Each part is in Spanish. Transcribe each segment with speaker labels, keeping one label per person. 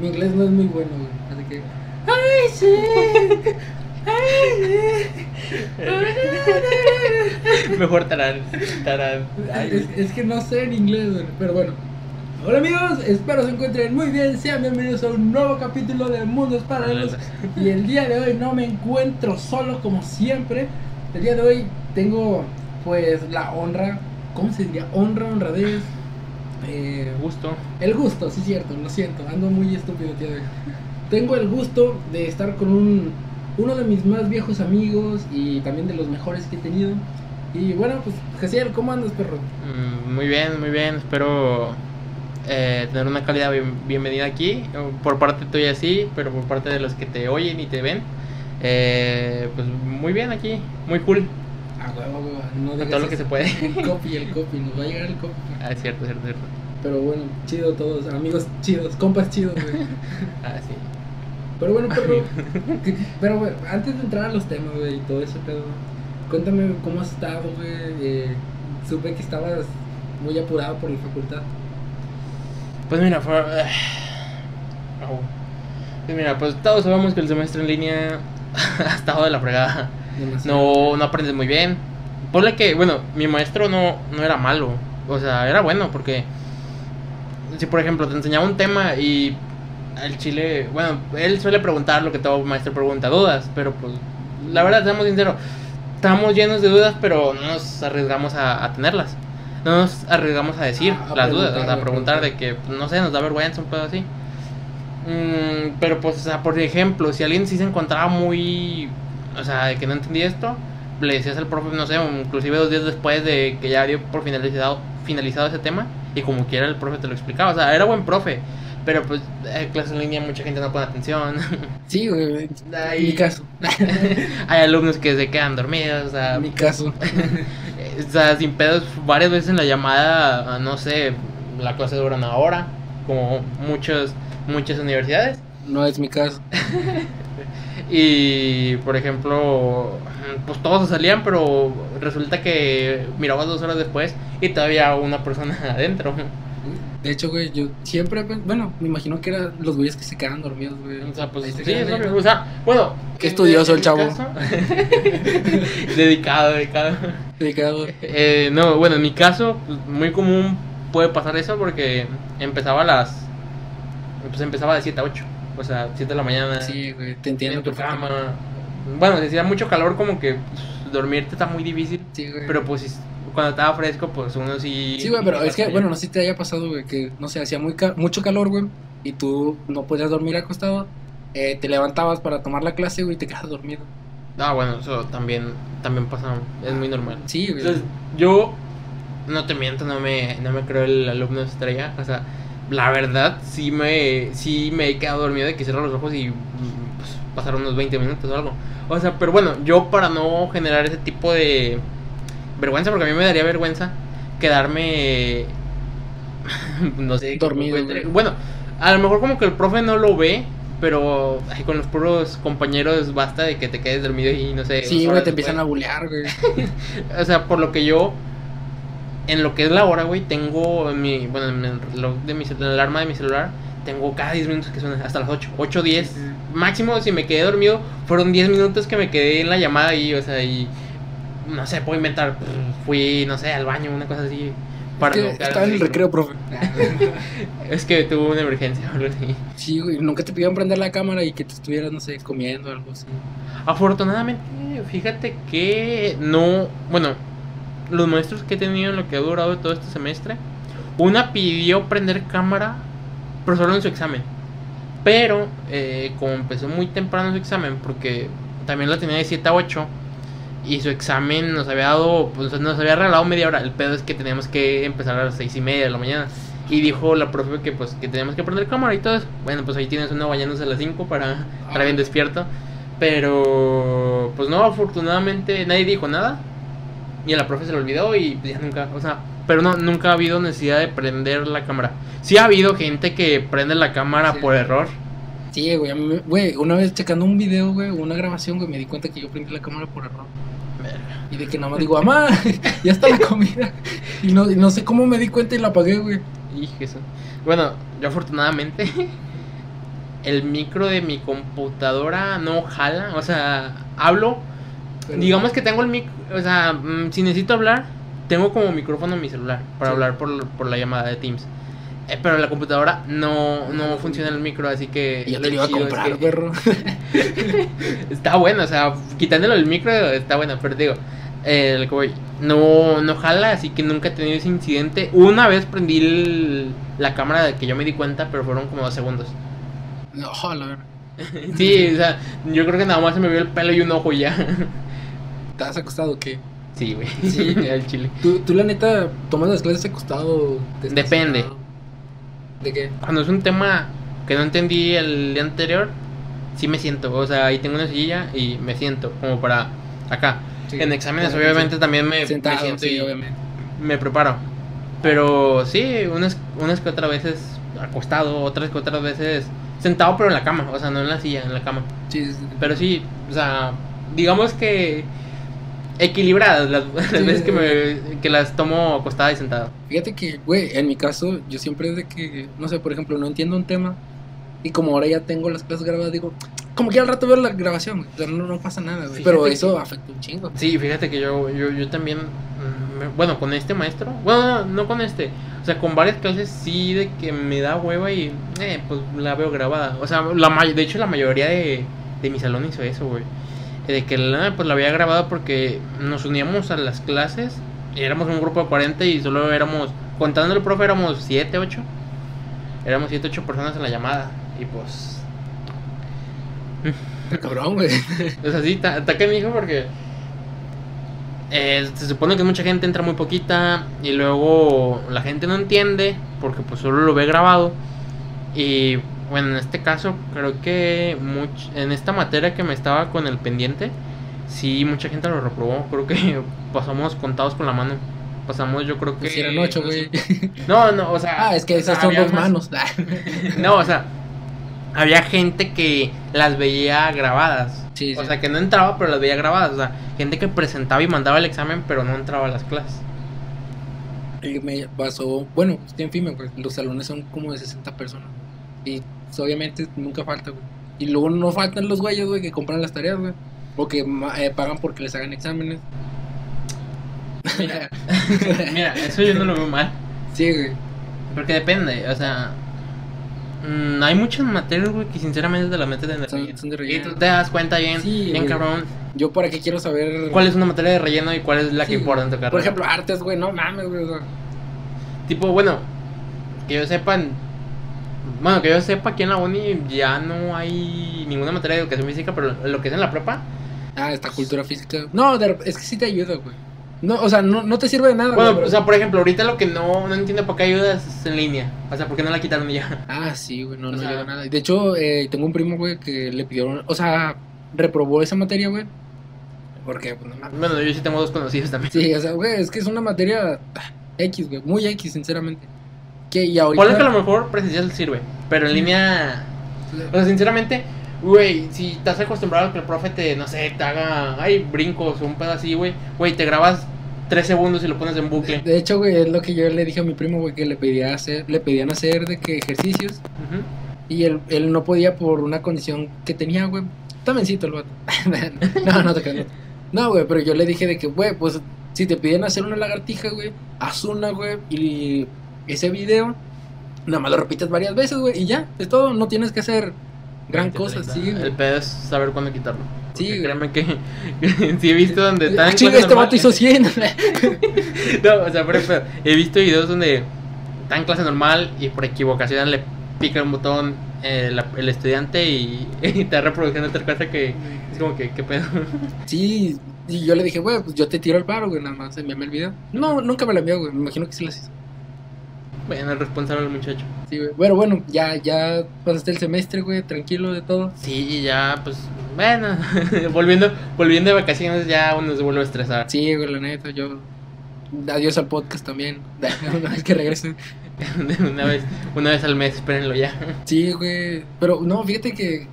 Speaker 1: Mi inglés no es muy bueno, güey. Así que. ¡Ay, sí! ¡Ay, sí!
Speaker 2: Mejor tarán. Tarán.
Speaker 1: Ay, es, es que no sé en inglés, güey, pero bueno. Hola amigos, espero se encuentren muy bien. Sean bienvenidos a un nuevo capítulo de Mundos Paralelos. Y el día de hoy no me encuentro solo como siempre. El día de hoy tengo pues la honra, ¿cómo se diría? Honra, honradez. eh,
Speaker 2: Gusto.
Speaker 1: el gusto, sí cierto, lo siento, ando muy estúpido el día de hoy. Tengo el gusto de estar con un, uno de mis más viejos amigos y también de los mejores que he tenido. Y bueno, pues Jaciel, ¿cómo andas, perro?
Speaker 2: Mm, Muy bien, muy bien. Espero eh, tener una calidad bien- bienvenida aquí. O Por parte tuya sí, pero por parte de los que te oyen y te ven. eh, pues muy bien aquí. Muy cool.
Speaker 1: A huevo, a huevo, no
Speaker 2: Con
Speaker 1: digas
Speaker 2: todo lo que
Speaker 1: eso.
Speaker 2: se puede.
Speaker 1: El copy, el copy, nos va a llegar el copy.
Speaker 2: Ah, es cierto, es cierto, es cierto.
Speaker 1: Pero bueno, chido todos, amigos chidos, compas chidos, güey.
Speaker 2: Ah, sí.
Speaker 1: Pero bueno, perro, pero bueno, antes de entrar a los temas, güey, y todo ese pedo, cuéntame cómo has estado, güey. eh, supe que estabas muy apurado por la facultad.
Speaker 2: Pues mira, fue... Au. Pues mira, pues todos sabemos que el semestre en línea ha estado de la fregada.
Speaker 1: demasiado.
Speaker 2: No, no aprendes muy bien. Ponle que, bueno, mi maestro no, no era malo. O sea, era bueno porque... Si por ejemplo te enseñaba un tema y al chile, bueno, él suele preguntar lo que todo maestro pregunta, dudas, pero pues la verdad, seamos sinceros, estamos llenos de dudas, pero no nos arriesgamos a, a tenerlas. No nos arriesgamos a decir
Speaker 1: Ah, A- a
Speaker 2: las dudas, o sea,
Speaker 1: preguntar, a
Speaker 2: a preguntar de que, pues, no sé, nos da vergüenza, un pedo así. Mm, pero pues, o sea, por ejemplo, si alguien sí se encontraba muy, o sea, de que no entendía esto, le decías al profe, no sé, inclusive dos días después de que ya dio por finalizado, finalizado ese tema, y como quiera el profe te lo explicaba, o sea, era buen profe. Pero pues, eh, clase en línea, mucha gente no pone atención.
Speaker 1: Sí, güey,
Speaker 2: Ay.
Speaker 1: mi caso,
Speaker 2: Hay alumnos que se quedan dormidos, o sea,
Speaker 1: mi caso.
Speaker 2: eh, o sea, sin pedos. Varias veces en la llamada, ah, no sé, la clase dura una hora, como muchas, muchas universidades.
Speaker 1: No es mi caso.
Speaker 2: Y, por ejemplo, pues todos se salían, pero resulta que mirabas dos horas después y todavía una persona adentro.
Speaker 1: De hecho, güey, yo siempre, pues, bueno, me imagino que eran los güeyes que se quedan dormidos, güey.
Speaker 2: O sea, pues
Speaker 1: Ahí se
Speaker 2: sí,
Speaker 1: quedan
Speaker 2: es
Speaker 1: ahí,
Speaker 2: obvio,
Speaker 1: ¿no?
Speaker 2: o sea, bueno.
Speaker 1: Qué estudioso
Speaker 2: en-
Speaker 1: el
Speaker 2: en mi
Speaker 1: chavo.
Speaker 2: caso- dedicado, dedicado.
Speaker 1: Dedicado.
Speaker 2: Eh, no, bueno, en mi caso, pues, muy común puede pasar eso porque empezaba a las. Pues empezaba de 7 a 8. O sea, 7 de la mañana.
Speaker 1: Sí, güey, te
Speaker 2: en
Speaker 1: entiendo
Speaker 2: tu
Speaker 1: perfectamente.
Speaker 2: cama. Bueno, si hacía mucho calor, como que pues, dormirte está muy difícil.
Speaker 1: Sí, güey.
Speaker 2: Pero pues si- cuando estaba fresco, pues uno sí.
Speaker 1: Sí, güey, pero es que,
Speaker 2: batalla.
Speaker 1: bueno, no sé si te haya pasado, güey, que, no sé, hacía muy ca- mucho calor, güey, y tú no podías dormir acostado, eh, te levantabas para tomar la clase, güey, y te quedas dormido.
Speaker 2: Ah, bueno, eso también, también pasa. Es muy normal.
Speaker 1: Sí, güey.
Speaker 2: Entonces, yo no te miento, no me, no me creo el alumno estrella. O sea, la verdad, sí me, sí me he quedado dormido de que cierro los ojos y mm, pues, pasaron unos 20 minutos o algo. O sea, pero bueno, yo para no generar ese tipo de vergüenza, porque a mí me daría vergüenza quedarme. no sé.
Speaker 1: Dormido,
Speaker 2: como que-
Speaker 1: güey.
Speaker 2: Bueno, a lo mejor como que el profe no lo ve. Pero ay, con los puros compañeros basta de que te quedes dormido y no sé.
Speaker 1: sí,
Speaker 2: dos
Speaker 1: güey,
Speaker 2: horas
Speaker 1: te empiezan a
Speaker 2: después.
Speaker 1: bulear, güey.
Speaker 2: O sea, por lo que yo, en lo que es la hora, güey, tengo en mi, bueno, en el reloj de mi cel- en el alarma de mi celular, tengo cada 10 minutos que suena, hasta las 8, 8, 10.
Speaker 1: Ujú.
Speaker 2: Máximo, si me quedé dormido, fueron 10 minutos que me quedé en la llamada y, o sea, y, no sé, puedo inventar, pff, fui, no sé, al baño, una cosa así.
Speaker 1: Es que
Speaker 2: no quedar
Speaker 1: estaba en el
Speaker 2: dormido.
Speaker 1: recreo, profe.
Speaker 2: Es que tuve una emergencia, o algo así.
Speaker 1: Sí, güey, nunca te pidieron prender la cámara y que te estuvieras, no sé, comiendo o algo así.
Speaker 2: Afortunadamente, fíjate que no. Bueno, los maestros que he tenido en lo que ha durado todo este semestre, una pidió prender cámara, pero solo en su examen. Pero, eh, como empezó muy temprano su examen, porque también la tenía de 7 a 8, y su examen nos había dado, pues nos había regalado media hora. El pedo es que teníamos que empezar a las 6 y media de la mañana. Y dijo la profe que pues que teníamos que prender cámara y todo eso. Bueno, pues ahí tienes una bañándose a las 5 para estar bien despierto. Pero pues no, afortunadamente nadie dijo nada. Y a la profe se le olvidó y pues, ya nunca, o sea, pero no, nunca ha habido necesidad de prender la cámara. Sí ha habido gente que prende la cámara
Speaker 1: Sí.
Speaker 2: por error.
Speaker 1: Sí, güey, a mí me- güey, una vez checando un video, güey, una grabación, güey, me di cuenta que yo prendí la cámara por error.
Speaker 2: Verga.
Speaker 1: Y de que nada más digo, mamá, ya está la comida. Y no, y no sé cómo me di cuenta y la apagué, güey.
Speaker 2: Hijo de su- Bueno, yo afortunadamente el micro de mi computadora no jala, o sea, hablo,
Speaker 3: Pero-
Speaker 2: digamos que tengo el micro, o sea, mm, si necesito hablar, tengo como micrófono en mi celular para
Speaker 3: Sí.
Speaker 2: hablar por, por la llamada de Teams. Eh, pero la computadora no, no funciona el micro, así que...
Speaker 1: Ah. Yo
Speaker 2: lo
Speaker 1: te lo iba a
Speaker 2: chido es
Speaker 1: comprar,
Speaker 2: que-
Speaker 1: perro.
Speaker 2: Está buena, o sea, quitándolo el micro está buena, pero te digo, eh, lo que voy, no, no jala, así que nunca he tenido ese incidente. Una vez prendí el- la cámara de que yo me di cuenta, pero fueron como dos segundos.
Speaker 1: No, joder.
Speaker 2: Sí, o sea, yo creo que nada más se me vio el pelo y un ojo y ya.
Speaker 1: ¿Te has acostado o qué?
Speaker 2: Sí, güey,
Speaker 1: Sí.
Speaker 2: el chile.
Speaker 1: ¿Tú, tú la neta, tomas las clases acostado? descansado?
Speaker 2: Depende.
Speaker 1: ¿De qué?
Speaker 2: Cuando es un tema que no entendí el día anterior, sí me siento, o sea, ahí tengo una silla y me siento, como para acá.
Speaker 1: Sí.
Speaker 2: en exámenes,
Speaker 1: Bueno,
Speaker 2: obviamente,
Speaker 1: sí.
Speaker 2: también me, me
Speaker 1: Sentado,
Speaker 2: siento
Speaker 1: sí,
Speaker 2: y-
Speaker 1: obviamente.
Speaker 2: me preparo. Pero sí, unas, unas que otras veces acostado, otras que otras veces sentado, pero en la cama, o sea, no en la silla, en la cama.
Speaker 1: Sí, sí, sí.
Speaker 2: Pero sí, o sea, digamos que equilibradas las, las
Speaker 1: Sí,
Speaker 2: veces
Speaker 1: sí,
Speaker 2: que, me, que las tomo acostada y sentado.
Speaker 1: Fíjate que, güey, en mi caso, yo siempre es de que, no sé, por ejemplo, no entiendo un tema y como ahora ya tengo las clases grabadas, digo, como que al rato veo la grabación, güey, pero no, no pasa nada, güey.
Speaker 2: Fíjate
Speaker 1: Pero
Speaker 2: que-
Speaker 1: eso afecta un chingo.
Speaker 2: Sí, fíjate que yo, yo, yo también, mm, me- bueno, con este maestro, bueno, no, no con este, o sea, con varias clases sí de que me da hueva y, eh, pues la veo grabada. O sea, la may- de hecho la mayoría de, de mi salón hizo eso, güey. Eh, De que la, pues la había grabado porque nos uníamos a las clases, éramos un grupo de 40 y solo éramos, contando el profe, éramos 7, 8. Éramos 7, 8 personas en la llamada y pues
Speaker 1: Está Cabrón, güey.
Speaker 2: o sea, sí, ta- está hijo porque eh, se supone que mucha gente entra muy poquita y luego la gente no entiende porque pues solo lo ve grabado. Y bueno, en este caso creo que much- en esta materia que me estaba con el pendiente, sí, mucha gente lo reprobó. Creo que pasamos contados con la mano. Pasamos yo creo que...
Speaker 1: Pues eran ocho, güey.
Speaker 2: No, no, o sea...
Speaker 1: Ah, es que
Speaker 2: o
Speaker 1: esas
Speaker 2: sea,
Speaker 1: son
Speaker 2: había
Speaker 1: dos
Speaker 2: más-
Speaker 1: manos. Ah,
Speaker 2: No, o sea, había gente que las veía grabadas.
Speaker 1: Sí,
Speaker 2: O
Speaker 1: sí.
Speaker 2: sea, que no entraba, pero las veía grabadas. O sea, gente que presentaba y mandaba el examen, pero no entraba a las clases.
Speaker 1: Y me pasó, bueno, estoy en fin, güey, los salones son como de 60 personas. Y pues, obviamente nunca falta, güey. Y luego no faltan los güeyes, güey, que compran las tareas, güey. O que ma- eh, pagan porque les hagan exámenes.
Speaker 2: Mira, mira, eso yo no lo veo mal.
Speaker 1: Sí, güey.
Speaker 2: Porque depende, o sea. mm, hay muchas materias, güey, que sinceramente te las meten en el
Speaker 1: Son-
Speaker 2: relleno.
Speaker 1: son de
Speaker 2: Y
Speaker 1: relleno.
Speaker 2: tú te das cuenta bien,
Speaker 1: Sí,
Speaker 2: bien
Speaker 1: güey.
Speaker 2: cabrón,
Speaker 1: Yo para qué quiero saber.
Speaker 2: cuál es una materia de relleno y cuál es la
Speaker 1: Sí,
Speaker 2: que importa en tu carrera.
Speaker 1: Por ejemplo, artes, güey, no mames, güey. o sea,
Speaker 2: Tipo, bueno, que yo sepan. Bueno, que yo sepa, aquí en la uni ya no hay ninguna materia de educación física, pero lo que es en la prepa.
Speaker 1: Ah, esta cultura física. No, de- es que sí te ayuda, güey. No, o sea, no, no te sirve de nada,
Speaker 2: Bueno,
Speaker 1: güey.
Speaker 2: o sea, por ejemplo, ahorita lo que no, no entiendo por qué ayuda es en línea. O sea, ¿por qué no la quitaron ya?
Speaker 1: Ah, sí, güey, no,
Speaker 2: O
Speaker 1: no
Speaker 2: sea-
Speaker 1: ayuda nada. De hecho, eh, tengo un primo, güey, que le pidieron. O sea, reprobó esa materia, güey. Porque, pues, no mames.
Speaker 2: Bueno, yo sí tengo dos conocidos también.
Speaker 1: Sí, o sea, güey, es que es una materia ah, X, güey. Muy X, sinceramente. Que, y ahorita.
Speaker 2: Ponle que a lo mejor presencial sirve, pero en línea. O sea, sinceramente, güey, si estás acostumbrado a que el profe te, no sé, te haga, ay, brincos o un pedo así, güey, güey, te grabas tres segundos y lo pones en bucle.
Speaker 1: De hecho, güey, es lo que yo le dije a mi primo, güey, que le pedía hacer, le pedían hacer de que ejercicios
Speaker 2: Ujú.
Speaker 1: Y él, él no podía por una condición que tenía, güey. Tamencito el vato. no, no te creas. No, güey, pero yo le dije de que, güey, pues si te piden hacer una lagartija, güey, haz una, güey, y ese video, nada más lo repites varias veces, güey, y ya, es todo, no tienes que hacer gran
Speaker 2: Veinte,
Speaker 1: cosa,
Speaker 2: treinta.
Speaker 1: sí, güey.
Speaker 2: El pedo es saber cuándo quitarlo.
Speaker 1: Sí,
Speaker 2: Porque
Speaker 1: güey.
Speaker 2: créeme que sí he visto donde están en
Speaker 1: Chinga,
Speaker 2: clase
Speaker 1: este
Speaker 2: normal-
Speaker 1: vato hizo 100.
Speaker 2: No, o sea, por ejemplo, he visto videos donde está en clase normal y por equivocación le pica un botón eh, la- el estudiante y, y está reproduciendo otra cosa que es como que, ¿qué pedo?
Speaker 1: sí, y yo le dije, güey, pues yo te tiro el paro, güey, nada más, envíame el video. No, nunca me lo envió, güey, me imagino que sí las hizo.
Speaker 2: Bueno, el responsable el muchacho.
Speaker 1: Sí, güey. Bueno, bueno, ya, ya pasaste el semestre, güey, tranquilo de todo.
Speaker 2: Sí, y ya, pues, bueno, volviendo, volviendo de vacaciones ya uno se vuelve a estresar.
Speaker 1: Sí, güey, la neta, yo. Adiós al podcast también. Una vez que regrese.
Speaker 2: una, vez, una vez al mes, espérenlo ya.
Speaker 1: Sí, güey. Pero no, fíjate que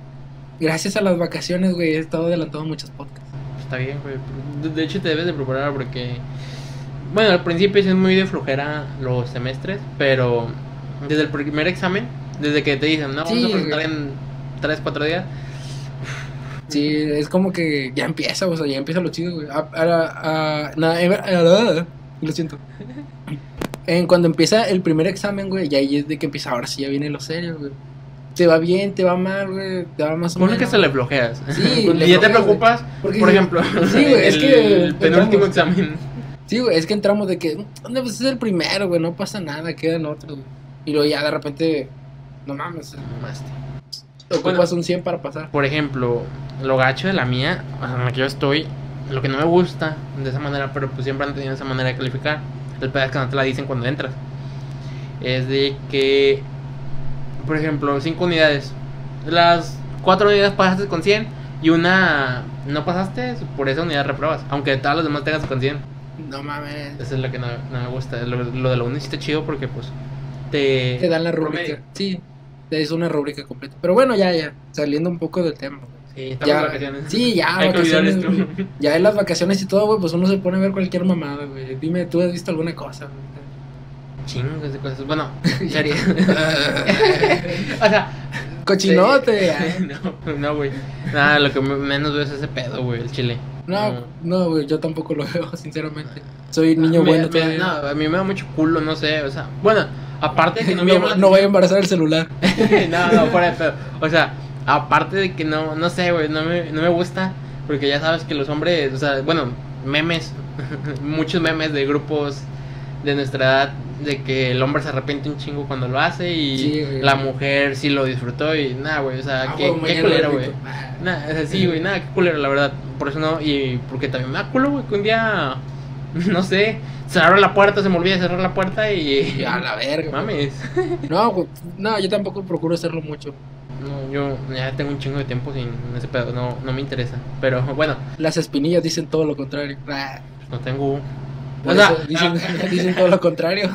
Speaker 1: gracias a las vacaciones, güey, he estado adelantando muchos podcasts.
Speaker 2: Está bien, güey. De- De hecho, te debes de preparar porque. Bueno, al principio sí es muy de flojera los semestres, pero desde el primer examen, desde que te dicen, no, vamos
Speaker 1: Sí,
Speaker 2: a presentar
Speaker 1: güey.
Speaker 2: en 3, 4 días.
Speaker 1: Sí, es como que ya empieza, o sea, ya empieza lo chido, güey. A- a- a- na- eh, ah, Lo siento. En cuando empieza el primer examen, güey, ya ahí es de que empieza, ahora sí ya viene lo serio, güey. Te va bien, te va mal, güey, te va más o
Speaker 2: Supone
Speaker 1: menos.
Speaker 2: que se le bloqueas.
Speaker 1: Sí,
Speaker 2: y
Speaker 1: le
Speaker 2: ya te
Speaker 1: bloqueas,
Speaker 2: preocupas,
Speaker 1: Porque
Speaker 2: por
Speaker 1: sí,
Speaker 2: ejemplo,
Speaker 1: sí, güey, es
Speaker 2: el
Speaker 1: que
Speaker 2: penúltimo
Speaker 1: entramos.
Speaker 2: examen.
Speaker 1: Sí, güey, es que entramos de que, no, pues es el primero, güey, no pasa nada, quedan otros, güey. Y luego ya de repente, no mames,
Speaker 2: Mamaste.
Speaker 1: ocupas un 100 para pasar.
Speaker 2: Por ejemplo, lo gacho de la mía, o sea, en la que yo estoy, lo que no me gusta de esa manera, pero pues siempre han tenido esa manera de calificar. El pedazo que no te la dicen cuando entras. Es de que, por ejemplo, cinco unidades. Las cuatro unidades pasaste con 100 y una no pasaste, por esa unidad repruebas. Aunque todas las demás tengas con 100.
Speaker 1: No mames,
Speaker 2: Eso es lo que no, no me gusta. Lo, lo de la UNI sí está chido porque pues te...
Speaker 1: te dan la
Speaker 2: promedio.
Speaker 1: rúbrica. Sí, es una rúbrica completa. Pero bueno, ya, ya, saliendo un poco del tema. güey.
Speaker 2: Sí, estamos de
Speaker 1: Ya,
Speaker 2: vacaciones.
Speaker 1: sí, ya,
Speaker 2: Hay que olvidar
Speaker 1: vacaciones,
Speaker 2: esto.
Speaker 1: güey. Ya en las vacaciones y todo, güey, pues uno se pone a ver cualquier mamada, güey. Dime, ¿tú has visto alguna cosa? güey?
Speaker 2: Chingos de cosas. Bueno, sería. o sea,
Speaker 1: Cochinote. ay.
Speaker 2: no, no, güey. Nada, lo que me- menos veo es ese pedo, güey, el chile. Ah.
Speaker 1: No, no, güey, yo tampoco lo veo, sinceramente. Soy niño
Speaker 2: Me-
Speaker 1: bueno
Speaker 2: me-
Speaker 1: todavía.
Speaker 2: no, a mí me da mucho culo, no sé, o sea, bueno, aparte de que no
Speaker 1: Mi
Speaker 2: me llama
Speaker 1: mamá
Speaker 2: la
Speaker 1: no voy a embarazar el celular.
Speaker 2: atención- no, no, fuera de pedo. O sea, aparte de que no, no sé, güey, no me, no me gusta, porque ya sabes que los hombres, o sea, bueno, memes, muchos memes de grupos de nuestra edad, de que el hombre se arrepiente un chingo cuando lo hace y
Speaker 1: Sí, güey.
Speaker 2: la mujer sí lo disfrutó y nada, güey, o sea,
Speaker 1: Ah,
Speaker 2: qué,
Speaker 1: güey, mañana
Speaker 2: qué
Speaker 1: lo
Speaker 2: culero, güey.
Speaker 1: repito. Ah,
Speaker 2: Nada, o sea, sí, güey, nada, qué culero, la verdad. Por eso no, y porque también me da culo, güey, que un día, no sé, cerraron la puerta, se me olvida cerrar la puerta y.
Speaker 1: y A la verga. güey.
Speaker 2: Mames.
Speaker 1: No, güey, no, yo tampoco procuro hacerlo mucho.
Speaker 2: No, yo ya tengo un chingo de tiempo sin ese pedo, no, no me interesa. Pero bueno,
Speaker 1: Las espinillas dicen todo lo contrario. Ah,
Speaker 2: no tengo.
Speaker 1: por
Speaker 2: O sea, ah,
Speaker 1: eso dicen, dicen todo lo contrario.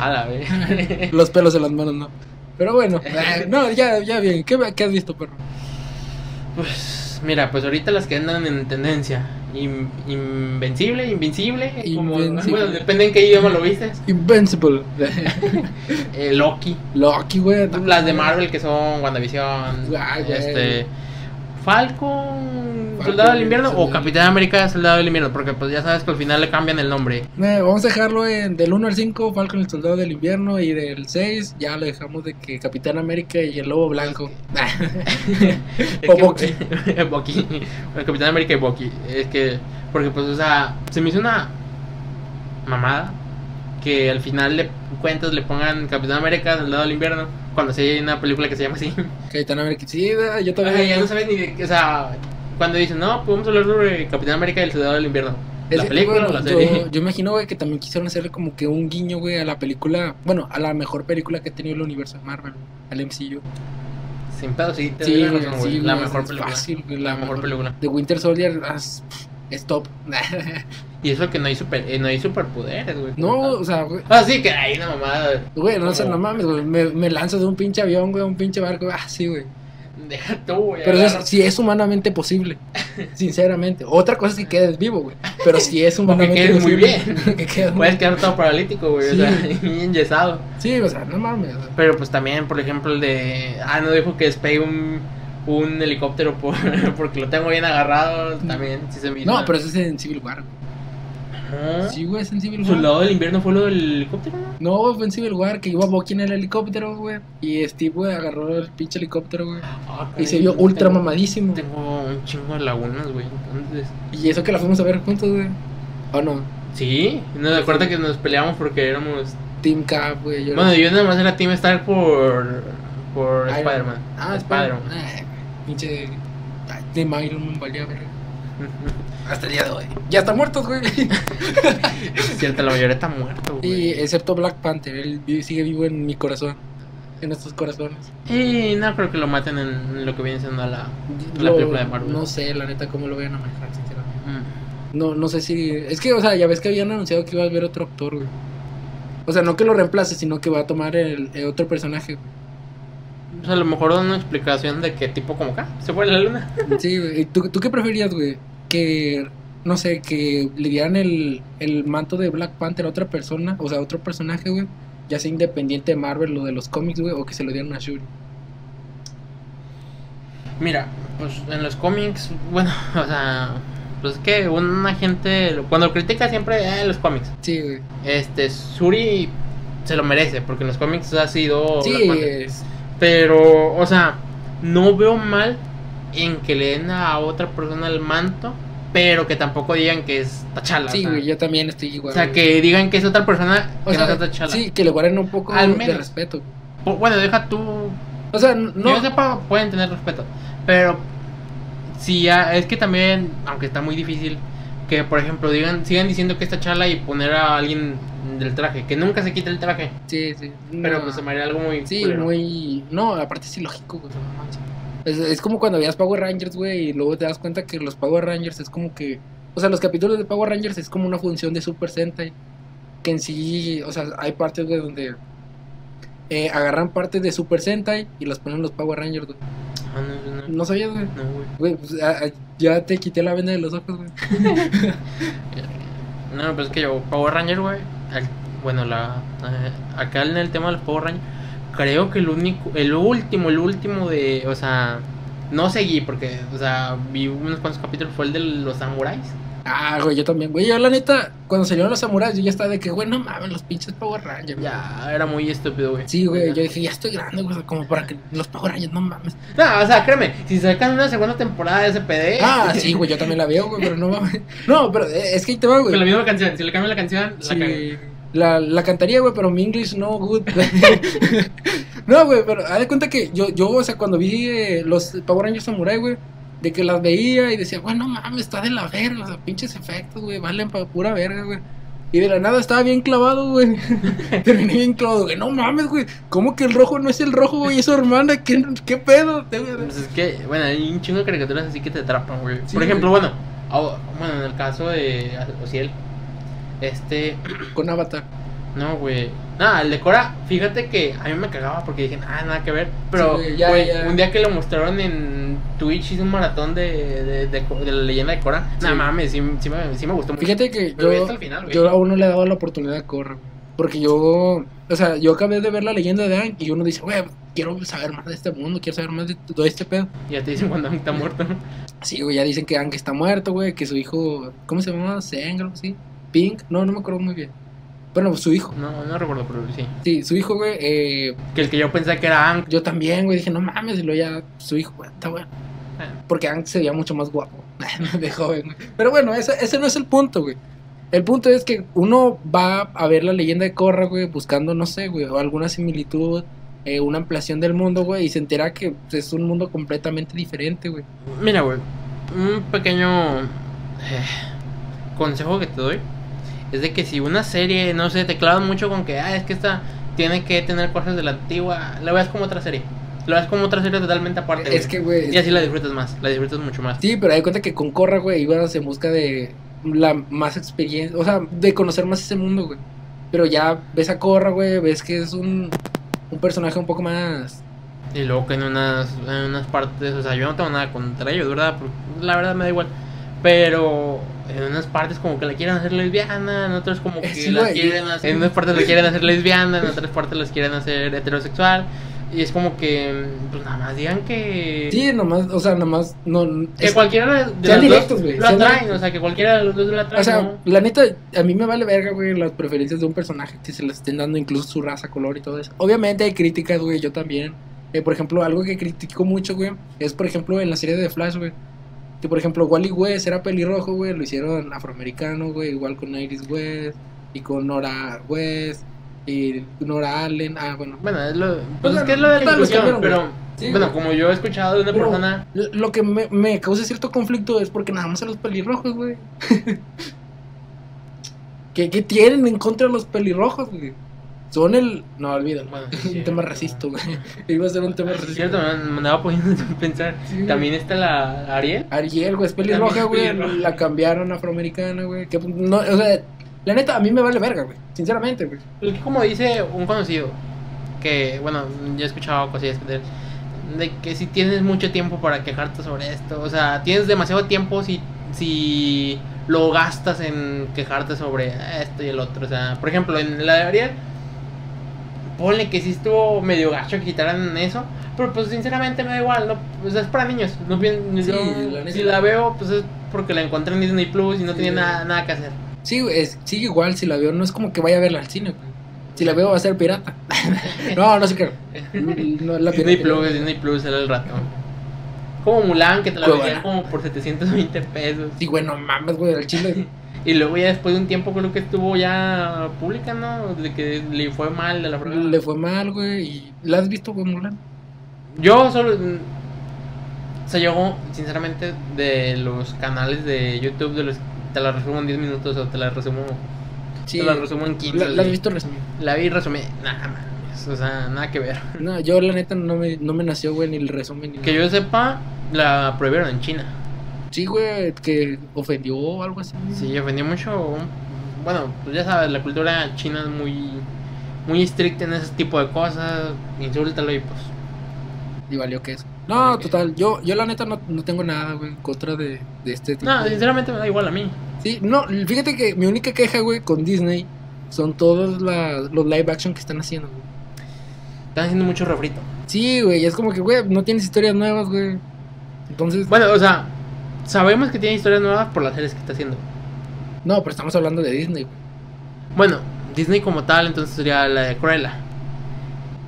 Speaker 2: a la vez.
Speaker 1: Los pelos en las manos no. Pero bueno, ah, no, ya, ya bien. ¿Qué, qué has visto, perro?
Speaker 2: Pues, mira, pues ahorita las que andan en tendencia: in- invencible, invincible, como-
Speaker 1: Invencible.
Speaker 2: bueno, depende en qué idioma lo viste.
Speaker 1: Invincible.
Speaker 2: Eh, Loki.
Speaker 1: Loki, güey. no.
Speaker 2: Las de Marvel que son WandaVision,
Speaker 1: Ah, güey.
Speaker 2: este, Falcon,
Speaker 1: Falcon,
Speaker 2: Soldado del Invierno o
Speaker 1: Soldado.
Speaker 2: Capitán América, Soldado del Invierno, porque pues ya sabes que al final le cambian el nombre.
Speaker 1: Eh, vamos a dejarlo en del 1 al 5, Falcon el Soldado del Invierno y del 6 ya lo dejamos de que Capitán América y el Lobo Blanco. O Bucky.
Speaker 2: Bucky. El Capitán América y Bucky. Es que, porque pues, o sea, se me hizo una mamada que al final de cuentas le pongan Capitán América, Soldado del Invierno, cuando se hay una película que se llama así.
Speaker 1: Capitán América, sí, eh, yo
Speaker 2: Ajá, ya
Speaker 1: también.
Speaker 2: no sabes ni de qué, o sea, cuando dicen, no, podemos hablar sobre Capitán América y el Soldado del Invierno.
Speaker 1: Es
Speaker 2: La
Speaker 1: que,
Speaker 2: película
Speaker 1: bueno,
Speaker 2: o la
Speaker 1: yo-
Speaker 2: serie.
Speaker 1: Yo, imagino, güey, que también quisieron hacerle como que un guiño, güey, a la película, bueno, a la mejor película que ha tenido el universo de Marvel, al MCU.
Speaker 2: Sin pedo, sí, te
Speaker 1: Sí,
Speaker 2: doy la
Speaker 1: güey,
Speaker 2: razón,
Speaker 1: sí,
Speaker 2: güey.
Speaker 1: güey,
Speaker 2: La
Speaker 1: es
Speaker 2: mejor película.
Speaker 1: fácil, güey,
Speaker 2: la mejor película.
Speaker 1: The Winter Soldier ah, es, es top.
Speaker 2: Y eso que no hay super, eh, no hay superpoderes, güey.
Speaker 1: no, o sea, güey,
Speaker 2: Ah, sí, que hay una mamada.
Speaker 1: güey, no sé,
Speaker 2: Como-
Speaker 1: no mames, güey, me, me lanzo de un pinche avión, güey, a un pinche barco, güey, ah, sí, güey.
Speaker 2: Deja tú, güey.
Speaker 1: Pero eso
Speaker 2: agarra-
Speaker 1: es- si es humanamente posible, sinceramente. Otra cosa es que quedes vivo, güey. Pero si es humanamente
Speaker 2: quedes muy Pues.
Speaker 1: posible. que quedes muy
Speaker 2: Puedes quedar todo paralítico, güey.
Speaker 1: Sí.
Speaker 2: O sea, y enyesado.
Speaker 1: Sí, o sea, no mames. o sea,
Speaker 2: Pero pues también, por ejemplo, el de. Ah, no dijo que despegue un, un helicóptero por, porque lo tengo bien agarrado. También, sí se me hizo
Speaker 1: No,
Speaker 2: una-
Speaker 1: pero eso es en Civil War. güey.
Speaker 2: Ajá.
Speaker 1: Sí, güey, es en Civil War.
Speaker 2: ¿Soldado del invierno fue lo del helicóptero? no?
Speaker 1: No, güey, fue en Civil War que iba Bucky en el helicóptero, güey. Y Steve, güey, agarró el pinche helicóptero, güey.
Speaker 2: Ah,
Speaker 1: Y se
Speaker 2: caray,
Speaker 1: vio
Speaker 2: tengo-
Speaker 1: ultra mamadísimo.
Speaker 2: Tengo un chingo de lagunas, güey. Entonces.
Speaker 1: Y eso que la fuimos a ver juntos, güey. ¿O no?
Speaker 2: Sí, no de acuerdo que nos peleamos porque éramos.
Speaker 1: Team Cap, güey. yo-
Speaker 2: Bueno, yo nada más era Team Stark por. por
Speaker 1: Iron Man.
Speaker 2: Spider-Man.
Speaker 1: Ah,
Speaker 2: Spider-Man.
Speaker 1: Ah, pinche. ay, Team Iron Man valía, güey. Hasta el día de hoy. Ya están muertos, güey.
Speaker 2: Es cierto, la mayoría está muerto,
Speaker 1: Y
Speaker 2: güey.
Speaker 1: excepto Black Panther, él vi- sigue vivo en mi corazón, en nuestros corazones.
Speaker 2: Y no creo que lo maten en lo que viene siendo la. La
Speaker 1: Lo-
Speaker 2: película de Marvel.
Speaker 1: No sé, la neta, cómo lo vayan a manejar, sinceramente.
Speaker 2: Mm.
Speaker 1: No, no sé si. Es que, o sea, ya ves que habían anunciado que iba a haber otro actor, güey. O sea, no que lo reemplace, sino que va a tomar el, el otro personaje. güey.
Speaker 2: O sea, pues a lo mejor dan una explicación de que tipo como acá se fue a la luna.
Speaker 1: Sí, güey. ¿Y ¿Tú, ¿Tú qué preferías, güey? Que, no sé, que le dieran el, el manto de Black Panther a otra persona, o sea, a otro personaje, güey. Ya sea independiente de Marvel o de los cómics, güey, o que se lo dieran a Shuri.
Speaker 2: Mira, pues en los cómics, bueno, o sea, pues es que una gente, lo- cuando critica siempre eh, los cómics,
Speaker 1: Sí, güey.
Speaker 2: este, Suri se lo merece, porque en los cómics ha sido...
Speaker 1: Sí,
Speaker 2: la cuate.
Speaker 1: es-
Speaker 2: Pero, o sea, no veo mal en que le den a otra persona el manto, pero que tampoco digan que es Tachala.
Speaker 1: sí,
Speaker 2: o sea,
Speaker 1: güey, yo también estoy igual.
Speaker 2: o sea,
Speaker 1: güey.
Speaker 2: que digan que es otra persona que
Speaker 1: O sea,
Speaker 2: no sea Tachala.
Speaker 1: sí, que le guarden un poco
Speaker 2: Al
Speaker 1: de
Speaker 2: menos.
Speaker 1: respeto.
Speaker 2: Po- Bueno, deja tú
Speaker 1: O sea, no.
Speaker 2: No. Yo sepa, pueden tener respeto. Pero si ya, es que también, aunque está muy difícil, que por ejemplo digan, sigan diciendo que esta charla y poner a alguien del traje, que nunca se quite el traje.
Speaker 1: Sí, sí.
Speaker 2: Pero
Speaker 1: no.
Speaker 2: pues se me haría algo muy.
Speaker 1: Sí,
Speaker 2: culero.
Speaker 1: muy. No, aparte es ilógico, güey. no manches. Es, es como cuando veías Power Rangers, güey, y luego te das cuenta que los Power Rangers es como que. O sea, los capítulos de Power Rangers es como una función de Super Sentai. Que en sí. O sea, hay partes, güey, donde. eh, agarran partes de Super Sentai y las ponen los Power Rangers, güey.
Speaker 2: Ah, no, no, no.
Speaker 1: No sabías, güey.
Speaker 2: No, güey.
Speaker 1: Güey, pues, a- a- ya te quité la venda de los ojos, güey.
Speaker 2: No, pues es que yo, Power Ranger, güey. al- Bueno, la. eh, acá en el tema del Power Ranger, creo que el único, el último, el último de. O sea, no seguí porque, o sea, vi unos cuantos capítulos, fue el de los samuráis.
Speaker 1: Ah, güey, yo también, güey. Yo, la neta, cuando salieron los samuráis, yo ya estaba de que, güey, no mames, los pinches Power Rangers, güey.
Speaker 2: Ya, era muy estúpido, güey.
Speaker 1: Sí, güey,
Speaker 2: Ya.
Speaker 1: yo dije, ya estoy grande, güey, como para que los Power Rangers, no mames.
Speaker 2: No, o sea, créeme, si sacan una segunda temporada de SPD.
Speaker 1: Ah, sí, güey, yo también la veo, güey, pero no mames. No, pero eh, es que ahí te va,
Speaker 2: Con la
Speaker 1: güey.
Speaker 2: misma canción, si le cambian la canción, la
Speaker 1: Sí,
Speaker 2: cagan.
Speaker 1: La, la cantaría, güey, pero mi English no good. no, güey, pero haz de cuenta que yo, yo, o sea, cuando vi eh, los Power Rangers Samurai, güey, de que las veía y decía, güey, no mames, está de la verga, o sea, pinches efectos, güey, valen para pura verga, güey. Y de la nada estaba bien clavado, güey. Terminé bien clavado, güey. No mames, güey. ¿Cómo que el rojo no es el rojo, güey? Es su hermana. ¿Qué, qué pedo?
Speaker 2: Pues es que, bueno, hay un chingo de caricaturas así que te atrapan, güey.
Speaker 1: Sí,
Speaker 2: Por
Speaker 1: güey.
Speaker 2: ejemplo, bueno, ah, bueno, en el caso de Ociel, este.
Speaker 1: Con Avatar.
Speaker 2: No, güey. Nada, el de Cora, fíjate que a mí me cagaba porque dije, ah, nada que ver. Pero,
Speaker 1: Sí, güey, ya,
Speaker 2: güey,
Speaker 1: ya.
Speaker 2: un día que lo mostraron en Twitch, hice un maratón de, de, de, de la leyenda de Cora.
Speaker 1: Sí.
Speaker 2: Nada mames, sí, sí me, sí me gustó mucho.
Speaker 1: Fíjate que
Speaker 2: Pero vi
Speaker 1: yo,
Speaker 2: hasta el final, güey.
Speaker 1: yo aún no le he dado la oportunidad a Korra. güey. Porque yo, o sea, yo acabé de ver la leyenda de Aang y uno dice, güey, quiero saber más de este mundo, quiero saber más de todo este pedo.
Speaker 2: Ya te dicen cuando está muerto.
Speaker 1: Sí, güey, ya dicen que Aang está muerto, güey, que su hijo, ¿cómo se llama? Seng, algo así. Pink, no, no me acuerdo muy bien. Bueno, su hijo.
Speaker 2: No, no recuerdo, pero sí.
Speaker 1: Sí, su hijo, güey, eh,
Speaker 2: Que el que yo pensaba que era Ang.
Speaker 1: yo también, güey, dije, no mames, y luego ya su hijo, güey, está bueno.
Speaker 2: Ah.
Speaker 1: Porque Aang se veía mucho más guapo de joven, güey. Pero bueno, ese, ese no es el punto, güey. El punto es que uno va a ver la leyenda de Korra, güey, buscando, no sé, güey, o alguna similitud, eh, una ampliación del mundo, güey, y se entera que pues, es un mundo completamente diferente, güey.
Speaker 2: Mira, güey. Un pequeño eh, consejo que te doy es de que si una serie, no sé, te clavan mucho con que, ah, es que esta tiene que tener cosas de la antigua, la veas como otra serie. La veas como otra serie totalmente aparte.
Speaker 1: Es
Speaker 2: güey.
Speaker 1: que, güey,
Speaker 2: Y así la disfrutas más, la disfrutas mucho más.
Speaker 1: Sí, pero hay cuenta que con Corra, güey, ibas en busca de la más experiencia, o sea, de conocer más ese mundo, güey. Pero ya ves a Corra, güey, ves que es un, un personaje un poco más...
Speaker 2: Y luego que en unas, en unas partes, o sea, yo no tengo nada contra ellos, ¿verdad? Porque la verdad me da igual. Pero en unas partes como que la quieren hacer lesbiana, en otras como que
Speaker 1: Eh, Sí,
Speaker 2: la
Speaker 1: güey.
Speaker 2: quieren hacer... En unas partes la quieren hacer lesbiana, en otras partes las quieren hacer heterosexual. Y es como que, pues nada más digan que...
Speaker 1: Sí, nomás, o sea, nomás... No,
Speaker 2: que
Speaker 1: es-
Speaker 2: cualquiera de
Speaker 1: sean
Speaker 2: los dos
Speaker 1: directos, güey,
Speaker 2: lo
Speaker 1: sean
Speaker 2: atraen,
Speaker 1: directos.
Speaker 2: o sea, que cualquiera de los dos lo atraen.
Speaker 1: o sea,
Speaker 2: ¿no?
Speaker 1: la neta, a mí me vale verga, güey, las preferencias de un personaje, que se las estén dando incluso su raza, color y todo eso. Obviamente hay críticas, güey, yo también. Eh, por ejemplo, algo que critico mucho, güey, es, por ejemplo, en la serie de Flash, güey. Que, por ejemplo, Wally West era pelirrojo, güey, lo hicieron afroamericano, güey, igual con Iris West y con Nora West y Nora Allen. Ah, bueno.
Speaker 2: Bueno, es lo,
Speaker 1: O
Speaker 2: pues
Speaker 1: sea,
Speaker 2: es que es lo de la
Speaker 1: todos los
Speaker 2: inclusión,
Speaker 1: cambiaron,
Speaker 2: pero...
Speaker 1: Sí,
Speaker 2: bueno,
Speaker 1: güey.
Speaker 2: como yo he escuchado de una
Speaker 1: Pero-
Speaker 2: persona...
Speaker 1: L- Lo que me, me causa cierto conflicto es porque nada más a los pelirrojos, güey. ¿Qué, qué tienen en contra de los pelirrojos, güey? Son el. No, olvídalo.
Speaker 2: Bueno,
Speaker 1: un tema racista, güey. Iba a ser un tema
Speaker 2: Ah, sí,
Speaker 1: racista.
Speaker 2: cierto, me me andaba poniendo a pensar.
Speaker 1: Sí, güey.
Speaker 2: También está la Ariel.
Speaker 1: Ariel, güey, es pelirroja,
Speaker 2: También es
Speaker 1: güey.
Speaker 2: pelirroja.
Speaker 1: La cambiaron a afroamericana, güey. Que, pues, no, o sea, la neta, a mí me vale verga, güey. Sinceramente, güey.
Speaker 2: Lo que como dice un conocido, que bueno, yo he escuchado cosillas de él, de que si tienes mucho tiempo para quejarte sobre esto, o sea, tienes demasiado tiempo si, si lo gastas en quejarte sobre esto y el otro. O sea, por ejemplo, en la de Ariel, ponle que sí estuvo medio gacho que quitaran eso, Pero pues sinceramente me da igual, no, o sea, es para niños. No, pien-
Speaker 3: Sí,
Speaker 2: yo-
Speaker 3: la neta.
Speaker 2: si la veo, pues es porque la encontré en Disney Plus y no
Speaker 3: Sí.
Speaker 2: tenía nada, nada que hacer.
Speaker 1: Sí, güey, es- sigue igual si la veo. No es como que vaya a verla al cine, güey. Si la veo va a ser pirata. no, no sé qué. No, es la
Speaker 2: Disney
Speaker 1: pirata.
Speaker 2: Plus, Disney Plus era el ratón. Como Mulan, que te la
Speaker 1: Cuevana.
Speaker 2: vendían como por 720 pesos.
Speaker 1: Sí, güey, no mames, güey, al chile.
Speaker 2: Y luego ya después de un tiempo creo que estuvo ya pública, ¿no? De que le fue mal de la fregada.
Speaker 1: Le fue mal, güey. y- ¿La has visto, güey, Mulan?
Speaker 2: Yo solo... mm, O sea, yo sinceramente de los canales de YouTube, de los, te la resumo en 10 minutos o te la resumo,
Speaker 1: Sí.
Speaker 2: te la resumo en 15.
Speaker 1: ¿La, la has
Speaker 2: así.
Speaker 1: visto resumida?
Speaker 2: La vi y resumí, nada más, o sea, nada que ver.
Speaker 1: No, yo la neta no me, no me nació, güey, ni el resumen. Ni
Speaker 2: Que
Speaker 1: nada.
Speaker 2: yo sepa, la prohibieron en China.
Speaker 1: Sí, güey, que ofendió o algo así.
Speaker 2: Sí, ofendió mucho. Bueno, pues ya sabes, la cultura china es muy muy estricta en ese tipo de cosas. Insúltalo y pues.
Speaker 1: Y valió que eso.
Speaker 2: Valió
Speaker 1: No,
Speaker 2: que-
Speaker 1: total, yo, yo la neta no, no tengo nada, güey, en contra de, de este tipo.
Speaker 2: No,
Speaker 1: de-
Speaker 2: sinceramente me da igual a mí.
Speaker 1: Sí, no, fíjate que mi única queja, güey, con Disney son todos la- los live action que están haciendo, güey.
Speaker 2: Están haciendo mucho refrito.
Speaker 1: Sí, güey, es como que, güey, no tienes historias nuevas, güey. Entonces,
Speaker 2: Bueno, o sea, sabemos que tiene historias nuevas por las series que está haciendo.
Speaker 1: no, pero estamos hablando de Disney, güey.
Speaker 2: Bueno, Disney como tal, entonces sería la de Cruella.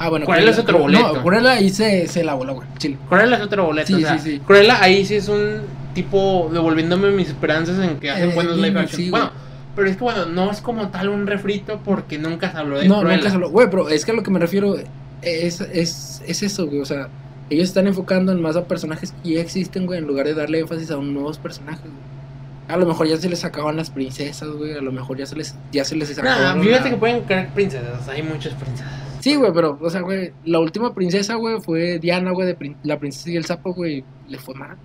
Speaker 1: Ah, bueno,
Speaker 2: Cruella es otro boleto.
Speaker 1: No, Cruella ahí se, se la voló, güey, chile.
Speaker 2: Cruella es otro boleto.
Speaker 1: Sí,
Speaker 2: o sea,
Speaker 1: sí, sí.
Speaker 2: Cruella ahí sí es un tipo devolviéndome mis esperanzas en que hacen
Speaker 1: Eh,
Speaker 2: buenos live
Speaker 1: sí,
Speaker 2: action.
Speaker 1: güey.
Speaker 2: bueno, pero es que bueno, no es como tal un refrito porque nunca se habló de
Speaker 1: No,
Speaker 2: Cruella.
Speaker 1: nunca se lo. Güey, pero es que a lo que me refiero es, es, es eso, güey. O sea, ellos están enfocando en más a personajes que ya existen, güey, en lugar de darle énfasis a un nuevos personajes, güey. A lo mejor ya se les acaban las princesas, güey. A lo mejor ya se les, ya se les
Speaker 2: Nah,
Speaker 1: acabaron
Speaker 2: fíjate
Speaker 1: la-
Speaker 2: que pueden crear princesas, hay muchas princesas.
Speaker 1: Sí, güey, pero, o sea, güey, la última princesa, güey, fue Diana, güey, de prin- la princesa y el sapo, güey, le fue mal.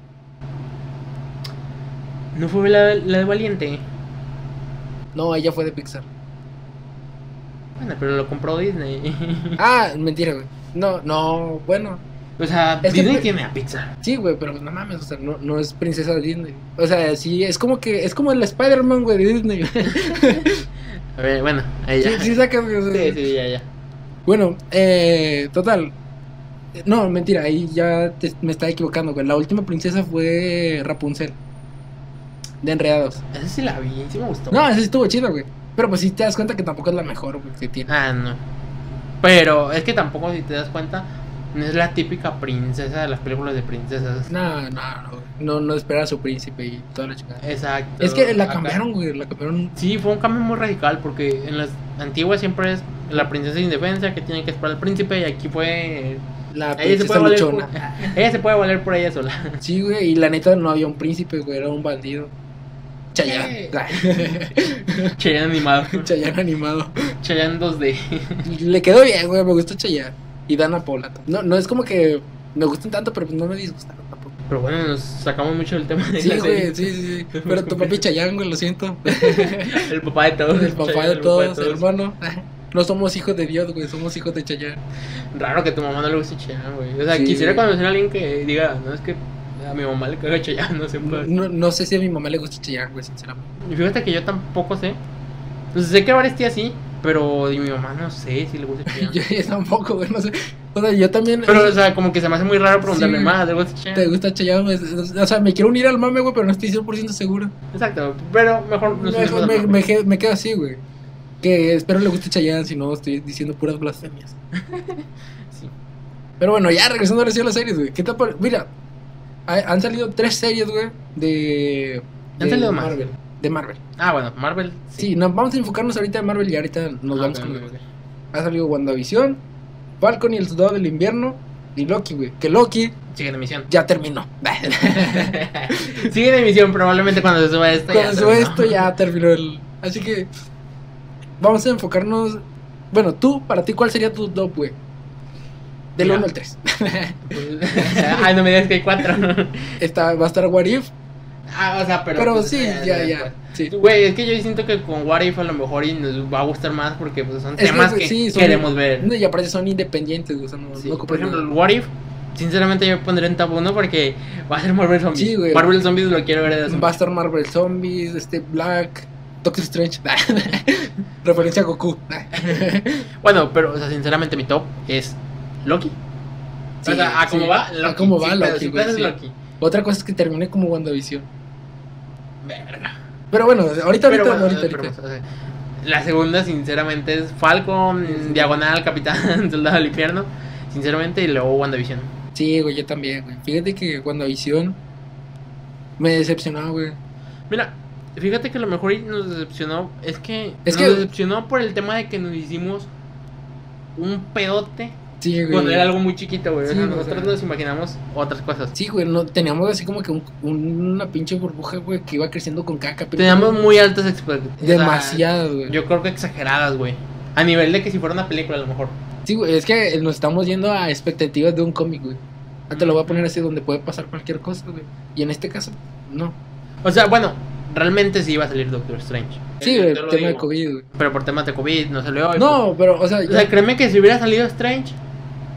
Speaker 2: ¿No fue la, la de Valiente?
Speaker 1: No, ella fue de Pixar.
Speaker 2: Bueno, pero lo compró Disney.
Speaker 1: Ah, mentira, güey. No, no, bueno.
Speaker 2: o sea,
Speaker 1: Es que
Speaker 2: Disney
Speaker 1: pe-
Speaker 2: tiene a Pixar.
Speaker 1: Sí, güey, pero no mames, o sea, no, no es princesa de Disney. O sea, sí, es como que, es como el Spider-Man, güey, de Disney.
Speaker 2: A ver, bueno, ahí ya.
Speaker 1: Sí, sí sacas, güey, o sea,
Speaker 2: Sí, sí, ya, ya.
Speaker 1: Bueno, eh, total. Eh, No, mentira, ahí ya te- me estaba equivocando, güey. La última princesa fue Rapunzel. De Enredados.
Speaker 2: Esa sí la vi, sí me gustó.
Speaker 1: No, esa sí estuvo chida, güey. Pero pues sí te das cuenta que tampoco es la mejor, güey, que tiene.
Speaker 2: Ah, no. Pero es que tampoco, si te das cuenta, no es la típica princesa de las películas de princesas.
Speaker 1: No, no, no, güey. no, no espera a su príncipe y toda la chingada.
Speaker 2: Exacto.
Speaker 1: Es que la
Speaker 2: Acá-
Speaker 1: cambiaron, güey, la cambiaron.
Speaker 2: Sí, fue un cambio muy radical porque en las antiguas siempre es la princesa indefensa que tiene que esperar al príncipe y aquí fue...
Speaker 1: La
Speaker 2: Ella se,
Speaker 1: princesa
Speaker 2: puede valer por,
Speaker 1: luchona.
Speaker 2: ella se puede valer por ella sola.
Speaker 1: Sí, güey, y la neta no había un príncipe, güey, era un bandido. Chayanne.
Speaker 2: Cheyenne animado.
Speaker 1: Chayanne animado.
Speaker 2: Cheyenne 2D.
Speaker 1: Le quedó bien, güey, me gusta Chayanne. Y Dana Paula. No, no es como que me gusten tanto, pero pues no me disgustaron tampoco.
Speaker 2: Pero bueno, nos sacamos mucho del tema de
Speaker 1: Sí,
Speaker 2: la
Speaker 1: güey,
Speaker 2: serie.
Speaker 1: sí, sí, sí. Pero tu papi Chayanne, güey, lo siento.
Speaker 2: El papá de todos.
Speaker 1: El papá
Speaker 2: Cheyenne,
Speaker 1: de
Speaker 2: el
Speaker 1: todos, hermano. No somos hijos de Dios, güey, somos hijos de Chayanne.
Speaker 2: Raro que tu mamá no le guste Cheyenne, güey. O sea,
Speaker 1: Sí,
Speaker 2: quisiera
Speaker 1: güey.
Speaker 2: conocer a alguien que diga, no, es que a mi mamá le caga Cheyenne, no sé. pues.
Speaker 1: No, no sé si a mi mamá le gusta Chayanne, güey, sinceramente.
Speaker 2: Y Fíjate que yo tampoco sé. O sea, sé que varias tías sí, pero de mi mamá no sé si le gusta
Speaker 1: Yo
Speaker 2: Cheyenne.
Speaker 1: tampoco, güey, no sé. O sea, yo también.
Speaker 2: Pero, o sea, como que se me hace muy raro preguntarle
Speaker 1: Sí.
Speaker 2: más, ¿le gusta
Speaker 1: ¿Te
Speaker 2: Cheyenne?
Speaker 1: gusta Chayanne? güey? O sea, me quiero unir al mame, güey, pero no estoy 100% seguro.
Speaker 2: Exacto, pero mejor nos unimos
Speaker 1: Mejor
Speaker 2: al
Speaker 1: me,
Speaker 2: mame.
Speaker 1: me quedo, me quedo así, güey. Que espero le guste Chayanne, si no estoy diciendo puras blasfemias.
Speaker 2: Sí.
Speaker 1: Pero bueno, ya regresando ahora sí a las series, güey. ¿Qué te pare- Mira, ha- han salido tres series, güey, de,
Speaker 2: Han
Speaker 1: de
Speaker 2: salido más.
Speaker 1: Marvel. De Marvel.
Speaker 2: Ah, bueno, Marvel.
Speaker 1: Sí, no, vamos a enfocarnos ahorita en Marvel y ahorita nos
Speaker 2: Ah,
Speaker 1: vamos
Speaker 2: ok,
Speaker 1: con...
Speaker 2: ok, ok.
Speaker 1: Ha salido WandaVision, Falcon y el Soldado del Invierno y Loki, güey. Que Loki
Speaker 2: Sigue en emisión.
Speaker 1: ya terminó.
Speaker 2: Sigue en emisión, probablemente cuando se suba esta.
Speaker 1: Con
Speaker 2: ya
Speaker 1: eso
Speaker 2: terminó.
Speaker 1: esto ya terminó el... Así que vamos a enfocarnos... Bueno, tú, para ti, ¿cuál sería tu top, güey? Del
Speaker 2: Mira.
Speaker 1: 1 al 3.
Speaker 2: Ay, no me digas que hay cuatro.
Speaker 1: Está, va a estar What If,
Speaker 2: ah, o sea, pero.
Speaker 1: pero,
Speaker 2: pues,
Speaker 1: sí,
Speaker 2: eh,
Speaker 1: ya,
Speaker 2: después.
Speaker 1: ya. Sí.
Speaker 2: Güey, es que yo siento que con What If a lo mejor y nos va a gustar más porque pues, son
Speaker 1: Es que,
Speaker 2: temas que,
Speaker 1: güey, sí, son-
Speaker 2: queremos ver.
Speaker 1: No, y aparte son independientes, güey, o sea, no, no
Speaker 2: Sí, por
Speaker 1: ocupan
Speaker 2: ejemplo, el
Speaker 1: nada.
Speaker 2: What If, sinceramente yo pondré en top 1 porque va a ser Marvel Zombies.
Speaker 1: Sí, güey.
Speaker 2: Marvel Zombies lo quiero ver de zombies.
Speaker 1: va a estar Marvel Zombies, este Black, Doctor Strange, referencia a Goku.
Speaker 2: Bueno, pero, o sea, sinceramente mi top es Loki, o sea, a cómo
Speaker 1: sí.
Speaker 2: va,
Speaker 1: A
Speaker 2: Loki.
Speaker 1: cómo va
Speaker 2: sin pedos,
Speaker 1: Loki,
Speaker 2: sin
Speaker 1: güey,
Speaker 2: pedos,
Speaker 1: sí.
Speaker 2: Loki.
Speaker 1: Otra cosa es que terminé como WandaVision.
Speaker 2: Verga.
Speaker 1: Pero bueno, ahorita, ahorita,
Speaker 2: Pero bueno,
Speaker 1: ahorita,
Speaker 2: pero,
Speaker 1: ahorita.
Speaker 2: o sea, La segunda, sinceramente, es Falcon,
Speaker 1: Sí, sí.
Speaker 2: Diagonal, Capitán, Soldado del Infierno. Sinceramente, y luego WandaVision.
Speaker 1: Sí, güey, yo también, güey. Fíjate que WandaVision me decepcionó, güey.
Speaker 2: Mira, fíjate que a lo mejor y nos decepcionó. Es que
Speaker 1: Es
Speaker 2: nos
Speaker 1: que-
Speaker 2: decepcionó por el tema de que nos hicimos un pedote
Speaker 1: Sí, güey.
Speaker 2: cuando era algo muy chiquito, güey. O
Speaker 1: Sí,
Speaker 2: sea,
Speaker 1: o
Speaker 2: nosotros
Speaker 1: sea.
Speaker 2: nos imaginamos otras cosas.
Speaker 1: Sí, güey, no, teníamos así como que un- un- una pinche burbuja, güey, que iba creciendo con cada capítulo.
Speaker 2: Teníamos muy altas expectativas.
Speaker 1: Demasiado, güey.
Speaker 2: Yo creo que exageradas, güey. A nivel de que si fuera una película, a lo mejor.
Speaker 1: Sí, güey, es que eh, nos estamos yendo a expectativas de un cómic, güey. Ah, te lo voy a poner así donde puede pasar cualquier cosa, güey. Y en este caso, no.
Speaker 2: O sea, bueno, realmente sí iba a salir Doctor Strange.
Speaker 1: Sí,
Speaker 2: Yo
Speaker 1: güey,
Speaker 2: Eh, te lo
Speaker 1: el tema de
Speaker 2: digo.
Speaker 1: COVID, güey.
Speaker 2: Pero por temas de COVID no salió. y
Speaker 1: No, pero, o sea,
Speaker 2: pues-
Speaker 1: yo-
Speaker 2: O sea, créeme que si hubiera salido Strange.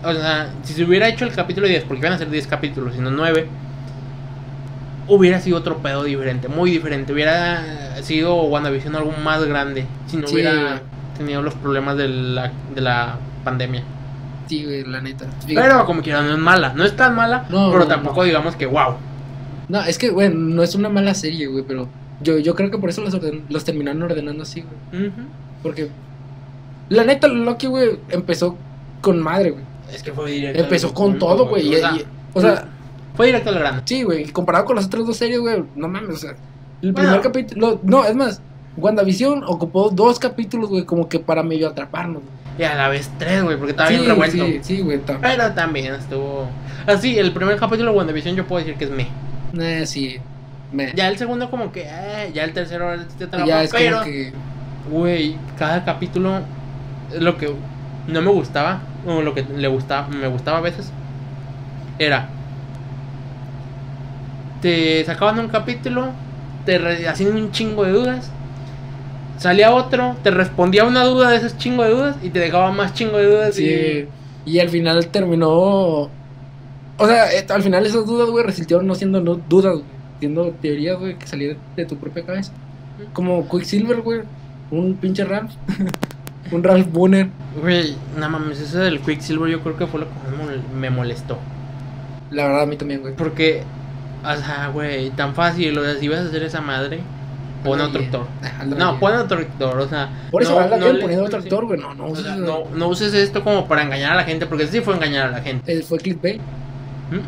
Speaker 2: O sea, si se hubiera hecho el capítulo 10, porque iban a ser 10 capítulos, sino 9. Hubiera sido otro pedo diferente, muy diferente. Hubiera sido WandaVision algo más grande. Si no
Speaker 1: Sí.
Speaker 2: hubiera tenido los problemas de la, de la pandemia.
Speaker 1: sí, güey, la neta. Fíjate.
Speaker 2: Pero como quiera, no es mala. No es tan mala,
Speaker 1: No,
Speaker 2: pero
Speaker 1: no,
Speaker 2: tampoco digamos que wow.
Speaker 1: No, es que, güey, no es una mala serie, güey, pero yo, yo creo que por eso los, orden- los terminaron ordenando así, güey. Porque, la neta, Loki, güey, empezó con madre, güey.
Speaker 2: Es que fue directo.
Speaker 1: Empezó
Speaker 2: al
Speaker 1: con
Speaker 2: punto,
Speaker 1: todo, güey. y- y-
Speaker 2: O sea,
Speaker 1: o sea,
Speaker 2: fue directo al grano.
Speaker 1: Sí, güey, y comparado con las otras dos series, güey, no mames, o sea, el
Speaker 2: Bueno.
Speaker 1: primer capítulo, no, es más, WandaVision ocupó dos capítulos, güey, como que para medio atraparnos. güey.
Speaker 2: Y a la vez tres, güey, porque estaba
Speaker 1: sí,
Speaker 2: bien revuelto.
Speaker 1: sí, sí, güey, está.
Speaker 2: Pero también estuvo. Así, el primer capítulo de WandaVision yo puedo decir que es me.
Speaker 1: Eh, sí, me- ya,
Speaker 2: Ya el segundo, como que. eh, ya el tercero, ahora sí te atrapa,
Speaker 1: es
Speaker 2: pero.
Speaker 1: como que,
Speaker 2: Güey, cada capítulo. Lo que no me gustaba, o lo que le gustaba, me gustaba a veces, era. Te sacaban un capítulo, te re- hacían un chingo de dudas. Salía otro, te respondía una duda de esos chingo de dudas y te dejaba más chingo de dudas.
Speaker 1: sí, y al final terminó, o sea, eh, al final esas dudas, güey, resultaron no siendo no, dudas, güey, siendo teorías, güey, que salían de tu propia cabeza. Como Quicksilver, güey, un pinche Ralph, un Ralph Bunner,
Speaker 2: Y, güey, no mames, eso del Quicksilver yo creo que fue lo que más mol- me molestó.
Speaker 1: la verdad a mí también, güey.
Speaker 2: Porque, o sea, güey, tan fácil, o sea, si vas a hacer esa madre, pon
Speaker 1: Ándale
Speaker 2: otro
Speaker 1: bien.
Speaker 2: actor.
Speaker 1: Ándale
Speaker 2: No,
Speaker 1: bien.
Speaker 2: pon otro actor, o sea.
Speaker 1: Por eso
Speaker 2: no,
Speaker 1: ahora la
Speaker 2: no
Speaker 1: quieren
Speaker 2: le-
Speaker 1: poniendo otro
Speaker 2: sí.
Speaker 1: actor, güey. No, no,
Speaker 2: O sea,
Speaker 1: sí,
Speaker 2: no, no uses esto como para engañar a la gente, porque sí fue engañar a la gente.
Speaker 1: eh, Fue clickbait.
Speaker 2: ¿Mm?
Speaker 1: Eh,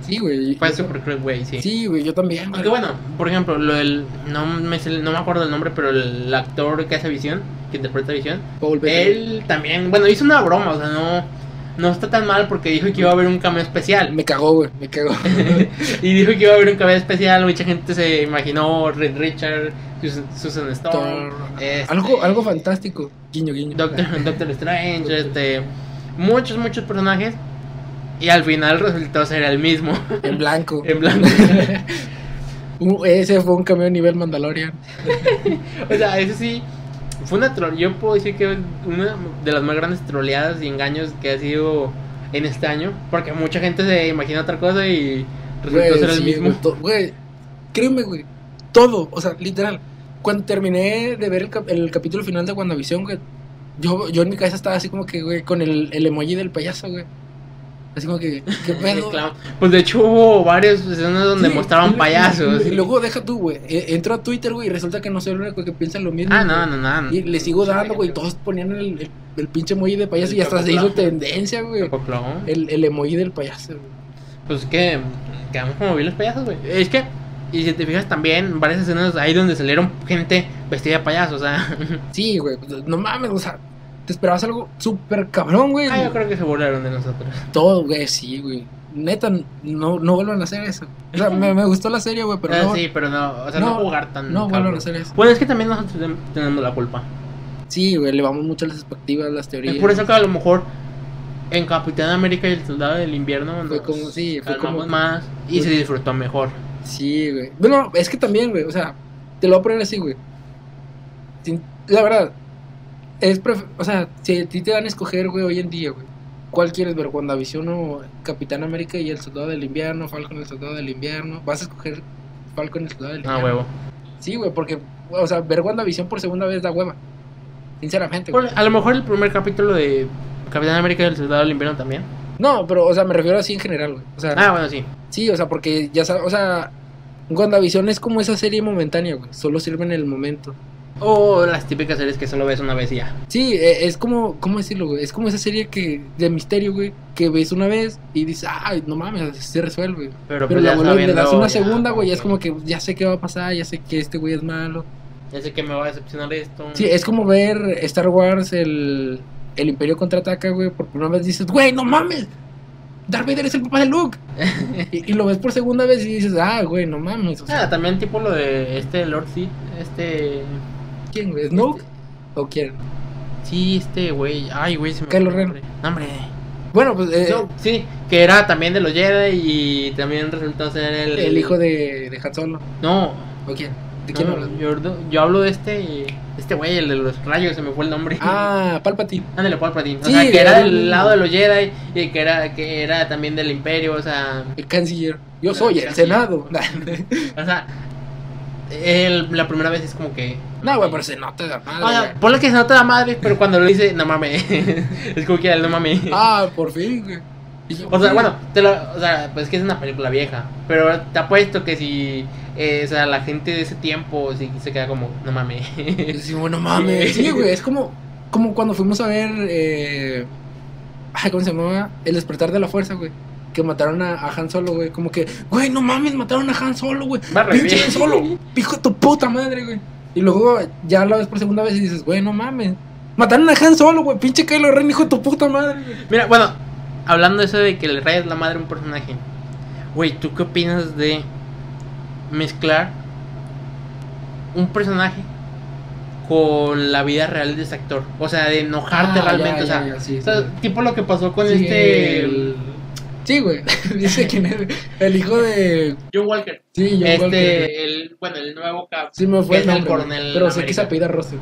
Speaker 1: Sí, güey.
Speaker 2: Fue
Speaker 1: yo-
Speaker 2: super cruel, güey, sí.
Speaker 1: Sí, güey, yo también. güey.
Speaker 2: Aunque bueno, por ejemplo, lo del. No me, sé- no me acuerdo el nombre, pero el actor que hace visión, que interpreta visión,
Speaker 1: Paul Bettany.
Speaker 2: él también. Bueno, hizo una broma, o sea, no. No está tan mal porque dijo que iba a haber un cameo especial.
Speaker 1: Me cagó, güey. Me cagó.
Speaker 2: y dijo que iba a haber un cabello especial. Mucha gente se imaginó Red Richard, Susan, Susan Storm,
Speaker 1: Thor.
Speaker 2: este,
Speaker 1: algo, algo fantástico. Guiño, guiño.
Speaker 2: Doctor, Doctor Strange, este, muchos, muchos personajes. Y al final resultó ser el mismo,
Speaker 1: En blanco.
Speaker 2: en blanco.
Speaker 1: Un- ese fue un cameo a nivel Mandalorian.
Speaker 2: o sea, eso sí, fue una troll. Yo puedo decir que es una de las más grandes troleadas y engaños que ha sido en este año. Porque mucha gente se imagina otra cosa y resultó
Speaker 1: Güey,
Speaker 2: ser el
Speaker 1: Pues sí,
Speaker 2: mismo.
Speaker 1: güey, to- Güey, créeme, güey. Todo, o sea, literal. Cuando terminé de ver el, cap- el capítulo final de WandaVision, güey, yo, yo en mi cabeza estaba así como que, güey, con el, el emoji del payaso, güey. Así como que, qué pedo.
Speaker 2: Claro. Pues de hecho hubo varias escenas donde
Speaker 1: Sí, y
Speaker 2: mostraban
Speaker 1: lu-
Speaker 2: payasos.
Speaker 1: Y luego deja tú, güey. E- Entro a Twitter, güey, y resulta que no soy el único que piensa lo mismo.
Speaker 2: Ah, no,
Speaker 1: güey.
Speaker 2: no, no.
Speaker 1: Y le sigo dando, güey. y Todos ponían el, el, el pinche emoji de payaso
Speaker 2: El
Speaker 1: y hasta se
Speaker 2: chocoflán.
Speaker 1: hizo tendencia, güey. Eh,
Speaker 2: Chocoflón.
Speaker 1: El, el emoji del payaso, güey.
Speaker 2: Pues que quedamos como bien los payasos, güey. Es que, y si te fijas también, varias escenas ahí donde salieron gente vestida de payaso, o sea.
Speaker 1: Sí, güey. pues, No mames, o sea, te esperabas algo súper cabrón, güey.
Speaker 2: Ah, yo creo que se burlaron de nosotros.
Speaker 1: Todo, güey, sí, güey. Neta, no, no vuelvan a hacer eso. O sea, me, me gustó la serie, güey, pero
Speaker 2: Ah,
Speaker 1: no,
Speaker 2: sí, pero no, o sea, no,
Speaker 1: no,
Speaker 2: jugar tan.
Speaker 1: no
Speaker 2: cabrón.
Speaker 1: vuelvan a hacer eso.
Speaker 2: Bueno, es que también nosotros ten- tenemos la culpa.
Speaker 1: Sí, güey, le vamos mucho a las expectativas, las
Speaker 2: Es
Speaker 1: teorías.
Speaker 2: por eso que a lo mejor en Capitán América y el Soldado del Invierno
Speaker 1: Fue
Speaker 2: nos
Speaker 1: como- sí, fue
Speaker 2: calmamos
Speaker 1: como- Pues
Speaker 2: más y
Speaker 1: fue-
Speaker 2: se disfrutó mejor.
Speaker 1: Sí, güey. Bueno, es que también, güey. O sea, te lo voy a poner así, güey. Sin- La verdad, es pref- o sea, si a ti te dan a escoger, güey, hoy en día, güey. ¿Cuál quieres ver? ¿WandaVision o Capitán América y el Soldado del Invierno? ¿Falcon el Soldado del Invierno? ¿Vas a escoger Falcon el Soldado del
Speaker 2: Ah,
Speaker 1: Invierno?
Speaker 2: huevo.
Speaker 1: Sí, güey, porque, o sea, ver WandaVision por segunda vez da hueva. Sinceramente, güey.
Speaker 2: Por- a lo mejor el primer capítulo de Capitán América y el Soldado del Invierno también.
Speaker 1: No, pero, o sea, me refiero así en general, güey. O sea,
Speaker 2: Ah, bueno, sí.
Speaker 1: sí, o sea, porque ya sabes, o sea, WandaVision es como esa serie momentánea, güey. Solo sirve en el momento.
Speaker 2: O las típicas series que solo ves una vez y ya.
Speaker 1: Sí, e- es como, ¿cómo decirlo, güey? Es como esa serie que, de misterio, güey, que ves una vez y dices, ay, no mames, se resuelve. Pero
Speaker 2: Pero, pues, ya
Speaker 1: la
Speaker 2: está
Speaker 1: vuelves, le das
Speaker 2: viendo-
Speaker 1: una
Speaker 2: ya,
Speaker 1: segunda, güey, y es
Speaker 2: ok.
Speaker 1: como que pues, ya sé qué va a pasar, ya sé que este güey es malo.
Speaker 2: Ya sé que me va a decepcionar esto.
Speaker 1: Sí, es como ver Star Wars, el, el Imperio contraataca, güey, por primera vez dices, güey, no mames, Darth Vader es el papá de Luke. y, y lo ves por segunda vez y dices, ah, güey, no mames, o sea,
Speaker 2: Ah, también tipo lo de este Lord Seed, este...
Speaker 1: ¿quién, güey? ¿Snoke o quién?
Speaker 2: Sí, este güey. Ay, güey, se me
Speaker 1: Kylo
Speaker 2: fue el
Speaker 1: Ren.
Speaker 2: nombre. No, hombre.
Speaker 1: Bueno, pues eh,
Speaker 2: No, sí, que era también de los Jedi y también resultó ser el... Ah.
Speaker 1: el hijo de, de Han Solo,
Speaker 2: No,
Speaker 1: ¿o quién? ¿De quién
Speaker 2: no,
Speaker 1: hablas?
Speaker 2: yo, hablo- yo hablo de este... Este güey, el de los rayos, se me fue el nombre.
Speaker 1: Ah, Palpatine.
Speaker 2: Ándale, Palpatine. O
Speaker 1: Sí,
Speaker 2: sea, que era
Speaker 1: el-
Speaker 2: del lado de los Jedi y que era, que era también del Imperio, o sea...
Speaker 1: El canciller. Yo
Speaker 2: El
Speaker 1: soy el
Speaker 2: canciller.
Speaker 1: Senado.
Speaker 2: O sea, el- la primera vez es como que...
Speaker 1: no, güey, pero se nota de la madre.
Speaker 2: O sea,
Speaker 1: güey.
Speaker 2: ponle que se nota la madre, pero cuando lo dice, no mames. es como que no mames.
Speaker 1: Ah, por fin, güey. Y-
Speaker 2: O sea, bueno, te lo- o sea, pues que es una película vieja. Pero te apuesto que si eh, o sea, la gente de ese tiempo sí se queda como, no mames.
Speaker 1: Y decimos, no mames.
Speaker 2: Sí.
Speaker 1: Sí, güey, es como, como cuando fuimos a ver. Eh... ay, ¿Cómo se llamaba? El despertar de la fuerza, güey. Que mataron a, a Han Solo, güey. Como que, güey, no mames, mataron a Han Solo, güey.
Speaker 2: Va re
Speaker 1: Pinche
Speaker 2: bien.
Speaker 1: Han Solo, hijo de tu puta madre, güey. Y luego ya la ves por segunda vez y dices, güey, no mames. Mataron a Han Solo, güey. Pinche Kylo Ren, hijo de tu puta madre, güey.
Speaker 2: Mira, bueno, hablando de eso de que le rayas la madre a un personaje. Güey, ¿tú qué opinas de mezclar un personaje con la vida real de ese actor? O sea, de enojarte
Speaker 1: Ah,
Speaker 2: realmente.
Speaker 1: ya,
Speaker 2: o sea,
Speaker 1: ya, ya, sí,
Speaker 2: o sea,
Speaker 1: sí.
Speaker 2: tipo lo que pasó con
Speaker 1: Sí,
Speaker 2: este...
Speaker 1: el- Sí, güey. Dice quién es. güey. El hijo de.
Speaker 2: John Walker.
Speaker 1: Sí, John
Speaker 2: este,
Speaker 1: Walker, güey.
Speaker 2: el, bueno, el nuevo cap.
Speaker 1: Sí, me fue
Speaker 2: que
Speaker 1: el
Speaker 2: es
Speaker 1: nombre.
Speaker 2: el
Speaker 1: güey.
Speaker 2: coronel
Speaker 1: pero sé que se
Speaker 2: América.
Speaker 1: apellida Rossi.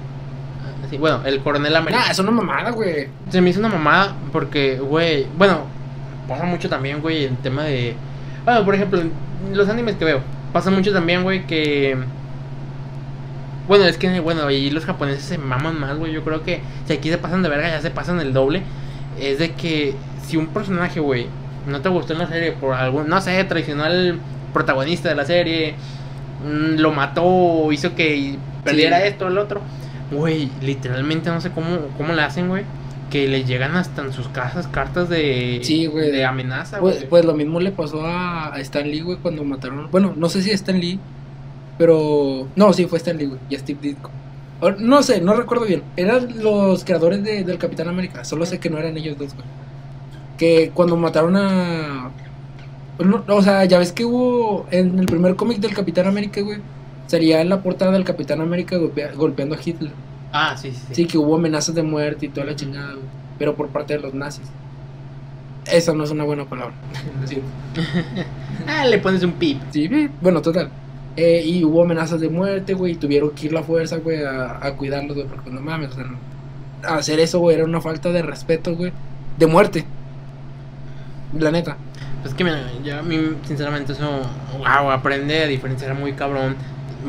Speaker 2: Sí, bueno, el coronel americano.
Speaker 1: Nah, es una mamada, güey.
Speaker 2: Se me hizo una mamada porque, güey, bueno, pasa mucho también, güey, el tema de... Bueno, por ejemplo, en los animes que veo, pasa mucho también, güey, que... Bueno, es que, bueno, ahí los japoneses se maman más, güey. Yo creo que si aquí se pasan de verga, ya se pasan el doble. Es de que si un personaje, güey, no te gustó en la serie por algún, no sé, traicionó al protagonista de la serie, mm, lo mató, hizo que perdiera
Speaker 1: Sí.
Speaker 2: esto o el otro. Güey, literalmente no sé cómo, cómo le hacen, güey. Que le llegan hasta en sus casas cartas de,
Speaker 1: Sí, güey.
Speaker 2: de amenaza,
Speaker 1: Pues,
Speaker 2: güey.
Speaker 1: pues lo mismo le pasó a, a Stan Lee, güey, cuando mataron. Bueno, no sé si a Stan Lee, pero. No, sí, fue Stan Lee, güey, y a Steve Ditko. O- No sé, no recuerdo bien. Eran los creadores de- del Capitán América. Solo sé que no eran ellos dos, güey. Que cuando mataron a. pues, no, o sea, ya ves que hubo. En el primer cómic del Capitán América, güey. Sería en la portada del Capitán América golpea- golpeando a Hitler.
Speaker 2: ah, sí, sí, sí.
Speaker 1: Sí, que hubo amenazas de muerte y toda la chingada, güey, pero por parte de los nazis. Esa no es una buena palabra. Lo siento.
Speaker 2: Ah, le pones un pip.
Speaker 1: Sí, güey, bueno, total. Eh, y hubo amenazas de muerte, güey, y tuvieron que ir la fuerza, güey, a, a cuidarlos, güey, porque no mames, o sea, no. hacer eso, güey, era una falta de respeto, güey, de muerte. La neta.
Speaker 2: Pues que mira, yo a mí sinceramente eso, wow, aprende a diferenciar muy cabrón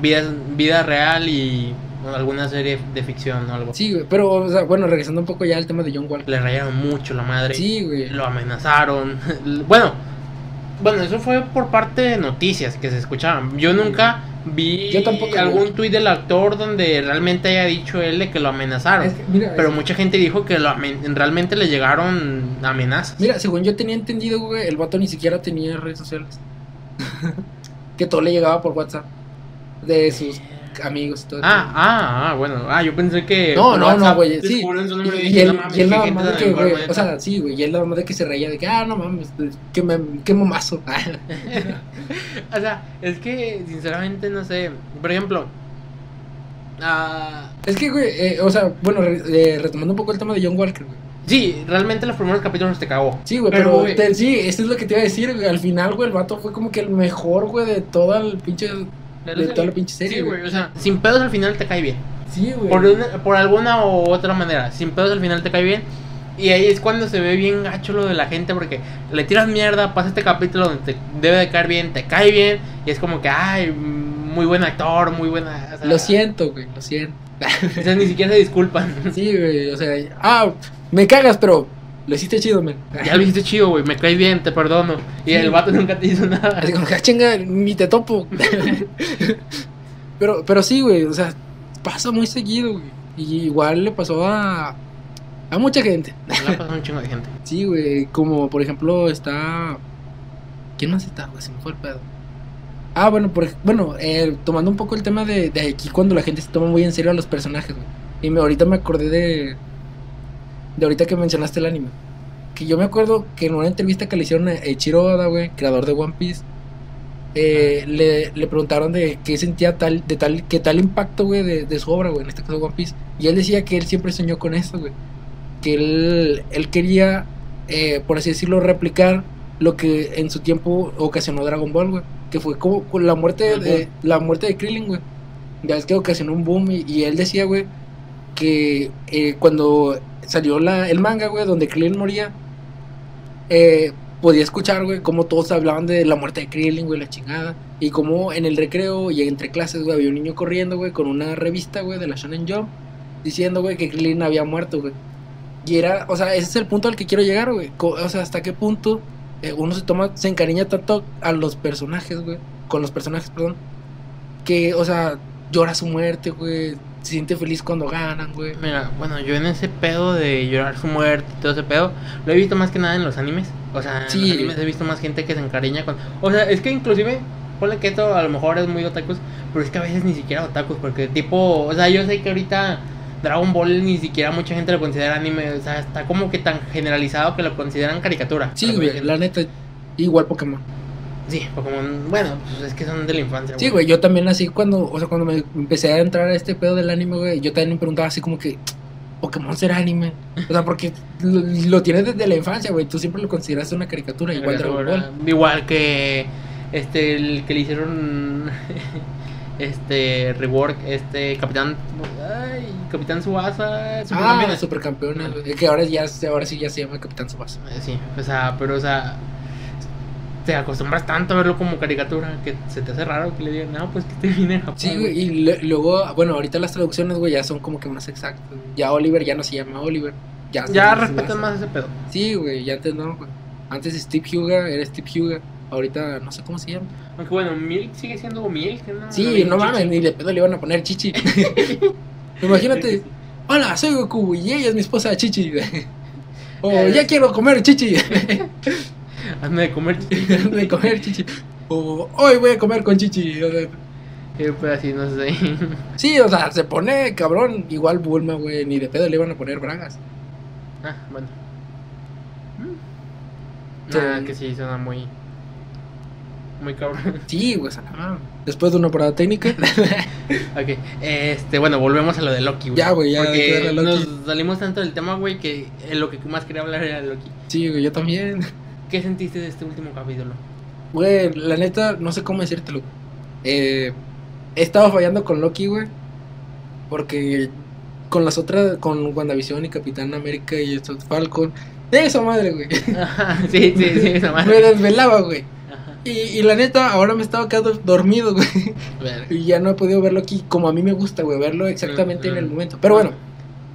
Speaker 2: vida, vida real y bueno, alguna serie de ficción o algo.
Speaker 1: Sí, güey, pero, o sea, bueno, regresando un poco ya al tema de John Walker.
Speaker 2: Le rayaron mucho la madre,
Speaker 1: Sí, güey.
Speaker 2: lo amenazaron. bueno, bueno, eso fue por parte de noticias que se escuchaban. Yo nunca vi
Speaker 1: Yo tampoco,
Speaker 2: algún
Speaker 1: güey.
Speaker 2: tuit del actor donde realmente haya dicho él de que lo amenazaron.
Speaker 1: Es que, mira,
Speaker 2: Pero
Speaker 1: es-
Speaker 2: mucha gente dijo que lo amen- realmente le llegaron amenazas.
Speaker 1: Mira, según yo tenía entendido, güey, el vato ni siquiera tenía redes sociales. que todo le llegaba por WhatsApp. De sus amigos y todo.
Speaker 2: Ah, ah, ah, bueno. Ah, yo pensé que.
Speaker 1: No,
Speaker 2: por
Speaker 1: no,
Speaker 2: WhatsApp
Speaker 1: no, güey, sí.
Speaker 2: descubren su
Speaker 1: Y,
Speaker 2: número y
Speaker 1: y
Speaker 2: dije,
Speaker 1: él,
Speaker 2: "No
Speaker 1: y
Speaker 2: mames,
Speaker 1: él
Speaker 2: qué
Speaker 1: nada
Speaker 2: gente
Speaker 1: más de
Speaker 2: tan
Speaker 1: que, güey,
Speaker 2: enferma
Speaker 1: o sea, sí, güey, y él nada más de que se reía de que, ah, no mames, que, me, que mamazo.
Speaker 2: está". O sea, es que, sinceramente, no sé. Por ejemplo, ah,
Speaker 1: es que, güey, eh, o sea, bueno, re- eh, retomando un poco el tema de John Walker, güey.
Speaker 2: sí, realmente los primeros capítulos te cagó.
Speaker 1: Sí, güey,
Speaker 2: Pero,
Speaker 1: pero,
Speaker 2: güey.
Speaker 1: te- sí, esto es lo que te iba a decir, güey, al final, güey, el vato fue como que el mejor, güey, de toda el pinche, de toda la pinche
Speaker 2: Sí,
Speaker 1: serie,
Speaker 2: güey,
Speaker 1: güey.
Speaker 2: o sea, sin pedos al final te cae bien.
Speaker 1: Sí, güey.
Speaker 2: Por, una- por alguna u otra manera, sin pedos al final te cae bien. Y ahí es cuando se ve bien gacho lo de la gente porque le tiras mierda, pasa este capítulo donde te debe de caer bien, te cae bien. Y es como que, ay, muy buen actor, muy buena... o sea,
Speaker 1: Lo siento, güey, lo siento.
Speaker 2: O sea, ni siquiera se disculpan.
Speaker 1: Sí, güey, o sea, ah, me cagas, pero Lo hiciste chido, men.
Speaker 2: Ya lo hiciste chido, güey. Me caes bien, te perdono. Y
Speaker 3: Sí.
Speaker 2: el vato nunca te hizo nada.
Speaker 1: Así como, "Ah, chinga, ni te topo. pero, pero sí, güey, o sea, pasa muy seguido, güey. Y igual le pasó a, a mucha gente.
Speaker 2: Me ha pasado un chingo de gente.
Speaker 1: Sí, güey, como por ejemplo está... ¿Quién más está, güey? Se me fue el pedo. Ah, bueno, por, ej- bueno eh, tomando un poco el tema de, de aquí cuando la gente se toma muy en serio a los personajes, güey. Y me, ahorita me acordé de... De ahorita que mencionaste el anime. Que yo me acuerdo que en una entrevista que le hicieron a Eiichiro Oda, güey, creador de One Piece, eh, le, le preguntaron de qué sentía tal, de tal, qué tal impacto, güey, de, de su obra, güey, en este caso One Piece. Y él decía que él siempre soñó con eso, güey. Que él, él quería, eh, por así decirlo, replicar lo que en su tiempo ocasionó Dragon Ball, güey. Que fue como con la muerte
Speaker 2: El
Speaker 1: de, la muerte de Krillin, güey. Ya es que ocasionó un boom y, y él decía, güey, que eh, cuando salió la, el manga, güey, donde Krillin moría, eh, podía escuchar, güey, cómo todos hablaban de la muerte de Krillin, güey, la chingada. Y cómo en el recreo y entre clases, güey, había un niño corriendo, güey, con una revista, güey, de la Shonen Jump, diciendo, güey, que Krillin había muerto, güey. Y era, o sea, ese es el punto al que quiero llegar, güey. Co- O sea, hasta qué punto eh, uno se toma, se encariña tanto a los personajes, güey, con los personajes, perdón, que, o sea, llora su muerte, güey, se siente feliz cuando ganan, güey.
Speaker 2: Mira, bueno, yo en ese pedo de llorar su muerte y todo ese pedo, lo he visto más que nada en los animes. O sea, en
Speaker 1: Sí.
Speaker 2: los animes he visto más gente que se encariña con. O sea, es que inclusive, ponle que esto a lo mejor es muy otakus, pero es que a veces ni siquiera otakus, porque tipo, o sea, yo sé que ahorita Dragon Ball ni siquiera mucha gente lo considera anime, o sea, está como que tan generalizado que lo consideran caricatura.
Speaker 1: Sí,
Speaker 2: Pero
Speaker 1: güey,
Speaker 2: dicen-
Speaker 1: la neta, igual Pokémon.
Speaker 2: Sí, Pokémon, bueno, pues es que son de la infancia.
Speaker 1: Sí, güey, yo también así cuando, o sea, cuando me empecé a entrar a este pedo del anime, güey, yo también me preguntaba así como que, ¿Pokémon será anime? O sea, porque lo, lo tienes desde la infancia, güey, tú siempre lo consideraste una caricatura, igual Dragon Ball.
Speaker 2: Igual que este el que le hicieron este rework, este Capitán ay, Capitán Suasa,
Speaker 1: Ah, supercampeones, güey, que ahora, ya, se- ahora sí ya se llama Capitán Subasa.
Speaker 2: Eh, Sí, o sea, pero o sea, te acostumbras tanto a verlo como caricatura que se te hace raro que le digan, "No, pues que te viene a Japón."
Speaker 1: Sí, güey, y le- luego, bueno, ahorita las traducciones, güey, ya son como que más exactas. güey. Ya Oliver ya no se llama Oliver. Ya, se
Speaker 2: Ya
Speaker 1: llama
Speaker 2: respetan
Speaker 1: Tsubasa.
Speaker 2: más ese pedo.
Speaker 1: Sí, güey, ya antes no, güey. Antes Steve Huga era Steve Huga, ahorita no sé cómo se llama.
Speaker 2: Aunque bueno, Milk sigue siendo Milk, ¿no?
Speaker 1: Sí, no
Speaker 2: Chichi.
Speaker 1: mames, ni de pedo le iban a poner chichi. Imagínate, hola, soy Goku y ella es mi esposa chichi. o
Speaker 2: Eh,
Speaker 1: ya quiero comer chichi.
Speaker 2: Hazme de comer chichi.
Speaker 1: de comer chichi. O hoy voy a comer con chichi. o sea,
Speaker 2: Eh, pues así no sé.
Speaker 1: sí, o sea, se pone cabrón. Igual Bulma, güey, ni de pedo le iban a poner bragas.
Speaker 2: Ah, bueno.
Speaker 1: Mm. Sí.
Speaker 2: Ah, que sí, suena muy. Muy cabrón.
Speaker 1: Sí, güey, o sea, no mames. Después de una parada técnica.
Speaker 2: ok, este, bueno, volvemos a lo de Loki, güey.
Speaker 1: Ya, güey, ya, hay que
Speaker 2: Porque
Speaker 1: darle a Loki.
Speaker 2: nos salimos tanto del tema, güey, que eh, lo que más quería hablar era de Loki.
Speaker 1: sí, güey, yo también.
Speaker 2: ¿Qué sentiste de este último capítulo?
Speaker 1: Güey, la neta, no sé cómo decírtelo. Eh, he estado fallando con Loki, güey. Porque con las otras, con WandaVision y Capitán América y Star Falcon. De esa madre, güey.
Speaker 2: Ajá, sí, sí, sí, esa
Speaker 1: Me
Speaker 2: madre.
Speaker 1: desvelaba, güey.
Speaker 2: Ajá.
Speaker 1: Y, y la neta, ahora me estaba quedando dormido, güey. Y ya no he podido verlo aquí como a mí me gusta, güey. Verlo exactamente en el momento. Pero bueno,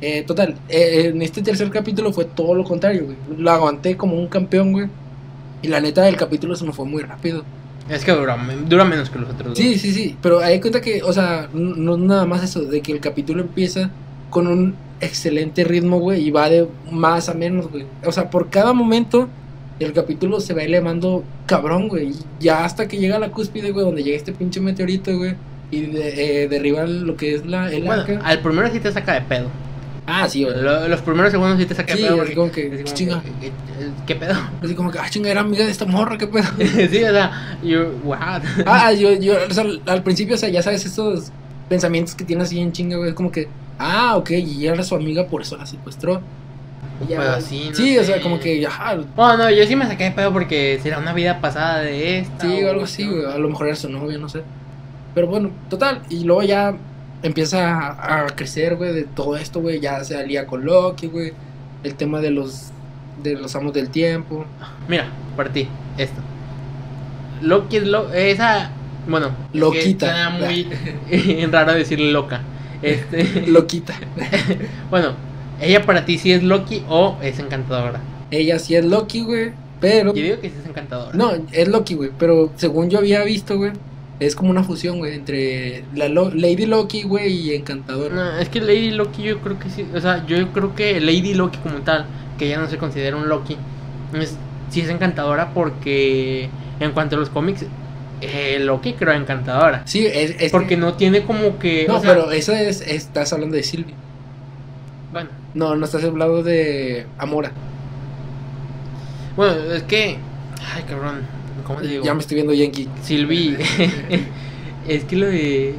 Speaker 1: eh, total. eh, en este tercer capítulo fue todo lo contrario, güey. Lo aguanté como un campeón, güey. Y la neta, el capítulo se me fue muy rápido.
Speaker 2: Es que dura, men- dura menos que los otros
Speaker 1: Sí, sí, sí, pero hay cuenta que, o sea, n- no es nada más eso, de que el capítulo empieza con un excelente ritmo, güey, y va de más a menos, güey. O sea, por cada momento el capítulo se va elevando cabrón, güey. y Ya hasta que llega a la cúspide, güey, donde llega este pinche meteorito, güey, y de- eh, derriba lo que es la, el
Speaker 2: dos. Bueno,
Speaker 1: arca.
Speaker 2: al primero sí te saca de pedo.
Speaker 1: Ah, sí, güey.
Speaker 2: Lo- los primeros segundos sí te saca
Speaker 1: Sí,
Speaker 2: de pedo.
Speaker 1: así como que,
Speaker 2: es como que,
Speaker 1: chinga.
Speaker 2: eh, eh, ¿Qué pedo?
Speaker 1: Así como que, ah, chinga, era amiga de esta morra, qué pedo.
Speaker 2: sí, o sea, yo, wow.
Speaker 1: Ah, ah, yo, yo, o sea, al principio, o sea, ya sabes, esos pensamientos que tiene así en chinga, güey, es como que, ah, ok, y era su amiga, por eso la secuestró. Y ya,
Speaker 2: Pues sí, no
Speaker 1: sí, o sea,
Speaker 2: sé.
Speaker 1: como que, ajá,
Speaker 2: Bueno, no, yo sí me saqué de pedo porque será una vida pasada de esta.
Speaker 1: sí,
Speaker 2: o
Speaker 1: o algo así,
Speaker 2: ¿no?
Speaker 1: güey, a lo mejor era su novia, no sé. Pero bueno, total, y luego ya empieza a, a crecer, güey, de todo esto, güey, ya se alía con Loki, güey, el tema de los, de los amos del tiempo.
Speaker 2: Mira, para ti, esto. Loki es lo- esa. Bueno, es que
Speaker 1: Loquita.
Speaker 2: suena muy raro decir loca. Este,
Speaker 1: Loquita.
Speaker 2: bueno, ella para ti sí es Loki o es encantadora.
Speaker 1: Ella sí es Loki, güey. Pero.
Speaker 2: Yo digo que sí es encantadora.
Speaker 1: No, es Loki, güey. Pero según yo había visto, güey. Es como una fusión, güey, entre la Lo- Lady Loki, güey, y Encantador.
Speaker 2: No, es que Lady Loki yo creo que sí. O sea, yo creo que Lady Loki como tal, que ya no se considera un Loki, es, sí es encantadora porque en cuanto a los cómics, eh, Loki creo encantadora.
Speaker 1: Sí, es, es
Speaker 2: porque
Speaker 1: que-
Speaker 2: no tiene como que...
Speaker 1: No,
Speaker 2: o sea,
Speaker 1: pero eso es. Estás hablando de Sylvie.
Speaker 2: Bueno,
Speaker 1: No, no estás hablando de Amora.
Speaker 2: bueno, es que... Ay, cabrón. ¿Cómo te Ah, digo?
Speaker 1: Ya me estoy viendo Yankee.
Speaker 2: Silvi. es que lo de.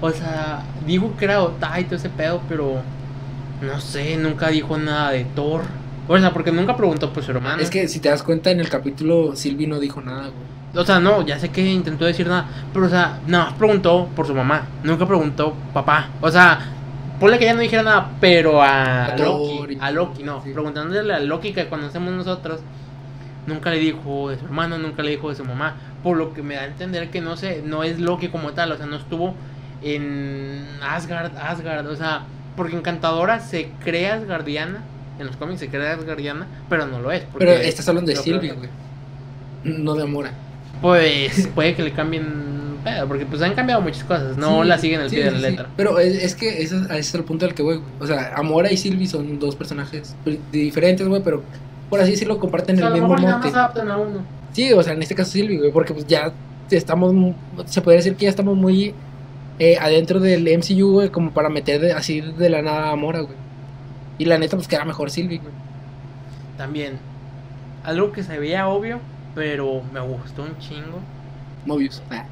Speaker 2: O sea, dijo que era Otai y todo ese pedo, pero. No sé, nunca dijo nada de Thor. O sea, porque nunca preguntó por su hermano.
Speaker 1: Es que si te das cuenta, en el capítulo Sylvie no dijo nada, güey.
Speaker 2: O sea, no, ya sé que intentó decir nada. Pero, o sea, nada más preguntó por su mamá. Nunca preguntó papá. O sea, ponle que ya no dijera nada, pero a,
Speaker 1: A Thor
Speaker 2: Loki.
Speaker 1: y-
Speaker 2: A Loki, no.
Speaker 1: sí.
Speaker 2: Preguntándole a Loki que conocemos nosotros. Nunca le dijo de su hermano, nunca le dijo de su mamá. Por lo que me da a entender que no sé, no es Loki como tal. O sea, no estuvo en Asgard, Asgard. O sea, porque Encantadora se cree Asgardiana. En los cómics se cree Asgardiana, pero no lo es. porque-
Speaker 1: Pero estás hablando de
Speaker 2: lo
Speaker 1: Sylvie,
Speaker 2: plata.
Speaker 1: güey. No de Amora.
Speaker 2: Pues puede que le cambien pedo, porque pues han cambiado muchas cosas, no
Speaker 1: Sí,
Speaker 2: la siguen al
Speaker 1: sí,
Speaker 2: pie de la
Speaker 1: sí, sí.
Speaker 2: letra.
Speaker 1: Pero es, es que ese es, ese es el punto al que voy, güey. O sea, Amora y Sylvie son dos personajes pri- diferentes, güey, pero por así decirlo, comparten
Speaker 2: O sea, Pues, a
Speaker 1: el
Speaker 2: lo
Speaker 1: mismo
Speaker 2: mejor nada más
Speaker 1: monte.
Speaker 2: adaptan a uno.
Speaker 1: Sí, o sea, en este caso Sylvie, güey, porque pues ya estamos. mu- Se podría decir que ya estamos muy eh, adentro del MCU, güey, como para meter de- así de la nada a Amora, güey. Y la neta, pues queda mejor Sylvie, güey.
Speaker 2: También, algo que se veía obvio, pero me gustó un chingo.
Speaker 1: Mobius. Ah.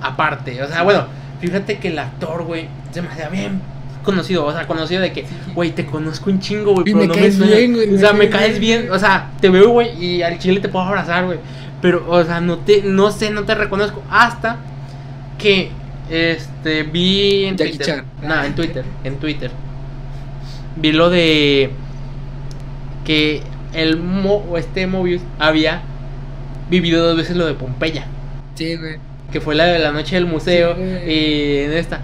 Speaker 2: Aparte, o sea, bueno, fíjate que el actor, güey, se me hacía bien conocido, o sea, conocido de que, güey, te conozco un chingo, güey,
Speaker 1: Y
Speaker 2: pero
Speaker 1: me
Speaker 2: no
Speaker 1: caes
Speaker 2: suena.
Speaker 1: bien, güey,
Speaker 2: O
Speaker 1: me
Speaker 2: sea, me
Speaker 1: caes
Speaker 2: caes bien, o sea, te veo, güey, y al chile te puedo abrazar, güey. Pero, o sea, no te, no sé, no te reconozco. Hasta que, este, vi en
Speaker 1: Jackie
Speaker 2: Twitter.
Speaker 1: Chan.
Speaker 2: No, en Twitter, en Twitter. Vi lo de que el mo, o este Mobius había vivido dos veces lo de Pompeya
Speaker 1: Sí, güey.
Speaker 2: que fue la de la noche del museo
Speaker 1: Sí, güey.
Speaker 2: y en esta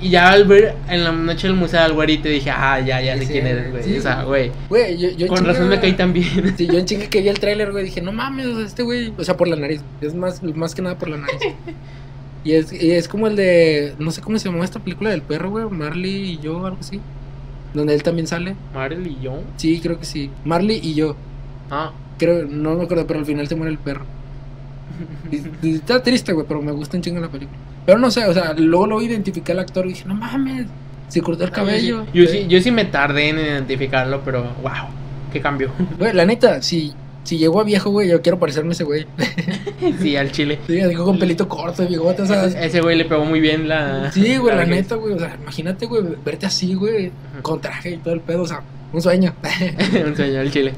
Speaker 2: y ya al ver en la noche del museo al güerito dije ah ya ya sé
Speaker 1: Sí,
Speaker 2: quién
Speaker 1: sí,
Speaker 2: eres güey
Speaker 1: sí,
Speaker 2: o sea güey
Speaker 1: Güey, yo, yo
Speaker 2: con
Speaker 1: chingue,
Speaker 2: razón me
Speaker 1: güey.
Speaker 2: caí también
Speaker 1: Sí, yo en chingue que vi el tráiler, güey, dije, no mames, o sea, este güey, o sea, por la nariz, es más, más que nada por la nariz. Y es, y es como el de, no sé cómo se llamó esta película del perro, güey, Marley y yo, algo así, donde él también sale.
Speaker 2: Marley y yo
Speaker 1: Sí, creo que sí, Marley y yo,
Speaker 2: ah
Speaker 1: creo, no me acuerdo, pero al final se muere el perro. Y- y está triste, güey, pero me gusta un chingo la película. Pero no sé, o sea, luego lo identifiqué al actor y dije, no mames, se cortó el cabello.
Speaker 2: Ah, yo sí yo sí me tardé en identificarlo pero wow qué cambio
Speaker 1: Güey, la neta, si, si llego a viejo, güey, yo quiero parecerme a ese güey.
Speaker 2: sí Eh, al chile
Speaker 1: Sí, digo, con pelito corto, bigote, o sea,
Speaker 2: ese ese güey le pegó muy bien la
Speaker 1: Sí, güey, la
Speaker 2: que-
Speaker 1: neta, güey. O sea, imagínate, güey, verte así, güey,
Speaker 2: Ujú.
Speaker 1: con traje y todo el pedo. O sea, un sueño.
Speaker 2: un sueño al chile.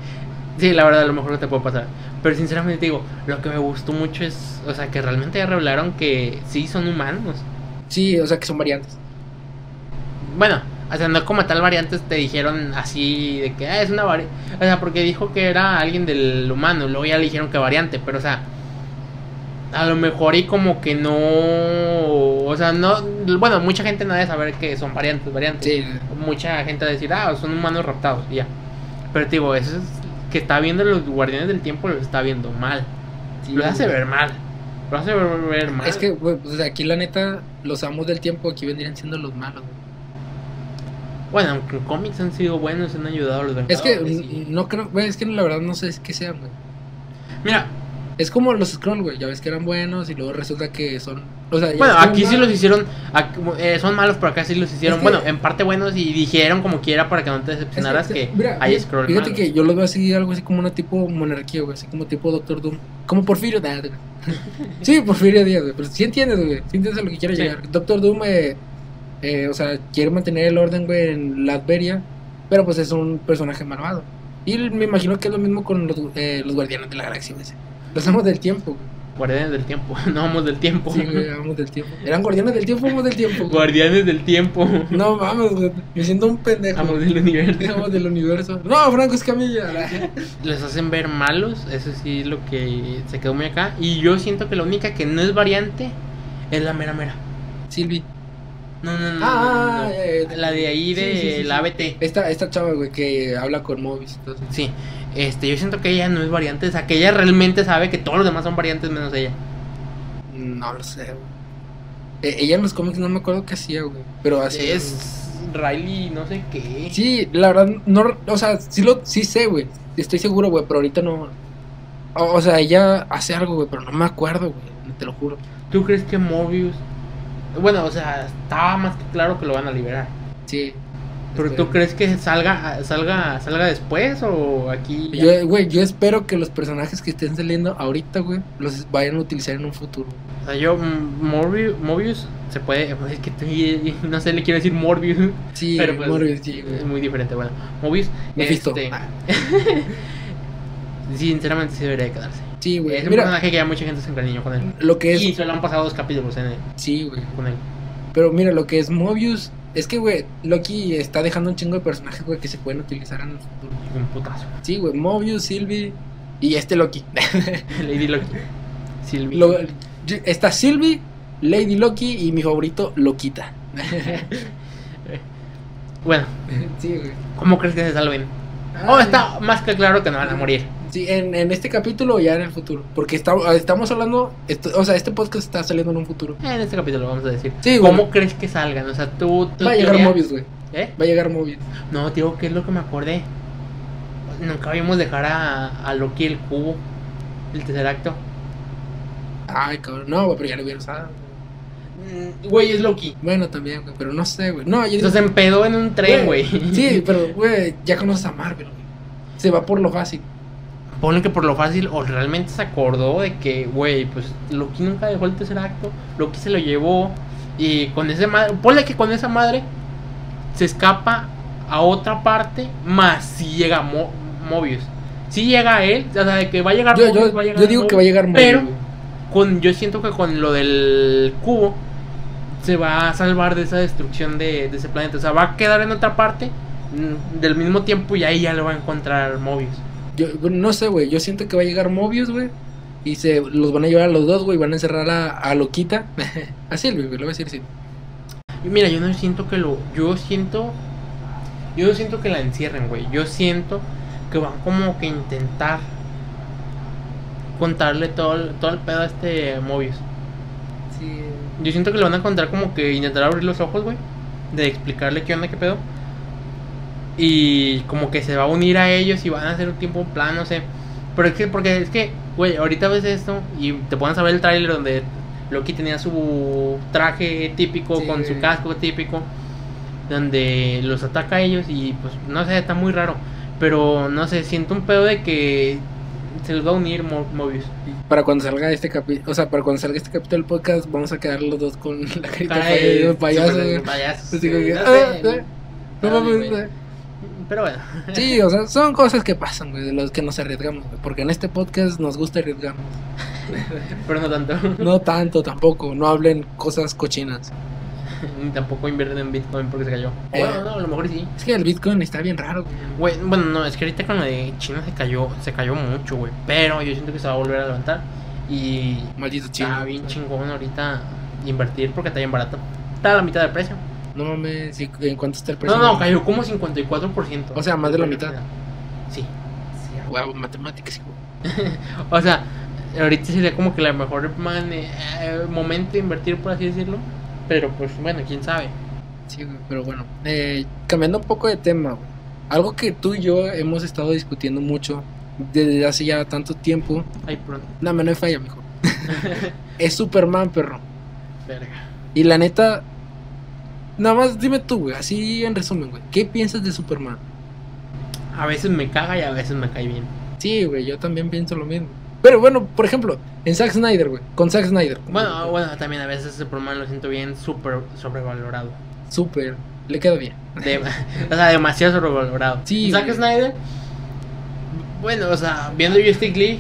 Speaker 2: Sí, la verdad, a lo mejor no te puede pasar. Pero sinceramente digo, lo que me gustó mucho es, o sea, que realmente revelaron que sí son humanos.
Speaker 1: sí, o sea, que son variantes.
Speaker 2: Bueno, o sea, no como tal variantes te dijeron así de que "Ah, es una variante. O sea, porque dijo que era alguien del humano, luego ya le dijeron que variante, pero o sea, a lo mejor y como que no. O sea, no. Bueno, mucha gente no debe saber que son variantes, variantes
Speaker 1: Sí,
Speaker 2: mucha gente va a decir, ah, son humanos raptados, y ya. Pero te digo, eso es que está viendo los guardianes del tiempo, lo está viendo mal.
Speaker 1: sí,
Speaker 2: lo hace
Speaker 1: güey.
Speaker 2: ver mal. Lo hace ver, ver mal.
Speaker 1: Es que, güey, pues aquí la neta, los amos del tiempo aquí vendrían siendo los malos, güey.
Speaker 2: Bueno, aunque en cómics han sido buenos, han ayudado a los
Speaker 1: Es que
Speaker 2: Vengadores
Speaker 1: n-
Speaker 2: y-
Speaker 1: no creo, güey, es que la verdad no sé qué sean, güey.
Speaker 2: Mira,
Speaker 1: Es como los Scroll, güey. Ya ves que eran buenos y luego resulta que son. O sea, ya
Speaker 2: bueno,
Speaker 1: ves que
Speaker 2: aquí
Speaker 1: eran
Speaker 2: sí los
Speaker 1: malos.
Speaker 2: hicieron. aquí- eh, son malos, pero acá sí los hicieron.
Speaker 1: que-
Speaker 2: bueno, en parte buenos y dijeron como quiera para que no te
Speaker 1: Es
Speaker 2: decepcionaras que,
Speaker 1: mira,
Speaker 2: hay
Speaker 1: fíjate-
Speaker 2: scroll.
Speaker 1: Fíjate
Speaker 2: malos.
Speaker 1: que yo los veo así, algo así como una tipo monarquía, güey, así como tipo Doctor Doom. Como Porfirio Díaz, güey. Sí, Porfirio Díaz, güey, pero sí entiendes, güey, sí entiendes a lo que quiero
Speaker 2: Sí.
Speaker 1: llegar. Doctor Doom, eh, eh, o sea, quiere mantener el orden, güey, en Latveria, pero pues es un personaje malvado. Y me imagino que es lo mismo con los, eh, los Guardianes de la Galaxia, güey. Los amos del tiempo, güey.
Speaker 2: Guardianes del tiempo, no amos del tiempo.
Speaker 1: Sí, güey, amos del tiempo. ¿Eran guardianes del tiempo o amos del tiempo? güey?
Speaker 2: Guardianes del tiempo,
Speaker 1: No mames, güey. Me siento un pendejo.
Speaker 2: amos del universo.
Speaker 1: Amos del universo. No, Franco Escamilla.
Speaker 2: les hacen ver malos, eso sí es lo que se quedó muy acá. Y yo siento que la única que no es variante es la mera mera.
Speaker 1: Silvi.
Speaker 2: No, no, no.
Speaker 1: Ah,
Speaker 2: no, no, no.
Speaker 1: eh,
Speaker 2: La de ahí
Speaker 1: sí,
Speaker 2: de
Speaker 1: sí, sí, sí.
Speaker 2: la ABT.
Speaker 1: Esta, esta chava, güey, que habla con Movis. Entonces,
Speaker 2: Sí. Este, yo siento que ella no es variante, o sea, que ella realmente sabe que todos los demás son variantes menos ella.
Speaker 1: Mm, no lo sé, güey. Eh, ella en los cómics no me acuerdo qué hacía, güey. Pero así
Speaker 2: es Riley, no sé qué.
Speaker 1: Sí, la verdad, no, o sea, sí, lo, sí sé, güey. Estoy seguro, güey, pero ahorita no. O, o sea, ella hace algo, güey, pero no me acuerdo, güey. Te lo juro.
Speaker 2: ¿Tú crees que Morbius? Bueno, o sea, estaba más que claro que lo van a liberar.
Speaker 1: Sí. Este,
Speaker 2: Pero
Speaker 1: Espero.
Speaker 2: ¿tú crees que salga salga salga después o aquí? ya?
Speaker 1: Yo, güey, yo espero que los personajes que estén saliendo ahorita, güey, los vayan a utilizar en un futuro.
Speaker 2: O sea, yo mm, Morbius, Morbius se puede pues, es que estoy- no sé, le quiero decir Morbius,
Speaker 1: Sí,
Speaker 2: pero pues,
Speaker 1: Morbius, sí, güey.
Speaker 2: es muy diferente, bueno. Morbius
Speaker 1: Mephisto.
Speaker 2: este
Speaker 1: Ah.
Speaker 2: sinceramente sí debería de quedarse.
Speaker 1: Sí, güey.
Speaker 2: es un
Speaker 1: Mira,
Speaker 2: personaje que ya mucha gente se encariñó con él.
Speaker 1: lo que es.
Speaker 2: Y solo han pasado dos capítulos en él-
Speaker 1: Sí, güey.
Speaker 2: con él.
Speaker 1: Pero mira, lo que es Mobius. Es que, güey, Loki está dejando un chingo de personajes, güey, que se pueden utilizar en el futuro.
Speaker 2: Un putazo.
Speaker 1: Sí, güey, Mobius, Sylvie y este Loki.
Speaker 2: Lady Loki. Sylvie.
Speaker 1: Lo- yo- está Sylvie, Lady Loki y mi favorito, Loquita.
Speaker 2: Bueno,
Speaker 1: sí, güey.
Speaker 2: ¿cómo crees que se salven? Oh, está más que claro que no van a morir.
Speaker 1: Sí, en, en este capítulo ya en el futuro. Porque está- estamos hablando. esto- o sea, este podcast está saliendo en un futuro.
Speaker 2: En este capítulo vamos a decir.
Speaker 1: Sí, güey.
Speaker 2: ¿Cómo crees que salgan? O sea, tú. tú
Speaker 1: Va a llegar
Speaker 2: teoría-
Speaker 1: Mobius, güey.
Speaker 2: ¿Eh?
Speaker 1: Va a llegar Mobius.
Speaker 2: No, tío, ¿qué es lo que me acordé? Nunca vimos dejar a, a Loki el cubo. El tercer acto.
Speaker 1: Ay, cabrón. No, güey, pero ya lo hubiera usado.
Speaker 2: Mm, Güey, es Loki.
Speaker 1: Bueno, también, güey. Pero no sé, güey. No, yo digo-
Speaker 2: Entonces se empedó en un tren, güey.
Speaker 1: Sí, pero, güey, ya conoces a Marvel, güey. Se va por lo fácil.
Speaker 2: Ponle que por lo fácil, o realmente se acordó de que, güey, pues Loki nunca dejó el tercer acto, Loki se lo llevó, y con ese madre, ponle que con esa madre se escapa a otra parte, más si llega Mo- Mobius. Si llega él, o sea, de Ah, que va a llegar
Speaker 1: Yo,
Speaker 2: Mobius,
Speaker 1: yo, yo digo que va a llegar Mobius.
Speaker 2: pero-
Speaker 1: güey.
Speaker 2: Con, yo siento que con lo del cubo se va a salvar de esa destrucción de, de ese planeta, o sea, va a quedar en otra parte mm, del mismo tiempo y ahí ya lo va a encontrar Mobius.
Speaker 1: Yo, bueno, no sé, güey. Yo siento que va a llegar Mobius, güey. Y se los van a llevar a los dos, güey. Van a encerrar a, a Loquita. a Silvia, güey. Lo voy a decir, sí.
Speaker 2: Y Mira, yo no siento que lo. Yo siento. Yo no siento que la encierren, güey. Yo siento que van como que a intentar contarle todo el, todo el pedo a este Mobius.
Speaker 1: Sí.
Speaker 2: Yo siento que le van a contar como que intentar abrir los ojos, güey. De explicarle qué onda, qué pedo. Y como que se va a unir a ellos y van a hacer un tiempo plan, no sé. Pero es que, porque es que, güey, ahorita ves esto y te pones a ver el tráiler donde Loki tenía su traje típico
Speaker 1: Sí,
Speaker 2: con su
Speaker 1: güey.
Speaker 2: casco típico. Donde los ataca a ellos y pues no sé, está muy raro. Pero no sé, siento un pedo de que se los va a unir Mo- Mobius.
Speaker 1: Para cuando salga este capítulo, o sea, para cuando salga este capítulo del podcast, vamos a quedar los dos con la carita
Speaker 2: Cara
Speaker 1: de
Speaker 2: de-
Speaker 1: payaso,
Speaker 2: super-
Speaker 1: güey.
Speaker 2: payaso,
Speaker 1: Así como
Speaker 2: sí,
Speaker 1: que,
Speaker 2: no
Speaker 1: ah,
Speaker 2: sé,
Speaker 1: eh, No
Speaker 2: Ay,
Speaker 1: mames,
Speaker 2: güey.
Speaker 1: güey.
Speaker 2: Pero bueno.
Speaker 1: Sí, o sea, son cosas que pasan, güey, de los que nos arriesgamos, güey. Porque en este podcast nos gusta arriesgarnos.
Speaker 2: Pero no tanto.
Speaker 1: No tanto tampoco, no hablen cosas cochinas.
Speaker 2: Ni tampoco invierten en Bitcoin porque se cayó.
Speaker 1: Eh.
Speaker 2: Bueno, no, a lo mejor sí.
Speaker 1: Es que el Bitcoin está bien raro, güey.
Speaker 2: Güey, bueno, no, es que ahorita con lo de China se cayó, se cayó mucho, güey. Pero yo siento que se va a volver a levantar. Y
Speaker 1: Maldito chino.
Speaker 2: está bien chingón ahorita invertir porque está bien barato. Está a la mitad del precio.
Speaker 1: No mames, ¿y ¿en cuánto está el precio?
Speaker 2: no, no, cayó como 54%.
Speaker 1: O sea, más de la mitad.
Speaker 2: Sí.
Speaker 1: Huevo, matemáticas, güey.
Speaker 2: O sea, ahorita sería como que la mejor mane- eh, momento de invertir, por así decirlo. Pero pues bueno, quién sabe.
Speaker 1: Sí, güey, pero bueno. Eh, cambiando un poco de tema, güey. Algo que tú y yo hemos estado discutiendo mucho desde hace ya tanto tiempo.
Speaker 2: Ay, pronto.
Speaker 1: No, me no hay falla, mijo. es Superman, perro.
Speaker 2: Verga.
Speaker 1: Y la neta. Nada más dime tú, güey. Así en resumen, güey. ¿Qué piensas de Superman?
Speaker 2: A veces me caga y a veces me cae bien.
Speaker 1: Sí, güey, yo también pienso lo mismo. Pero bueno, por ejemplo, en Zack Snyder, güey. Con Zack Snyder.
Speaker 2: Bueno, ah, bueno, también a veces Superman lo siento bien súper sobrevalorado.
Speaker 1: Super. Le queda bien.
Speaker 2: De- o sea, demasiado sobrevalorado.
Speaker 1: Sí,
Speaker 2: Zack
Speaker 1: güey.
Speaker 2: Snyder. Bueno, o sea, viendo Justice League,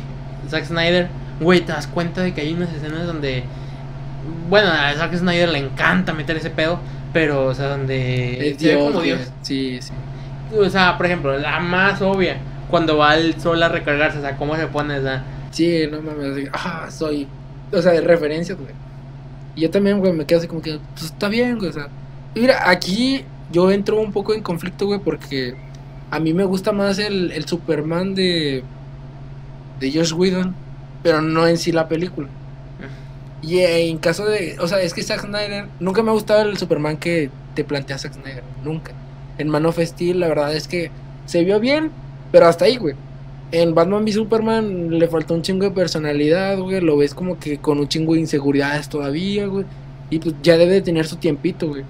Speaker 2: Zack Snyder, güey, te das cuenta de que hay unas escenas donde. Bueno, a Zack Snyder le encanta meter ese pedo, pero, o sea, donde.
Speaker 1: Es
Speaker 2: se ve como
Speaker 1: güey.
Speaker 2: Dios.
Speaker 1: Sí, sí.
Speaker 2: O sea, por ejemplo, la más obvia, cuando va el sol a recargarse, o sea, cómo se pone, o sea.
Speaker 1: Sí, no mames, así, ah, soy, o sea, de referencias, güey. Y yo también, güey, me quedo así como que, pues está bien, güey, o sea, Mira, aquí yo entro un poco en conflicto, güey, porque a mí me gusta más el, el Superman de, de Josh Whedon, pero no en sí la película. Y eh, en caso de. O sea, es que Zack Snyder. Nunca me ha gustado el Superman que te plantea Zack Snyder. Nunca. En Man of Steel, la verdad es que se vio bien, pero hasta ahí, güey. En Batman v Superman le faltó un chingo de personalidad, güey. Lo ves como que con un chingo de inseguridades todavía, güey. Y pues ya debe de tener su tiempito, güey.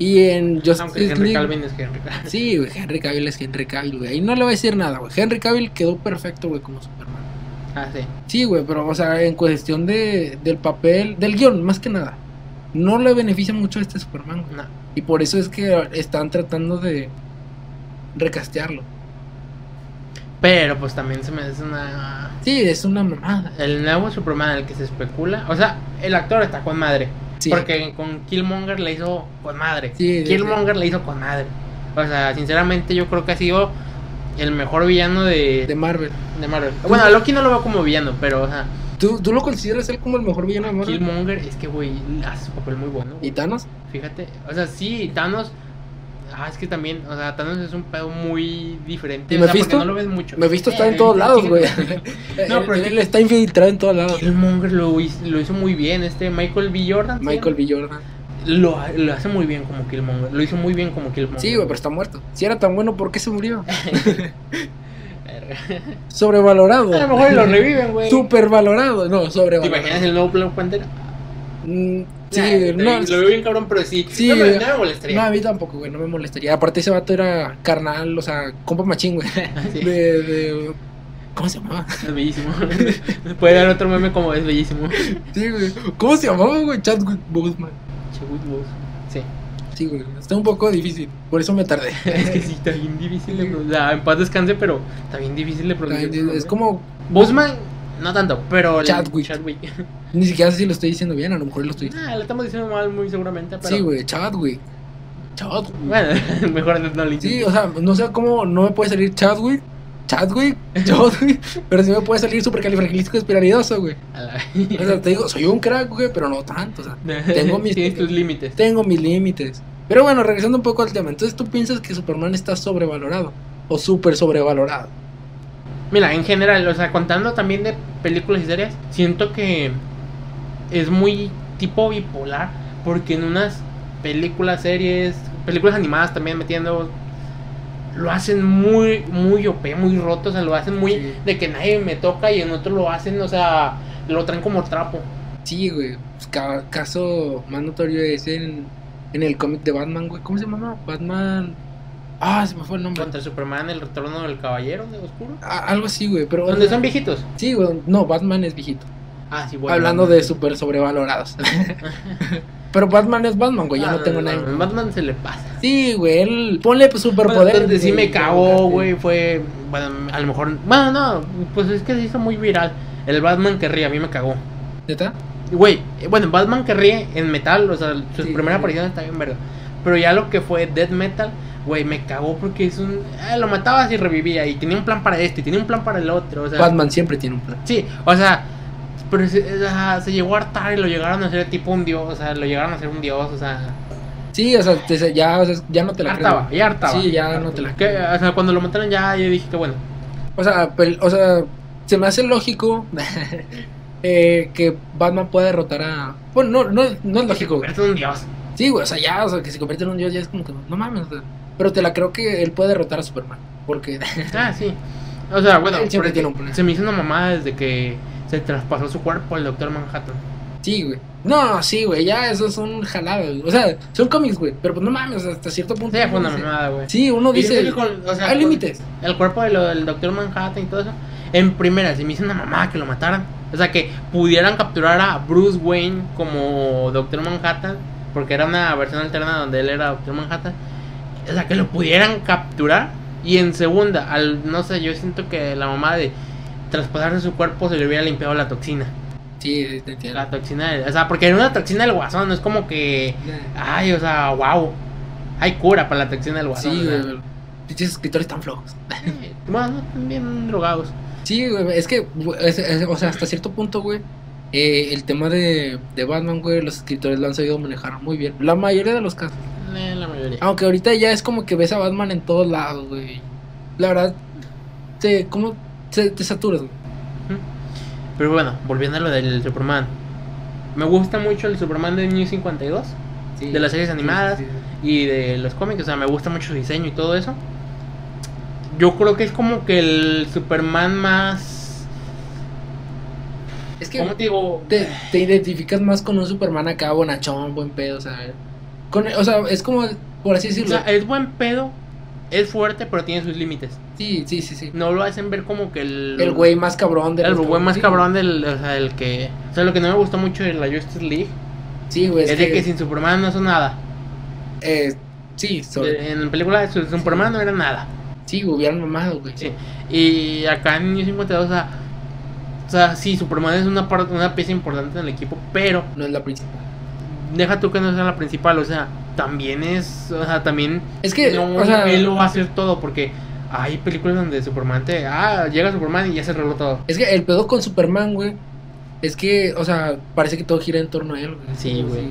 Speaker 1: Y en
Speaker 2: Aunque
Speaker 1: Justice
Speaker 2: Henry
Speaker 1: League.
Speaker 2: Calvin es Henry Calvin.
Speaker 1: Sí, güey, Henry Cavill es Henry Cavill, güey. Ahí no le voy a decir nada, güey. Henry Cavill quedó perfecto, güey, como Superman.
Speaker 2: Ah, sí.
Speaker 1: Sí, güey, pero, o sea, en cuestión de, del papel, del guión, más que nada. No le beneficia mucho a este Superman, güey.
Speaker 2: No.
Speaker 1: Y por eso es que están tratando de recastearlo.
Speaker 2: Pero pues también se me hace una.
Speaker 1: Sí, es una mamada.
Speaker 2: El nuevo Superman, el que se especula. O sea, el actor está con madre.
Speaker 1: Sí,
Speaker 2: Porque con Killmonger le hizo con madre.
Speaker 1: Sí, sí,
Speaker 2: Killmonger le hizo con madre. O sea, sinceramente yo creo que ha sido el mejor villano de,
Speaker 1: de Marvel.
Speaker 2: de Marvel. Bueno, a Loki no lo veo como villano, pero o sea,
Speaker 1: ¿Tú, tú lo consideras él como el mejor villano de Marvel?
Speaker 2: Killmonger es que, güey, hace su papel muy bueno. güey.
Speaker 1: ¿Y Thanos?
Speaker 2: Fíjate, o sea, sí, Thanos. Ah, es que también, o sea, Thanos es un pedo muy diferente.
Speaker 1: ¿Y
Speaker 2: o sea,
Speaker 1: Mephisto?
Speaker 2: porque no lo ves mucho.
Speaker 1: Me he visto está
Speaker 2: Eh,
Speaker 1: en todos lados,
Speaker 2: sí,
Speaker 1: güey.
Speaker 2: No, pero
Speaker 1: Eh, él, él está infiltrado en todos lados.
Speaker 2: Killmonger lo hizo, lo hizo muy bien. Este Michael B. Jordan. ¿sí?
Speaker 1: Michael B. Jordan.
Speaker 2: Lo, lo hace muy bien como Killmonger. Lo hizo muy bien como Killmonger.
Speaker 1: Sí, güey, pero está muerto. Si era tan bueno, ¿por qué se murió?
Speaker 2: Verga.
Speaker 1: Sobrevalorado.
Speaker 2: A lo mejor lo reviven, güey.
Speaker 1: Supervalorado. No,
Speaker 2: ¿Te
Speaker 1: sobrevalorado.
Speaker 2: imaginas el nuevo Black Panther?
Speaker 1: Mm, sí,
Speaker 2: Nah,
Speaker 1: güey,
Speaker 2: está
Speaker 1: no,
Speaker 2: bien, Lo veo bien cabrón, pero sí.
Speaker 1: Sí,
Speaker 2: no, me,
Speaker 1: güey.
Speaker 2: no me molestaría.
Speaker 1: no, a mí tampoco, güey, no me molestaría. Aparte, ese vato era carnal, o sea, compa machín, güey.
Speaker 2: Ah,
Speaker 1: De, de- ¿Cómo se llamaba?
Speaker 2: Es bellísimo. Puede dar otro meme como es bellísimo.
Speaker 1: Sí, güey. ¿Cómo se llamaba, güey? Chadwick Boseman.
Speaker 2: Che, good boss. Sí.
Speaker 1: Sí, güey, está un poco difícil. Por eso me tardé.
Speaker 2: Es que sí, está bien difícil de pronunciar. O sea, en paz descanse, pero está bien difícil de pronunciar.
Speaker 1: Es como,
Speaker 2: Bosman, no tanto, pero. la-
Speaker 1: Chadwick.
Speaker 2: Chadwick.
Speaker 1: ni siquiera sé si lo estoy diciendo bien, a lo mejor lo estoy diciendo.
Speaker 2: Ah, lo estamos diciendo mal, muy seguramente, pero.
Speaker 1: Sí, güey, Chadwick. Chadwick.
Speaker 2: Bueno, mejor no lo
Speaker 1: Sí,
Speaker 2: intento.
Speaker 1: o sea, no sé cómo no me puede salir Chadwick. Chadwick, Chadwick, pero sí me puede salir supercalifragilístico espiralidoso, güey.
Speaker 2: A la-
Speaker 1: O sea, te digo, soy un crack, güey, pero no tanto, o sea, tengo mis-
Speaker 2: Tienes tus límites.
Speaker 1: tengo mis límites. Pero bueno, regresando un poco al tema, entonces tú piensas que Superman está sobrevalorado o súper sobrevalorado.
Speaker 2: Mira, en general, o sea, contando también de películas y series, siento que es muy tipo bipolar, porque en unas películas, series, películas animadas también metiendo, lo hacen muy, muy OP, muy roto, o sea, lo hacen muy
Speaker 1: Sí.
Speaker 2: de que nadie me toca y en otro lo hacen, o sea, lo traen como trapo.
Speaker 1: Sí, güey, pues, ca- caso más notorio es en, en el cómic de Batman, güey, ¿cómo se llama? Batman... Ah, se me fue el nombre.
Speaker 2: Contra Superman, el retorno del caballero de Oscuro.
Speaker 1: A- algo así, güey, pero...
Speaker 2: Donde son viejitos.
Speaker 1: Sí, güey, no, Batman es viejito.
Speaker 2: Ah, sí, bueno.
Speaker 1: Hablando de súper sobrevalorados. Pero Batman es Batman, güey. pues, Yo no,
Speaker 2: Ah,
Speaker 1: tengo
Speaker 2: no,
Speaker 1: nada.
Speaker 2: no, Batman se le pasa.
Speaker 1: Sí, güey. Él ponle pues,
Speaker 2: Bueno,
Speaker 1: superpoderes.
Speaker 2: donde sí
Speaker 1: güey,
Speaker 2: me cagó,
Speaker 1: cagarte.
Speaker 2: güey, fue. Bueno, a lo mejor. Bueno, no, pues es que se hizo muy viral. El Batman que ríe, a mí me cagó.
Speaker 1: ¿Neta?
Speaker 2: Güey, eh, bueno, Batman que ríe en metal, o sea, su
Speaker 1: Sí,
Speaker 2: primera
Speaker 1: sí.
Speaker 2: aparición está bien verga. Pero ya lo que fue Dead Metal, güey, me cagó porque es un. eh, lo matabas y revivía. Y tenía un plan para este, y tenía un plan para el otro, o sea.
Speaker 1: Batman siempre tiene un plan.
Speaker 2: Sí, o sea. Pero se, o sea, se llegó a hartar y lo llegaron a hacer tipo un dios, o sea, lo llegaron a hacer un dios, o sea.
Speaker 1: Sí, o sea, te- ya, o sea, ya no te la creo.
Speaker 2: hartaba,
Speaker 1: güey.
Speaker 2: ya hartaba.
Speaker 1: Sí, ya no te la
Speaker 2: Que,
Speaker 1: creo.
Speaker 2: o sea, cuando lo mataron ya, yo dije que bueno.
Speaker 1: O sea, pel- o sea, se me hace lógico eh, que Batman pueda derrotar a. Bueno, no, no, no es lógico, güey.
Speaker 2: Es un dios.
Speaker 1: Sí, güey. O sea, ya, o sea, que se convierte en un dios ya es como que no mames. o sea, pero te la creo que él puede derrotar a Superman. Porque.
Speaker 2: Ah, sí. O sea, bueno,
Speaker 1: Él siempre
Speaker 2: pero
Speaker 1: tiene un plan.
Speaker 2: se me hizo una mamada desde que se traspasó su cuerpo al Doctor Manhattan.
Speaker 1: Sí, güey. No, sí, güey, ya esos son jaladas. güey. O sea, son cómics, güey, pero pues no mames, hasta cierto
Speaker 2: Sí,
Speaker 1: punto.
Speaker 2: fue una
Speaker 1: uno dice-
Speaker 2: mamada, güey.
Speaker 1: Sí, uno
Speaker 2: Y yo creo
Speaker 1: dice.
Speaker 2: que con- o sea,
Speaker 1: Hay
Speaker 2: con
Speaker 1: límites.
Speaker 2: El cuerpo de lo- del Doctor Manhattan y todo eso. En primera, se me hizo una mamada que lo mataran. O sea, que pudieran capturar a Bruce Wayne como Doctor Manhattan. Porque era una versión alterna donde él era Doctor Manhattan. O sea, que lo pudieran capturar. Y en segunda, al no sé, yo siento que la mamá de traspasarse su cuerpo se le hubiera limpiado la toxina.
Speaker 1: Sí, te entiendo.
Speaker 2: La toxina, del- o sea, porque era una toxina del guasón, no es como que, ay, o sea, wow, hay cura para la toxina del guasón.
Speaker 1: Sí,
Speaker 2: o sea.
Speaker 1: güey. Pinches escritores tan flojos.
Speaker 2: Mm. Bueno, también drogados.
Speaker 1: Sí, güey, es que, güey, es- es- o sea, hasta cierto punto, güey, eh, el tema de, de Batman, güey, los escritores lo han sabido manejar muy bien. La mayoría de los casos.
Speaker 2: Eh, la mayoría.
Speaker 1: Aunque ahorita ya es como que ves a Batman en todos lados, güey. La verdad, te, ¿cómo te, te saturas, güey?
Speaker 2: Pero bueno, volviendo a lo del Superman. Me gusta mucho el Superman de New 52 De las series animadas.
Speaker 1: sí, sí.
Speaker 2: y de los cómics. O sea, me gusta mucho su diseño y todo eso. Yo creo que es como que el Superman más.
Speaker 1: Es que
Speaker 2: ¿Cómo te digo?
Speaker 1: te, te identificas más con un Superman acá, bonachón, buen pedo, o sea, con, o sea, es como, por así
Speaker 2: O
Speaker 1: decirlo.
Speaker 2: sea, es buen pedo. Es fuerte, pero tiene sus límites.
Speaker 1: Sí, sí, sí, sí.
Speaker 2: No lo hacen ver como que el.
Speaker 1: El güey más cabrón del
Speaker 2: El güey más cabrón del. O sea, el que. O sea, lo que no me gustó mucho de la Justice League
Speaker 1: Sí, güey.
Speaker 2: es, de que sin Superman no son nada.
Speaker 1: eh, sí, sobre-
Speaker 2: Eh, En la película de su- Superman no era nada.
Speaker 1: sí, hubieran mamado, güey.
Speaker 2: Sí. Y acá en New 52, o sea, o sea, sí, Superman es una, parte, una pieza importante en el equipo, pero
Speaker 1: No es la principal.
Speaker 2: deja tú que no sea la principal, o sea, también es, o sea, también
Speaker 1: Es que,
Speaker 2: no,
Speaker 1: o sea,
Speaker 2: él lo va a hacer todo, porque hay películas donde Superman te, ah, llega Superman y ya se arregló todo.
Speaker 1: es que el pedo con Superman, güey, es que, o sea, parece que todo gira en torno a él, güey.
Speaker 2: Sí, güey.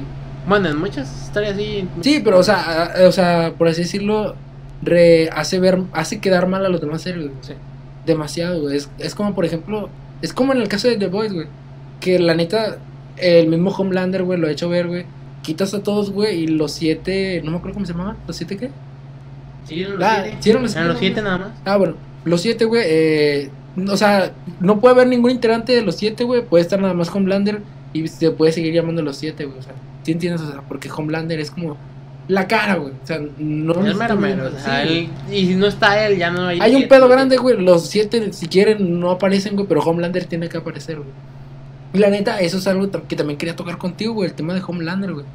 Speaker 2: Bueno, en muchas historias sí.
Speaker 1: Sí, pero, o sea, a- o sea, por así decirlo, re- hace ver, hace quedar mal a los demás héroes. güey.
Speaker 2: Sí.
Speaker 1: Demasiado, güey. Es, es como, por ejemplo, es como en el caso de The Boys, güey. Que la neta, el mismo Homelander, güey, lo ha hecho ver, güey. Quitas a todos, güey, y los siete, no me acuerdo cómo se llamaban, los siete qué?
Speaker 2: Sí, en
Speaker 1: Ah, sí, eran los
Speaker 2: en los
Speaker 1: siete,
Speaker 2: siete nada más.
Speaker 1: Ah, bueno, los siete, güey, eh, o sea, no puede haber ningún integrante de los siete, güey. Puede estar nada más Homelander y se puede seguir llamando los siete, güey. O sea, ¿sí entiendes? O sea, porque Homelander es como la cara, güey. O sea, no...
Speaker 2: Es mero mero, o sea, él- y si no está él, ya no hay.
Speaker 1: Hay un
Speaker 2: siete,
Speaker 1: pedo
Speaker 2: porque-
Speaker 1: grande, güey. Los siete, si quieren, no aparecen, güey. Pero Homelander tiene que aparecer, güey. Y la neta, eso es algo tam- que también quería tocar contigo, güey. El tema de Homelander, güey.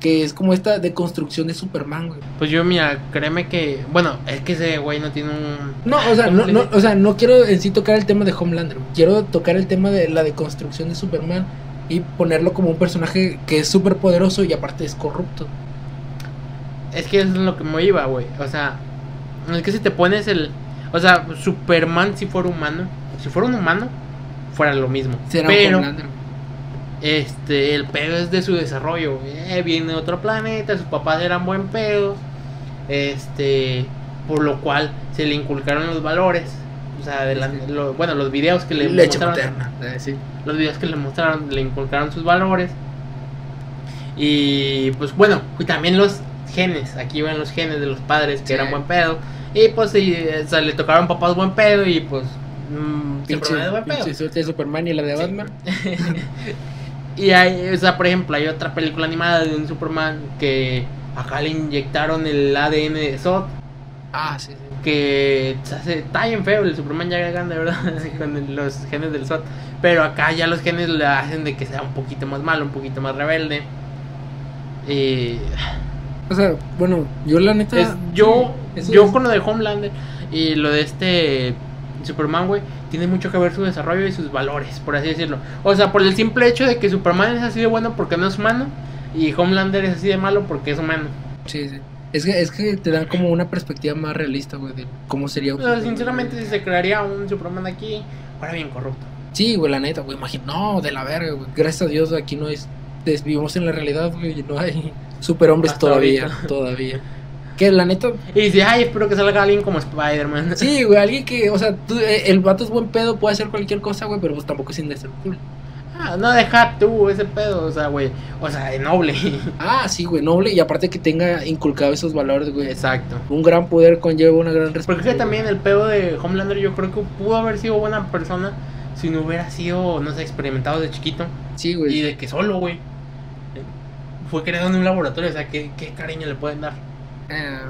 Speaker 1: Que es como esta deconstrucción de Superman, güey.
Speaker 2: Pues yo, mira, créeme que. Bueno, es que ese güey no tiene un.
Speaker 1: No, o sea,
Speaker 2: ¿Cómo
Speaker 1: no,
Speaker 2: se
Speaker 1: no,
Speaker 2: dice?
Speaker 1: o sea, no quiero en sí tocar el tema de Homelander. güey. Quiero tocar el tema de la deconstrucción de Superman y ponerlo como un personaje que es súper poderoso y aparte es corrupto.
Speaker 2: Es que eso es lo que me iba, güey. O sea, es que si te pones el. O sea, Superman, si fuera humano, si fuera un humano, fuera lo mismo.
Speaker 1: Será un
Speaker 2: Pero,
Speaker 1: Homelander. güey.
Speaker 2: este, el pedo es de su desarrollo. güey. Eh, viene de otro planeta, sus papás eran buen pedo. Este, por lo cual se le inculcaron los valores. O sea, de la-
Speaker 1: Sí.
Speaker 2: lo- bueno, los videos que le
Speaker 1: Leche
Speaker 2: mostraron-
Speaker 1: materna. eh, sí.
Speaker 2: los videos que le mostraron, le inculcaron sus valores. Y pues bueno, y también los genes, aquí van los genes de los padres que
Speaker 1: Sí.
Speaker 2: eran buen pedo. Y pues y, eh, o sea, le tocaron papás buen pedo y pues mm, se
Speaker 1: Pinche,
Speaker 2: promueve buen pedo.
Speaker 1: pinche suerte de Superman y la de Batman.
Speaker 2: Y hay, o sea, por ejemplo, hay otra película animada de un Superman que acá le inyectaron el ADN de Zod.
Speaker 1: Ah, sí, sí.
Speaker 2: que se hace- está bien feo el Superman ya grande, ¿verdad? Con el- los genes del SOT. Pero acá ya los genes le hacen de que sea un poquito más malo, un poquito más rebelde. Eh,
Speaker 1: O sea, bueno, yo la neta.
Speaker 2: es- yo
Speaker 1: mm, eso
Speaker 2: yo
Speaker 1: es-
Speaker 2: con lo de Homelander y lo de este Superman, güey, tiene mucho que ver su desarrollo y sus valores, por así decirlo. O sea, por el simple hecho de que Superman es así de bueno porque no es humano y Homelander es así de malo porque es humano.
Speaker 1: Sí, sí. Es que, es que te dan como una perspectiva más realista, güey, de cómo sería. un
Speaker 2: O sea,
Speaker 1: Superman,
Speaker 2: sinceramente,
Speaker 1: güey.
Speaker 2: si se crearía un Superman aquí, fuera bien corrupto.
Speaker 1: Sí, güey, la neta, güey, imagina. No, de la verga, güey. Gracias a Dios aquí no es. des- Vivimos en la realidad, güey, y no hay superhombres
Speaker 2: Hasta
Speaker 1: todavía.
Speaker 2: ahorita.
Speaker 1: Todavía. Que la neta.
Speaker 2: Y dice, ay, espero que salga alguien como Spider-Man.
Speaker 1: Sí, güey, alguien que. O sea, tú- eh, el vato es buen pedo, puede hacer cualquier cosa, güey, pero pues tampoco es indestructible.
Speaker 2: Ah, no deja tú ese pedo, o sea, güey. O sea, es noble.
Speaker 1: Ah, sí, güey, noble. Y aparte que tenga inculcado esos valores, güey.
Speaker 2: Exacto.
Speaker 1: Un gran poder conlleva una gran
Speaker 2: Porque es que
Speaker 1: responsabilidad.
Speaker 2: también el pedo de Homelander yo creo que pudo haber sido buena persona si no hubiera sido, no sé, experimentado de chiquito.
Speaker 1: Sí, güey.
Speaker 2: Y de que solo, güey. Fue creado en un laboratorio, o sea, ¿qué, qué cariño le pueden dar?
Speaker 1: Eh,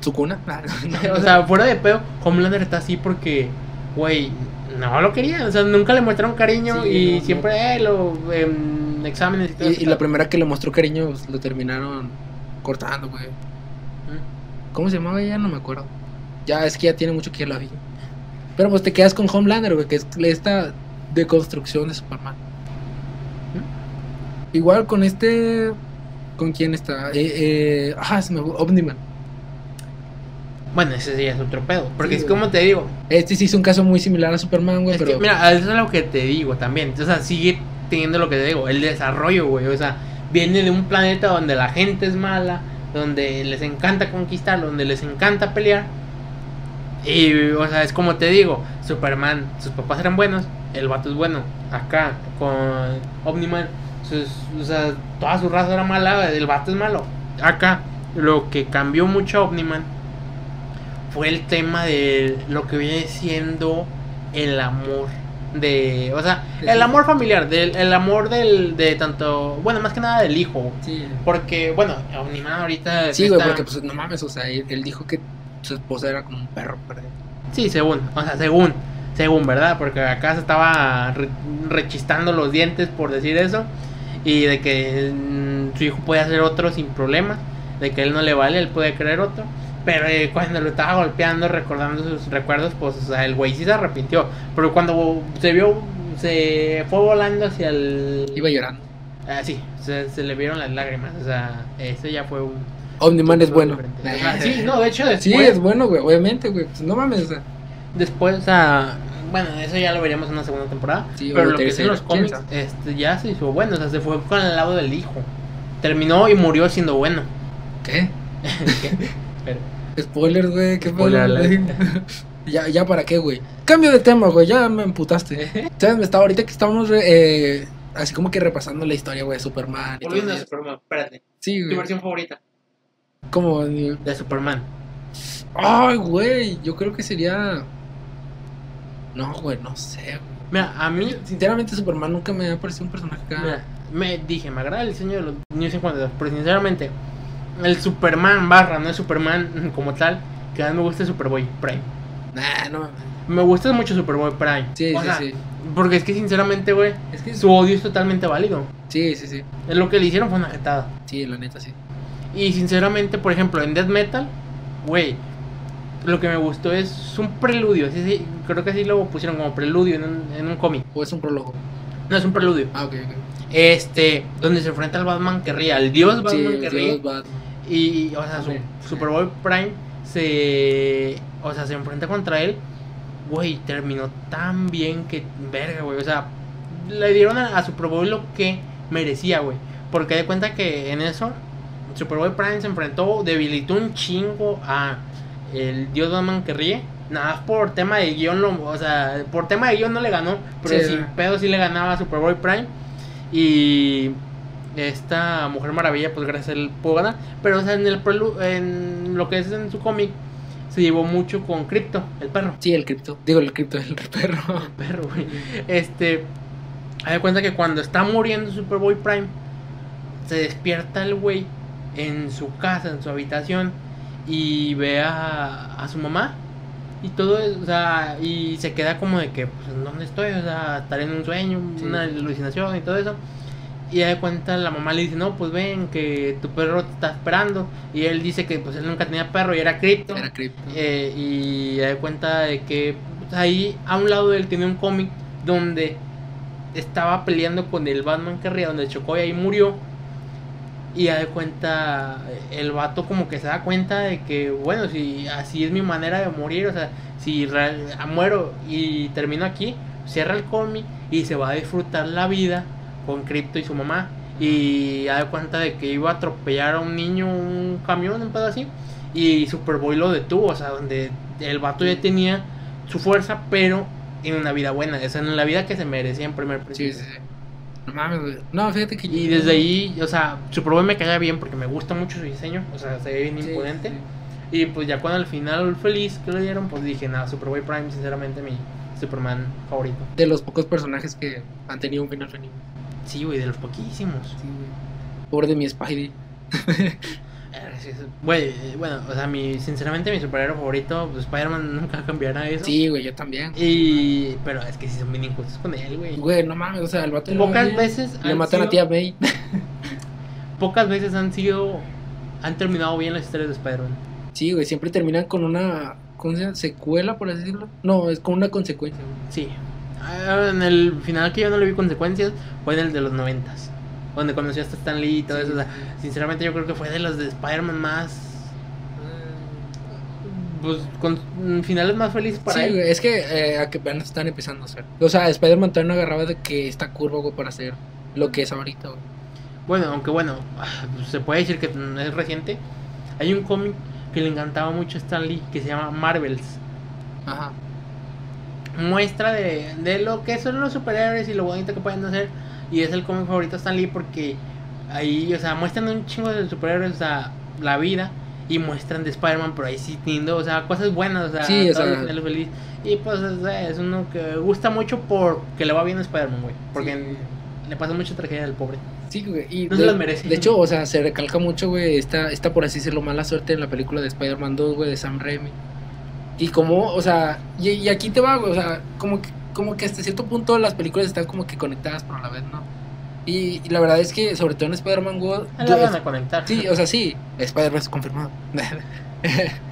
Speaker 1: ¿Su cuna? Ah, no.
Speaker 2: o sea, fuera de pedo, Homelander está así porque, güey, no lo querían. O sea, nunca le mostraron cariño
Speaker 1: Sí,
Speaker 2: y
Speaker 1: no, no.
Speaker 2: siempre eh, lo em, exámenes y todo eso.
Speaker 1: y, y la primera que le mostró cariño pues, lo terminaron cortando, güey. ¿Cómo se llamaba ella? No me acuerdo. Ya es que ya tiene mucho que ya la vi. Pero pues te quedas con Homelander, güey, que es esta deconstrucción de Superman. ¿Mm? Igual con este. ¿Con quién está? Eh, eh, ah, se me fue, Omniman.
Speaker 2: Bueno, ese sí es otro pedo. Porque
Speaker 1: Sí,
Speaker 2: es
Speaker 1: güey.
Speaker 2: como te digo.
Speaker 1: Este sí hizo un caso muy similar a Superman, güey,
Speaker 2: es que,
Speaker 1: pero.
Speaker 2: mira, eso es lo que te digo también. O sea, sigue teniendo lo que te digo, el desarrollo, güey. O sea, viene de un planeta donde la gente es mala, donde les encanta conquistar, donde les encanta pelear. Y, o sea, es como te digo, Superman, sus papás eran buenos, el vato es bueno. Acá, con Omniman, sus, o sea, toda su raza era mala, el vato es malo. Acá, lo que cambió mucho a Omniman fue el tema de lo que viene siendo el amor de o sea
Speaker 3: Sí,
Speaker 2: el
Speaker 3: sí.
Speaker 2: amor familiar del el amor del de tanto bueno más que nada del hijo
Speaker 3: Sí,
Speaker 2: porque bueno Omniman ahorita
Speaker 1: Sí, güey,
Speaker 2: pues, está-
Speaker 1: porque pues no mames, o sea, él, él dijo que su esposa era como un perro perdido.
Speaker 2: Sí, según, o sea, según, según, ¿verdad? Porque acá se estaba re- rechistando los dientes por decir eso y de que mm, su hijo puede hacer otro sin problema, de que él no le vale, él puede creer otro. Pero eh, cuando lo estaba golpeando, recordando sus recuerdos, pues o sea, el güey sí se arrepintió. Pero cuando se vio, se fue volando hacia el...
Speaker 1: Iba llorando.
Speaker 2: Ah, sí, se, se le vieron las lágrimas. O sea, ese ya fue un...
Speaker 1: Omniman es bueno.
Speaker 2: diferente. O sea, sí, no, pues, de hecho después...
Speaker 1: Sí, es bueno, güey, obviamente, güey. Pues no mames, o sea.
Speaker 2: Después, a bueno, eso ya lo veríamos en una segunda temporada.
Speaker 1: Sí,
Speaker 2: pero
Speaker 1: o
Speaker 2: lo que es en
Speaker 1: tercera,
Speaker 2: los cómics,
Speaker 1: quién
Speaker 2: este, ya se hizo bueno. O sea, se fue con el lado del hijo. Terminó y murió siendo bueno.
Speaker 1: ¿Qué?
Speaker 2: Pero,
Speaker 1: Spoilers, güey, qué
Speaker 2: Spoiler
Speaker 1: pedo, güey. ya, ya para qué, güey. Cambio de tema, güey, ya me emputaste. ¿Sabes? Me estaba ahorita que estamos re- eh, así como que repasando la historia, güey, de Superman. y todo
Speaker 2: volviendo a
Speaker 1: eso.
Speaker 2: Superman, espérate.
Speaker 1: Sí,
Speaker 2: ¿Tu
Speaker 1: güey.
Speaker 2: versión favorita?
Speaker 1: Como.
Speaker 2: De Superman.
Speaker 1: Ay, güey, yo creo que sería. No, güey, no sé. güey.
Speaker 2: Mira, a mí,
Speaker 1: Sinceramente, Superman nunca me ha parecido un personaje acá.
Speaker 2: mira, me dije, me agrada el diseño de los New 52. Pero sinceramente, el Superman barra no es Superman como tal. Que a mí me gusta es Superboy Prime.
Speaker 1: Nah, no.
Speaker 2: Me gusta mucho Superboy Prime.
Speaker 1: Sí,
Speaker 2: O
Speaker 1: sí,
Speaker 2: sea,
Speaker 1: sí.
Speaker 2: Porque es que sinceramente, güey,
Speaker 1: Es que
Speaker 2: su odio es totalmente válido.
Speaker 1: Sí, sí, sí.
Speaker 2: Eh, Lo que le hicieron fue una jetada.
Speaker 1: Sí, la neta, sí.
Speaker 2: Y sinceramente, por ejemplo, en Death Metal, güey, lo que me gustó es un preludio. Sí, sí, creo que así lo pusieron como preludio en un, en un cómic.
Speaker 1: O es un prólogo.
Speaker 2: No, es un preludio.
Speaker 1: Ah, ok, ok.
Speaker 2: Este, donde se enfrenta al Batman que ríe, al dios
Speaker 1: Sí,
Speaker 2: Batman que
Speaker 1: Dios,
Speaker 2: ríe.
Speaker 1: Batman.
Speaker 2: Y, o sea, su-
Speaker 1: Amén.
Speaker 2: Superboy Prime se. O sea, se enfrenta contra él. Güey, terminó tan bien que. Verga, güey. O sea, le dieron a, a Superboy lo que merecía, güey. Porque de cuenta que en eso, Superboy Prime se enfrentó, debilitó un chingo a el Dios Batman que ríe. Nada, más por tema de guión, lo- o sea, por tema de guión no le ganó, pero
Speaker 1: Sí,
Speaker 2: sin
Speaker 1: no.
Speaker 2: pedo sí le ganaba a Superboy Prime. Y esta Mujer Maravilla, pues gracias a él pudo ganar. Pero, o sea, en, el prelu- en lo que es en su cómic, se llevó mucho con Crypto, el perro.
Speaker 1: Sí, el cripto. Digo, el cripto, el perro.
Speaker 2: El perro, güey. Este, haz de cuenta que cuando está muriendo Superboy Prime, se despierta el güey en su casa, en su habitación, y ve a, a su mamá. Y todo, es- o sea, y se queda como de que, pues, ¿en dónde estoy? O sea, estar en un sueño,
Speaker 1: Sí.
Speaker 2: una alucinación y todo eso. Y haz de cuenta la mamá le dice, no, pues ven, que tu perro te está esperando. Y él dice que, pues, él nunca tenía perro y era cripto.
Speaker 1: Era cripto.
Speaker 2: Eh, y da cuenta de que pues, ahí a un lado de él tenía un cómic donde estaba peleando con el Batman que ría, donde chocó y ahí murió. Y da cuenta, el vato como que se da cuenta de que, bueno, si así es mi manera de morir, o sea, si real- ah, muero y termino aquí, cierra el cómic y se va a disfrutar la vida con Crypto y su mamá. Y da cuenta de que iba a atropellar a un niño, un camión, un pedo así. Y Superboy lo detuvo, o sea, donde el vato ya tenía su fuerza, pero en una vida buena, o sea, en la vida que se merecía en primer
Speaker 1: Sí,
Speaker 2: principio.
Speaker 1: sí, sí. No mames, güey. No, fíjate que
Speaker 2: Y desde ahí, o sea, Superboy me caía bien porque me gusta mucho su diseño, o sea, se ve bien
Speaker 1: Sí,
Speaker 2: imponente.
Speaker 1: sí,
Speaker 2: Y pues ya cuando al final feliz que le dieron, pues dije, nada, Superboy Prime, sinceramente mi Superman favorito.
Speaker 1: sí. De los pocos personajes que han tenido un final feliz.
Speaker 2: Sí, güey, de los poquísimos.
Speaker 1: Sí, güey. Pobre de mi Spidey.
Speaker 2: Eh, sí, sí. Güey, eh, bueno, o sea, mi, sinceramente mi superhéroe favorito, pues Spider-Man nunca cambiará eso.
Speaker 1: Sí, güey, yo también.
Speaker 2: Y, pero es que sí son bien injustos con él, güey.
Speaker 1: Güey, no mames, o sea, el vato. le va
Speaker 2: Pocas
Speaker 1: bien.
Speaker 2: veces
Speaker 1: Le
Speaker 2: han
Speaker 1: matan a
Speaker 2: sido-
Speaker 1: tía May.
Speaker 2: Pocas veces han sido. Han terminado bien las historias de Spider-Man.
Speaker 1: Sí, güey, siempre terminan con una. ¿Cómo se llama? ¿Secuela, por así decirlo? No, es con una consecuencia. güey.
Speaker 2: Sí. Ah, En el final que yo no le vi consecuencias fue en el de los noventas. Donde conocí hasta Stan Lee y todo eso. o sea, sinceramente yo creo que fue de los de Spider-Man más... pues, con mm, finales más felices para
Speaker 1: sí,
Speaker 2: él.
Speaker 1: güey, es que eh, a que apenas están empezando a hacer. O sea, Spider-Man todavía no agarraba de que esta curva, güey, para hacer lo que es ahorita, güey.
Speaker 2: Bueno, aunque bueno, se puede decir que no es reciente. Hay un cómic que le encantaba mucho a Stan Lee que se llama Marvels.
Speaker 1: Ajá.
Speaker 2: Muestra de, de lo que son los superhéroes y lo bonito que pueden hacer. Y es el cómic favorito de Stan Lee porque ahí, o sea, muestran un chingo de superhéroes, o sea, la vida. Y muestran de Spider-Man por ahí sí teniendo, o sea, cosas buenas, o sea,
Speaker 1: Sí, o
Speaker 2: todo
Speaker 1: sea-
Speaker 2: el final feliz. Y pues o sea, es uno que gusta mucho porque le va bien a Spider-Man, güey. Porque le pasa mucha tragedia al pobre.
Speaker 1: Sí, güey. Y
Speaker 2: No
Speaker 1: de,
Speaker 2: se las merece.
Speaker 1: de hecho, o sea, se recalca mucho, güey, esta, esta, por así decirlo, mala suerte en la película de Spider-Man 2, güey, de Sam Raimi. Y como, o sea, y, y aquí te va, güey, o sea, como que, como que hasta cierto punto las películas están como que conectadas, pero a la vez no. Y, y la verdad es que, sobre todo en Spider-Man, güey,
Speaker 2: Ah,
Speaker 1: yo-
Speaker 2: La van a conectar.
Speaker 1: sí, o sea, sí, Spider-Man es confirmado.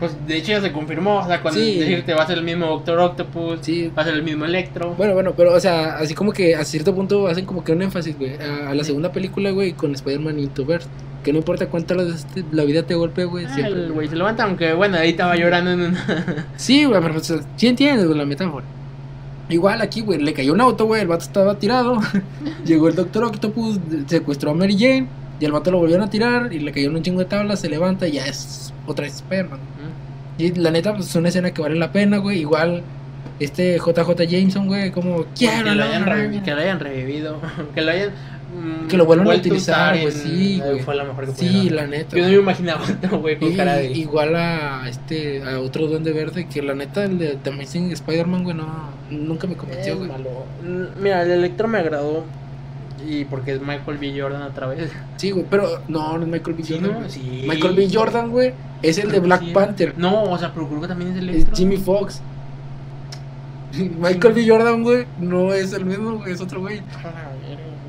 Speaker 2: Pues de hecho ya se confirmó, o sea, cuando
Speaker 1: Sí.
Speaker 2: decirte va a ser el mismo Doctor Octopus,
Speaker 1: sí,
Speaker 2: va a ser el mismo Electro.
Speaker 1: Bueno, bueno, pero, o sea, así como que a cierto punto hacen como que un énfasis, güey, a, a la segunda película, güey, con Spider-Man Intoverse. Que no importa cuánto la, la vida te golpee, güey,
Speaker 2: Ah,
Speaker 1: siempre.
Speaker 2: el güey se levanta, aunque bueno, ahí estaba llorando en una...
Speaker 1: Sí, güey, pero, o sea, sí entiendes, güey, la metáfora. Igual aquí, güey, le cayó un auto, güey, el vato estaba tirado. Llegó el doctor Octopus, secuestró a Mary Jane, y el vato lo volvieron a tirar, y le cayó un chingo de tablas, se levanta, y ya es otra vez Spider-Man. Y la neta, pues es una escena que vale la pena, güey. Igual, este JJ Jameson, güey, como quiero
Speaker 2: que, lo
Speaker 1: la
Speaker 2: hayan
Speaker 1: verga".
Speaker 2: revi- que lo hayan revivido, que lo hayan... mm,
Speaker 1: Que lo vuelvan a
Speaker 2: vuelto
Speaker 1: utilizar,
Speaker 2: usar
Speaker 1: güey,
Speaker 2: en-
Speaker 1: sí,
Speaker 2: eh,
Speaker 1: güey.
Speaker 2: Fue la mejor que
Speaker 1: Sí,
Speaker 2: pudieron.
Speaker 1: la neta.
Speaker 2: Yo no me imaginaba otro güey con
Speaker 1: Y-
Speaker 2: cara de...
Speaker 1: Igual a este a otro duende verde que la neta el de The Amazing Spider-Man, güey, no, nunca me
Speaker 2: Es
Speaker 1: convenció, güey.
Speaker 2: "Eh, malo. Mm, Mira, el Electro me agradó y porque es Michael B. Jordan otra vez.
Speaker 1: Sí, güey, pero no, no es Michael B.
Speaker 2: Sí,
Speaker 1: Jordan.
Speaker 2: ¿no?
Speaker 1: güey.
Speaker 2: Sí.
Speaker 1: Michael B. Jordan, güey, es el de Black
Speaker 2: Sí.
Speaker 1: Panther.
Speaker 2: No, o sea, pero creo que también es
Speaker 1: Es
Speaker 2: Electro.
Speaker 1: Jimmy Fox. Michael B. Jordan, güey, no es el mismo, güey, es otro güey.
Speaker 2: Ah,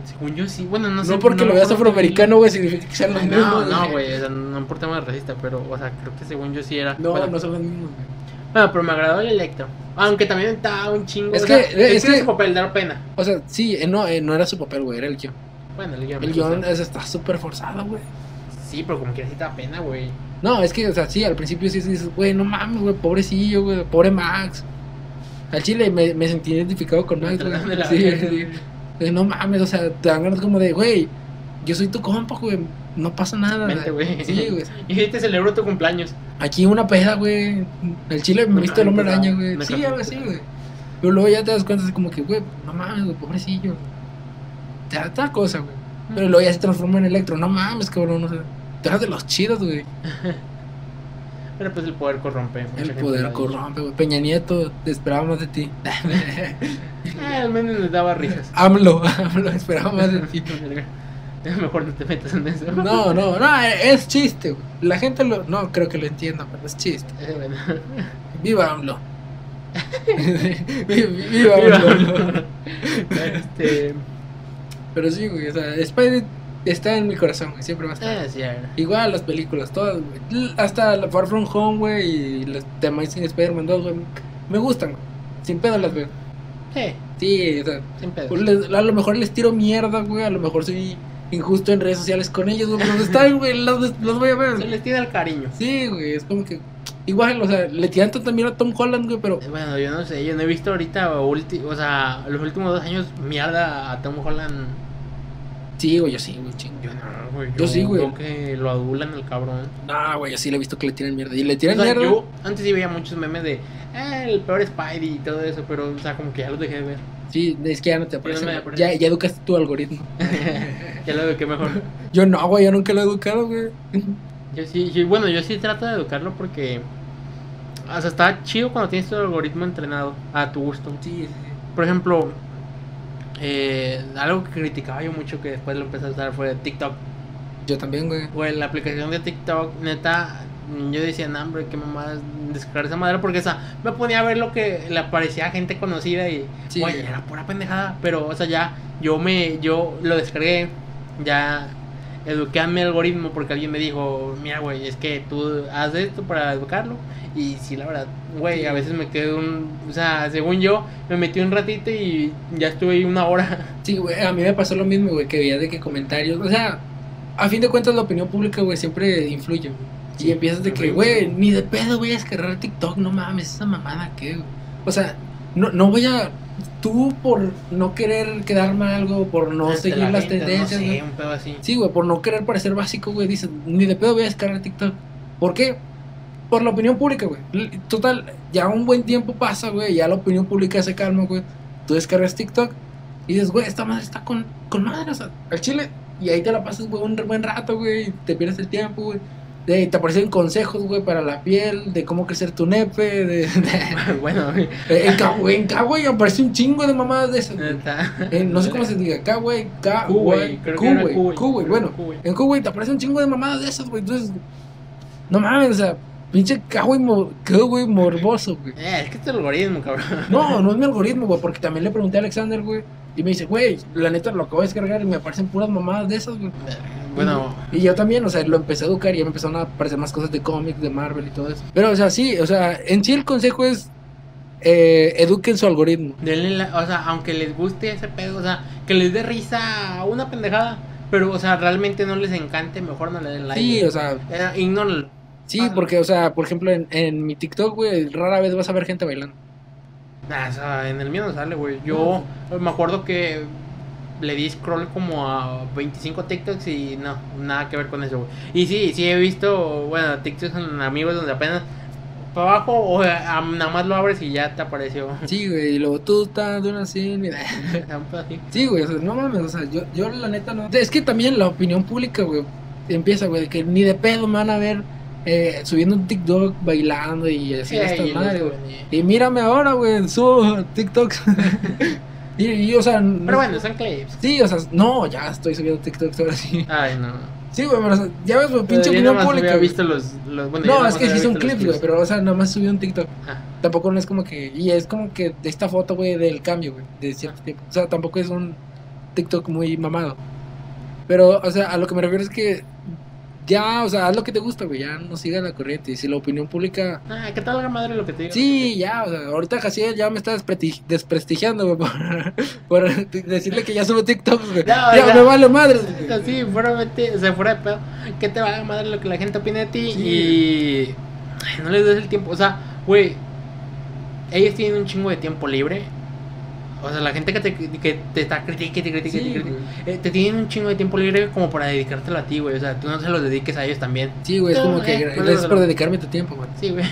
Speaker 2: Según yo sí, bueno, no
Speaker 1: No,
Speaker 2: sé.
Speaker 1: porque
Speaker 2: no
Speaker 1: lo
Speaker 2: me
Speaker 1: veas
Speaker 2: acuerdo
Speaker 1: afroamericano, güey, significa que sean los
Speaker 2: bien.
Speaker 1: mismos.
Speaker 2: No, no, güey, o sea, no por tema de racista, pero, o sea, creo que según yo sí era.
Speaker 1: No,
Speaker 2: bueno,
Speaker 1: no son los mismos, güey.
Speaker 2: bueno, Ah, pero me agradó el Electro. Aunque también estaba un chingo.
Speaker 1: Es
Speaker 2: o sea,
Speaker 1: que-
Speaker 2: él
Speaker 1: es
Speaker 2: tiene
Speaker 1: que-
Speaker 2: su papel, dar pena.
Speaker 1: O sea, sí, eh, no, eh, no era su papel, güey, era el guión.
Speaker 2: Bueno, el guión.
Speaker 1: El
Speaker 2: o
Speaker 1: guión eh.
Speaker 2: sea,
Speaker 1: o sea, está súper forzado, güey.
Speaker 2: Sí, pero como que sí da pena, güey.
Speaker 1: No, es que, o sea, sí, al principio sí dices, güey, no mames, güey, pobrecillo, güey, pobre Max. Al chile me, me sentí identificado con Max, güey.
Speaker 2: Tratando de la
Speaker 1: Sí,
Speaker 2: verga,
Speaker 1: sí.
Speaker 2: güey.
Speaker 1: De, No mames, o sea, te dan ganas como de, güey, yo soy tu compa, güey, no pasa nada.
Speaker 2: Vente, güey.
Speaker 1: Sí, güey.
Speaker 2: Y ahí te celebró tu cumpleaños.
Speaker 1: Aquí una peda, güey. Al chile me
Speaker 2: No
Speaker 1: viste el hombre
Speaker 2: mames,
Speaker 1: araña,
Speaker 2: no,
Speaker 1: güey.
Speaker 2: no
Speaker 1: Sí,
Speaker 2: creo
Speaker 1: algo
Speaker 2: que
Speaker 1: así,
Speaker 2: sea.
Speaker 1: güey. Pero luego ya te das cuenta, es como que, güey, no mames, güey, pobrecillo. Te da otra cosa, güey. Pero luego ya se transforma en electro, no mames, cabrón, o sea, tú eras de los chidos, güey.
Speaker 2: Pero pues el poder corrompe. mucha
Speaker 1: El
Speaker 2: gente lo
Speaker 1: poder
Speaker 2: ha
Speaker 1: corrompe, güey. Peña Nieto, te esperaba más de ti.
Speaker 2: dicho. Ah, al menos les daba risas.
Speaker 1: AMLO, AMLO, esperaba más de ti.
Speaker 2: Mejor no te metas en eso.
Speaker 1: No, no, no, es chiste, güey. La gente lo. No, creo que lo entienda, pero es chiste.
Speaker 2: Eh, bueno.
Speaker 1: Viva AMLO. Vi- Viva AMLO.
Speaker 2: este.
Speaker 1: Pero sí, güey, o sea, Spider está en mi corazón, güey, siempre va a estar.
Speaker 2: Ah, sí, a ver.
Speaker 1: Igual las películas, todas, güey. L- Hasta la Far From Home, güey, y las de Amazing Spider-Man 2, güey. Me gustan, güey. Sin pedo las veo.
Speaker 2: Sí,
Speaker 1: Sí, o sea,
Speaker 2: sin pedo.
Speaker 1: Pues les- a lo mejor les tiro mierda, güey. A lo mejor soy injusto en redes sociales con ellos, güey. pero ¿Dónde están, güey? Los, los voy a
Speaker 2: Se
Speaker 1: ver.
Speaker 2: les tiene el cariño.
Speaker 1: Sí, güey. Es como que. Igual, o sea, le tiran tanta mierda a Tom Holland, güey, pero.
Speaker 2: Eh, Bueno, yo no sé, yo no he visto ahorita, ulti- o sea, los últimos dos años, mierda a Tom Holland.
Speaker 1: Sí, güey, yo sí, güey, chingo.
Speaker 2: Yo no, güey.
Speaker 1: Yo sí, güey.
Speaker 2: Creo que lo adulan el cabrón.
Speaker 1: No, güey, yo sí le he visto que le tiran mierda. Y le
Speaker 2: O
Speaker 1: tiran
Speaker 2: sea,
Speaker 1: mierda.
Speaker 2: yo antes sí veía muchos memes de "Ah, el peor Spidey y todo eso, pero, o sea, como que ya los dejé de ver.
Speaker 1: Sí, es que ya no te aparece.
Speaker 2: me
Speaker 1: güey.
Speaker 2: aparece.
Speaker 1: Ya, ya educaste tu algoritmo.
Speaker 2: ya lo eduqué mejor.
Speaker 1: Yo no, güey, yo nunca lo he educado, güey.
Speaker 2: Yo sí, yo- bueno, yo sí trato de educarlo porque. O sea, está chido cuando tienes tu algoritmo entrenado a tu gusto.
Speaker 1: Sí, sí.
Speaker 2: Por ejemplo, eh, algo que criticaba yo mucho que después lo empecé a usar fue TikTok.
Speaker 1: Yo también, güey.
Speaker 2: Güey, la aplicación de TikTok, neta, yo decía, no, hombre, qué mamadas descargar esa madre, porque, o sea, me ponía a ver lo que le aparecía a gente conocida y,
Speaker 1: Sí.
Speaker 2: güey, era pura pendejada, pero, o sea, ya, yo me, yo lo descargué, ya eduqué a mi algoritmo porque alguien me dijo, mira, güey, es que tú haces esto para educarlo, y sí, la verdad, güey, a veces me quedo un, o sea, según yo, me metí un ratito y ya estuve ahí una hora.
Speaker 1: Sí, güey, a mí me pasó lo mismo, güey, que veía de que comentarios, o sea, a fin de cuentas la opinión pública, güey, siempre influye. güey. Y empiezas de que, güey, ni de pedo voy a descargar TikTok, no mames, esa mamada que, güey. O sea, no, no voy a. Tú por no querer quedar mal, güey, por no
Speaker 2: Ante
Speaker 1: seguir
Speaker 2: la
Speaker 1: las
Speaker 2: gente,
Speaker 1: tendencias,
Speaker 2: No
Speaker 1: güey.
Speaker 2: sé, un pedo así.
Speaker 1: Sí, güey, por no querer parecer básico, güey, dices, ni de pedo voy a descargar TikTok. ¿Por qué? Por la opinión pública, güey. L- Total, ya un buen tiempo pasa, güey, ya la opinión pública se calma, güey. Tú descargas TikTok y dices, güey, esta madre está con, con madre, o sea, al chile. Y ahí te la pasas, güey, un buen rato, güey, y te pierdes el tiempo, güey. De- te aparecen consejos, güey, para la piel, de cómo crecer tu nepe, de... de-
Speaker 2: bueno, güey,
Speaker 1: en K, güey, en K, güey, aparece un chingo de mamadas de esas, güey.
Speaker 2: neta.
Speaker 1: Eh, no sé cómo se diga, K, güey, K,
Speaker 2: Q, güey,
Speaker 1: güey,
Speaker 2: creo
Speaker 1: Q,
Speaker 2: que era
Speaker 1: güey,
Speaker 2: Q, güey,
Speaker 1: Q, güey,
Speaker 2: creo que
Speaker 1: bueno.
Speaker 2: Q, güey.
Speaker 1: En Kuwait te aparece un chingo de mamadas de esas, güey. Entonces, no mames, o sea, pinche Kawaii, mo- Kawaii morboso, güey.
Speaker 2: Eh, es que este algoritmo, cabrón.
Speaker 1: No, no es mi algoritmo, güey, porque también le pregunté a Alexander, güey. Y me dice, güey, la neta lo acabo de descargar y me aparecen puras mamadas de esas, güey.
Speaker 2: Bueno,
Speaker 1: Y yo también, o sea, lo empecé a educar y ya me empezaron a aparecer más cosas de cómics, de Marvel y todo eso. Pero, o sea, sí, o sea, en sí el consejo es, eh, eduquen su algoritmo.
Speaker 2: denle la, o sea, aunque les guste ese pedo, o sea, que les dé risa una pendejada, pero, o sea, realmente no les encante, mejor no le den like.
Speaker 1: Sí, o sea,
Speaker 2: Eh, ignórenlo.
Speaker 1: sí,
Speaker 2: Ah.
Speaker 1: porque, o sea, por ejemplo, en, en mi TikTok, güey, rara vez vas a ver gente bailando.
Speaker 2: Nah, Ah, o sea, en el mío no sale, güey. Yo me acuerdo que le di scroll como a 25 TikToks y no, nada que ver con eso, güey. Y sí, sí he visto, bueno, TikToks en amigos donde apenas para abajo o eh, am- nada más lo abres y ya te apareció.
Speaker 1: Sí, güey, y luego tú estás de una así, mira.
Speaker 2: Un pedo así.
Speaker 1: Sí, güey, o sea, no mames, o sea, yo, yo la neta no. Es que también la opinión pública, güey, empieza, güey, de que ni de pedo me van a ver eh, subiendo un TikTok bailando y
Speaker 2: Sí,
Speaker 1: así
Speaker 2: ahí
Speaker 1: estas
Speaker 2: los
Speaker 1: madres, güey.
Speaker 2: ven y-
Speaker 1: Y mírame ahora, güey, subo TikToks. y, y, o sea. no-
Speaker 2: Pero bueno, son clips.
Speaker 1: Sí, o sea, no, ya estoy subiendo TikToks ahora sí.
Speaker 2: Ay, no.
Speaker 1: Sí, güey, pero o sea, ya ves, güey, pinche
Speaker 2: Yo
Speaker 1: opinión
Speaker 2: nomás
Speaker 1: pública.
Speaker 2: había
Speaker 1: güey.
Speaker 2: visto los, los- bueno, yo
Speaker 1: No,
Speaker 2: nomás
Speaker 1: es que sí
Speaker 2: había
Speaker 1: son
Speaker 2: visto los
Speaker 1: clips, güey, pero, o sea, nada más subí un TikTok.
Speaker 2: Ajá.
Speaker 1: Tampoco no es como que. Y es como que de esta foto, güey, del cambio, güey, de cierto tiempo. O sea, tampoco es un TikTok muy mamado. Pero, o sea, a lo que me refiero es que. Ya, o sea, haz lo que te gusta, güey, ya no sigas la corriente. Y si la opinión pública.
Speaker 2: Ah, ¿qué tal la madre lo que te digo?
Speaker 1: Sí, ya, o sea, ahorita Jaciel ya me está despreti- desprestigiando, güey, por, por decirle que ya subo TikToks, güey.
Speaker 2: No,
Speaker 1: ya,
Speaker 2: o sea,
Speaker 1: me vale madre.
Speaker 2: Así, fuera, vete, o sea, fuera de pedo. Que te valga madre lo que la gente opine de ti
Speaker 1: Sí.
Speaker 2: y. ay, no les des el tiempo. O sea, güey, ellos tienen un chingo de tiempo libre. O sea, la gente que te, que te está critique, te critique, te
Speaker 1: Sí,
Speaker 2: critique,
Speaker 1: güey.
Speaker 2: eh, te tienen un chingo de tiempo libre como para dedicártelo a ti, güey. O sea, tú no se los dediques a ellos también.
Speaker 1: Sí, güey, es como que
Speaker 2: Eh,
Speaker 1: gra-
Speaker 2: no,
Speaker 1: gracias
Speaker 2: no,
Speaker 1: por
Speaker 2: no.
Speaker 1: dedicarme tu tiempo, güey.
Speaker 2: Sí, güey.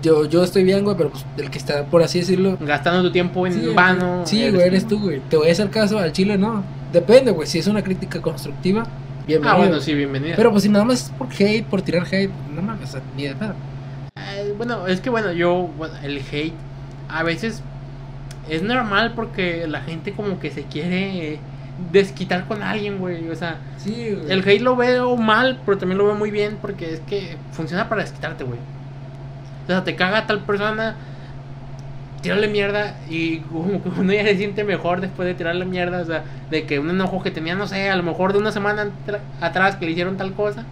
Speaker 1: Yo, yo estoy bien, güey, pero pues, el que está, por así decirlo,
Speaker 2: Gastando tu tiempo en
Speaker 1: Sí,
Speaker 2: vano. este
Speaker 1: Sí, güey, eres tú, güey. Te voy a hacer caso al chile, no. Depende, güey. Si es una crítica constructiva, bienvenido.
Speaker 2: Ah, bueno, sí, bienvenido.
Speaker 1: Pero pues si nada más es por hate, por tirar hate, no mames, o sea, ni de pedo.
Speaker 2: Ay, Bueno, es que bueno, yo, bueno, el hate a veces es normal porque la gente como que se quiere desquitar con alguien, güey. O sea,
Speaker 1: Sí, güey.
Speaker 2: el hate lo veo mal, pero también lo veo muy bien porque es que funciona para desquitarte, güey. O sea, te caga tal persona, tirarle mierda y como que uno ya se siente mejor después de tirarle mierda. O sea, de que un enojo que tenía, no sé, a lo mejor de una semana atra- atrás que le hicieron tal cosa,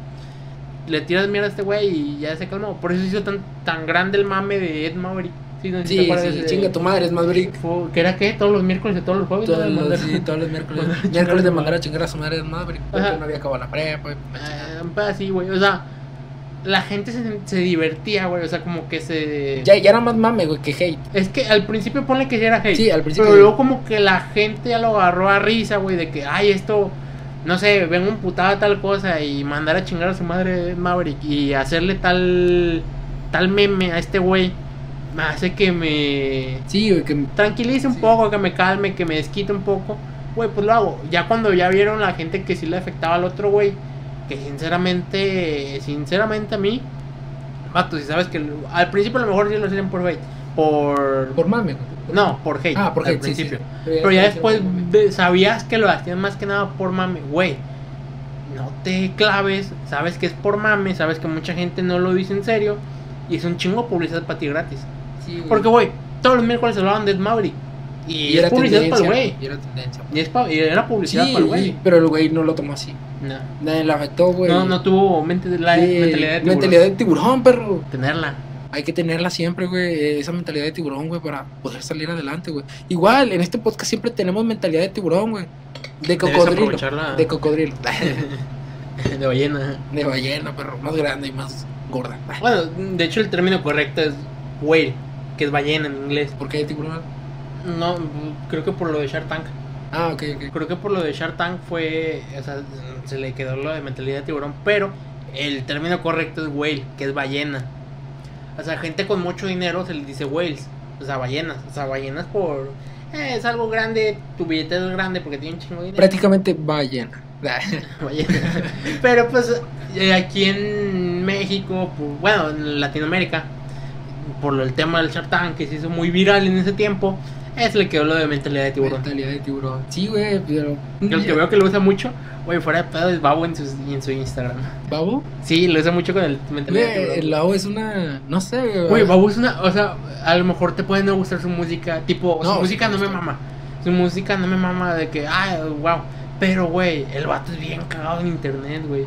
Speaker 2: le tiras mierda a este güey y ya se calmó. Por eso se hizo tan, tan grande el mame de Ed Maverick. Sí, no sé si te
Speaker 1: Sí,
Speaker 2: acuerdas
Speaker 1: sí,
Speaker 2: de ese-
Speaker 1: chinga tu madre, es más brick.
Speaker 2: Fue- ¿Que era qué? Todos los miércoles y todos los jueves. ¿no?
Speaker 1: Todos
Speaker 2: El
Speaker 1: los,
Speaker 2: mandar-
Speaker 1: sí, todos los miércoles.
Speaker 2: Mandar a chingar a
Speaker 1: miércoles de
Speaker 2: su madre.
Speaker 1: mandar a chingar a su madre es más brick. Porque
Speaker 2: Ajá.
Speaker 1: no había acabado la prepa. y-
Speaker 2: Ah, un pedo así, güey. O sea, la gente se, se divertía, güey. O sea, como que se.
Speaker 1: Ya, ya era más mame, güey, que hate.
Speaker 2: Es que al principio ponle que sí era hate.
Speaker 1: Sí, al principio.
Speaker 2: Pero luego como que la gente ya lo agarró a risa, güey, de que, ay, esto, no sé, vengo un putado a tal cosa y mandar a chingar a su madre Maverick y hacerle tal, tal meme a este güey, me hace que me
Speaker 1: Sí, güey, que.
Speaker 2: tranquilice un
Speaker 1: Sí.
Speaker 2: poco, que me calme, que me desquite un poco, güey, pues lo hago. Ya cuando ya vieron la gente que sí le afectaba al otro güey, que sinceramente, sinceramente a mí, vato, si sabes que lo- al principio a lo mejor sí lo hacían por hate, por...
Speaker 1: Por mame, güey.
Speaker 2: No, por hate.
Speaker 1: Ah, por
Speaker 2: al
Speaker 1: hate, sí, sí,
Speaker 2: principio.
Speaker 1: sí.
Speaker 2: Pero ya después de- sabías que lo hacían más que nada por mame, güey. No te claves, sabes que es por mame, sabes que mucha gente no lo dice en serio y es un chingo de publicidad para ti gratis.
Speaker 1: Sí, güey.
Speaker 2: Porque, güey, todos los miércoles hablaban de Ed Maverick y,
Speaker 1: Y
Speaker 2: es
Speaker 1: era
Speaker 2: publicidad para el
Speaker 1: tendencia.
Speaker 2: güey.
Speaker 1: Y era tendencia.
Speaker 2: Y, es pa- y era publicidad para el güey.
Speaker 1: Sí, pero el güey no lo tomó así.
Speaker 2: No.
Speaker 1: Nadie le afectó, güey.
Speaker 2: no, no tuvo mente, la
Speaker 1: Sí,
Speaker 2: mentalidad de tiburón.
Speaker 1: mentalidad de tiburón, perro.
Speaker 2: Tenerla.
Speaker 1: Hay que tenerla siempre, güey, eh, esa mentalidad de tiburón, güey, para poder salir adelante, güey. Igual, en este podcast siempre tenemos mentalidad de tiburón, güey. De
Speaker 2: Debes
Speaker 1: cocodrilo.
Speaker 2: aprovecharla.
Speaker 1: De cocodrilo.
Speaker 2: De ballena.
Speaker 1: De ballena, pero más grande y más gorda.
Speaker 2: Bueno, de hecho el término correcto es whale, que es ballena en inglés.
Speaker 1: ¿Por qué hay tiburón?
Speaker 2: No, creo que por lo de Shark Tank.
Speaker 1: Ah, ok, ok.
Speaker 2: Creo que por lo de Shark Tank fue, o sea, se le quedó lo de mentalidad de tiburón, pero el término correcto es whale, que es ballena. O sea, gente con mucho dinero se les dice whales, o sea, ballenas, o sea, ballenas por... eh, es algo grande, tu billetera es grande porque tiene un chingo de dinero.
Speaker 1: Prácticamente ballena.
Speaker 2: Ballena. Pero pues eh, aquí en México, pu- bueno, en Latinoamérica, por lo- el tema del Shark Tank que se hizo muy viral en ese tiempo, es le quedó lo de mentalidad de tiburón.
Speaker 1: Mentalidad de tiburón. Sí, güey, pero.
Speaker 2: Que El que veo que lo usa mucho, güey, fuera de pedo es Babo en su, en su Instagram.
Speaker 1: ¿Babo?
Speaker 2: Sí, lo usa mucho con el mentalidad de
Speaker 1: Güey, el
Speaker 2: tiburón.
Speaker 1: Babo es una. No sé, güey.
Speaker 2: Güey, Babo es una, o sea, a lo mejor te puede no gustar su música, tipo,
Speaker 1: No,
Speaker 2: su
Speaker 1: sí
Speaker 2: música
Speaker 1: me
Speaker 2: no me
Speaker 1: gusta.
Speaker 2: mama. Su música no me mama de que, ah, wow. Pero, güey, el vato es bien cagado en internet, güey.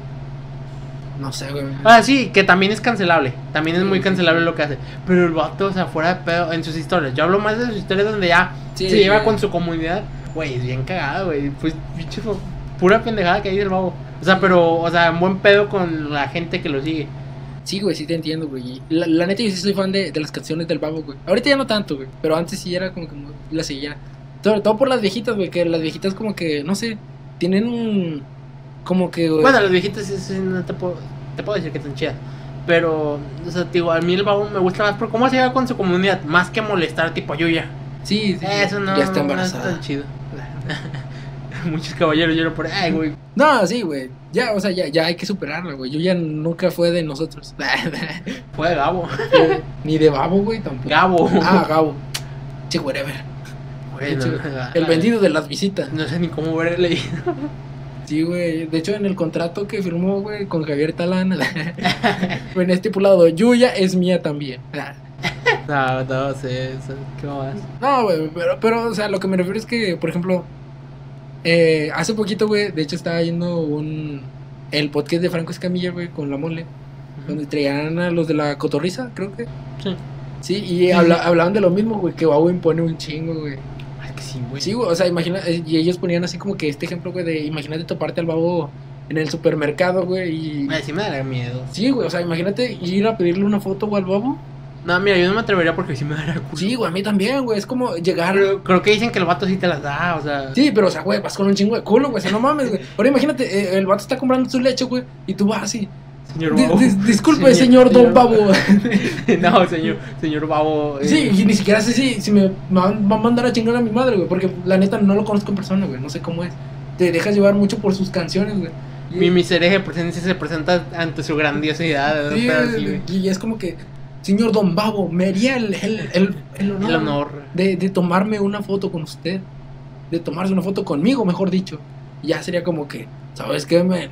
Speaker 1: No sé, güey.
Speaker 2: Ah, sí, que también es cancelable. También es muy cancelable lo que hace. Pero el vato, o sea, fuera de pedo, en sus historias. Yo hablo más de sus historias donde ya
Speaker 1: Sí,
Speaker 2: se lleva
Speaker 1: güey.
Speaker 2: con su comunidad. Güey, es bien cagado, güey. Pues, pinche, fu- pura pendejada que dice el babo. O sea, pero, o sea, en buen pedo con la gente que lo sigue.
Speaker 1: Sí, güey, sí te entiendo, güey. La, la neta, yo sí soy fan de, de las canciones del Babo, güey. Ahorita ya no tanto, güey. Pero antes sí era como que muy- la seguía. Sobre todo por las viejitas, güey. Que las viejitas, como que, no sé, tienen un. Como que, güey.
Speaker 2: Bueno, las viejitas, sí, sí, no te puedo, te puedo decir que están chidas. Pero, o sea, te digo, a mí el babo me gusta más por cómo se lleva con su comunidad. Más que molestar, tipo, a Yuya.
Speaker 1: sí, sí, sí.
Speaker 2: Eso no,
Speaker 1: Ya está
Speaker 2: no es
Speaker 1: embarazada.
Speaker 2: tan chido. Muchos caballeros lloran por, ay, güey.
Speaker 1: No, sí, güey. Ya, o sea, ya, ya hay que superarla, güey. Yo ya nunca fue de nosotros.
Speaker 2: Fue de Gabo.
Speaker 1: Ni de Babo, güey, tampoco.
Speaker 2: Gabo.
Speaker 1: Ah, Gabo. Sí, whatever.
Speaker 2: Bueno,
Speaker 1: Sí,
Speaker 2: ah,
Speaker 1: El vendido de las visitas.
Speaker 2: No sé ni cómo verle.
Speaker 1: Sí, güey. De hecho, en el contrato que firmó, güey, con Javier Talán, venía estipulado, Yuya es mía también.
Speaker 2: No, no sé. eso, ¿Qué más?
Speaker 1: No, güey, pero, pero, o sea, lo que me refiero es que, por ejemplo, eh, hace poquito, güey, de hecho estaba yendo un... El podcast de Franco Escamilla, güey, con la mole, donde traían a los de la cotorriza, creo que.
Speaker 2: Sí.
Speaker 1: Sí, y habla- hablaban de lo mismo, güey, que Huawei impone un chingo, güey.
Speaker 2: Ay, que sí, güey.
Speaker 1: Sí, güey, o sea, imagina, eh, y ellos ponían así como que este ejemplo, güey, de imagínate toparte al babo en el supermercado, güey, y...
Speaker 2: Ay, sí me daría miedo.
Speaker 1: Sí, güey, o sea, imagínate ir a pedirle una foto, güey, al babo.
Speaker 2: No, mira, yo no me atrevería porque sí me daría culo.
Speaker 1: Sí, güey, a mí también, güey, es como llegar...
Speaker 2: Pero creo que dicen que el vato sí te las da, o sea.
Speaker 1: Sí, pero, o sea, güey, vas con un chingo de culo, güey, o sea, no mames, güey. Ahora imagínate, eh, el vato está comprando su leche, güey, y tú vas así.
Speaker 2: Señor
Speaker 1: "Di-
Speaker 2: Babo.
Speaker 1: dis- disculpe, señor,
Speaker 2: Señor- señor
Speaker 1: Don Babo.
Speaker 2: no, señor, señor Babo. eh,
Speaker 1: Sí, y ni siquiera sé si, si me me van van a mandar a chingar a mi madre, güey, porque la neta no lo conozco en persona, güey, no sé cómo es. Te dejas llevar mucho por sus canciones, güey. Y-
Speaker 2: Mi miserable presencia se presenta ante su grandiosidad.
Speaker 1: Sí,
Speaker 2: pero sí, güey.
Speaker 1: y es como que, señor Don Babo, me haría el, el, el- el honor,
Speaker 2: El honor.
Speaker 1: De, de tomarme una foto con usted, de tomarse una foto conmigo, mejor dicho. Y ya sería como que, ¿sabes qué, men?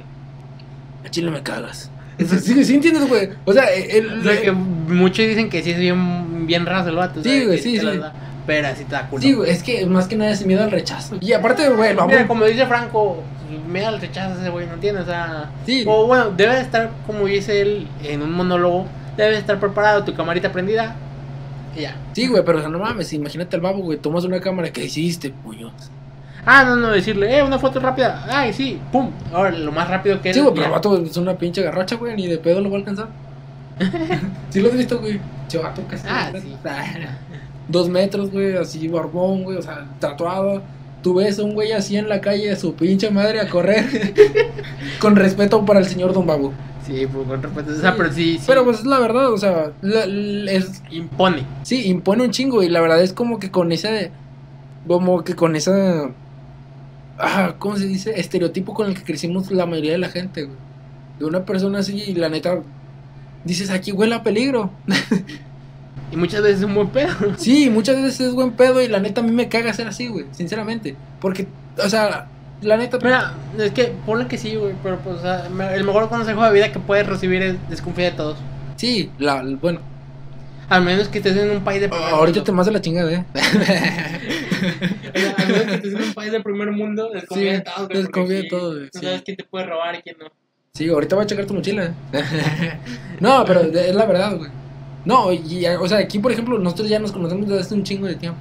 Speaker 1: A Chile me cagas. O sea, Sí, sí, entiendes, güey. O sea, el,
Speaker 2: Lo que muchos dicen que sí es bien, bien raso el vato. o
Speaker 1: Sí,
Speaker 2: sea,
Speaker 1: güey,
Speaker 2: que
Speaker 1: sí,
Speaker 2: te las
Speaker 1: sí.
Speaker 2: da, Pero así te da culo.
Speaker 1: sí, güey, es que más que nada es miedo al rechazo. Y aparte, güey, el
Speaker 2: Mira,
Speaker 1: babo.
Speaker 2: como dice Franco, mira el rechazo a ese güey, ¿no entiendes? O sea,
Speaker 1: Sí,
Speaker 2: o bueno, debe de estar, como dice él en un monólogo, debe de estar preparado, tu camarita prendida, y ya.
Speaker 1: sí, güey, pero o sea, no mames, imagínate al babo, güey, tomas una cámara que hiciste, puño.
Speaker 2: Ah, no, no, decirle, eh, una foto rápida, ay, sí, pum, ahora lo más rápido que
Speaker 1: Sí,
Speaker 2: él,
Speaker 1: güey, pero
Speaker 2: ya.
Speaker 1: el vato es una pinche garracha, güey, ni de pedo lo va a alcanzar. sí lo has visto, güey. Che, vato, que
Speaker 2: Ah,
Speaker 1: se-
Speaker 2: sí.
Speaker 1: Dos metros, güey, así barbón, güey, o sea, tatuado. Tú ves a un güey así en la calle de su pinche madre a correr. con respeto para el señor Don Babu.
Speaker 2: Sí, pues, con respeto, o sea,
Speaker 1: Sí,
Speaker 2: pero sí, sí,
Speaker 1: Pero pues es la verdad, o sea, la- la- es,
Speaker 2: impone.
Speaker 1: sí, impone un chingo y la verdad es como que con ese, como que con esa, ah, ¿cómo se dice? Estereotipo con el que crecimos la mayoría de la gente, güey. De una persona así y la neta, dices, aquí huele a peligro.
Speaker 2: Y muchas veces es un buen pedo.
Speaker 1: Sí, muchas veces es buen pedo y la neta a mí me caga ser así, güey, sinceramente. Porque, o sea, la neta...
Speaker 2: Mira, es que ponle que sí, güey, pero pues, o sea, me- el mejor consejo de vida que puedes recibir es desconfía de todos.
Speaker 1: Sí, la, bueno,
Speaker 2: Al menos que estés en un país de primer
Speaker 1: Ah, ahorita
Speaker 2: mundo.
Speaker 1: te más de la chingada, eh.
Speaker 2: O sea, al menos que estés en un país de primer mundo, desconfía
Speaker 1: Sí,
Speaker 2: de todos. güey,
Speaker 1: desconfía
Speaker 2: porque
Speaker 1: de
Speaker 2: sí,
Speaker 1: todos, güey,
Speaker 2: No
Speaker 1: sí.
Speaker 2: sabes quién te puede robar y quién no.
Speaker 1: Sí, ahorita voy a checar tu mochila. no, pero de- es la verdad, güey. No, y, o sea, aquí, por ejemplo, nosotros ya nos conocemos desde hace un chingo de tiempo.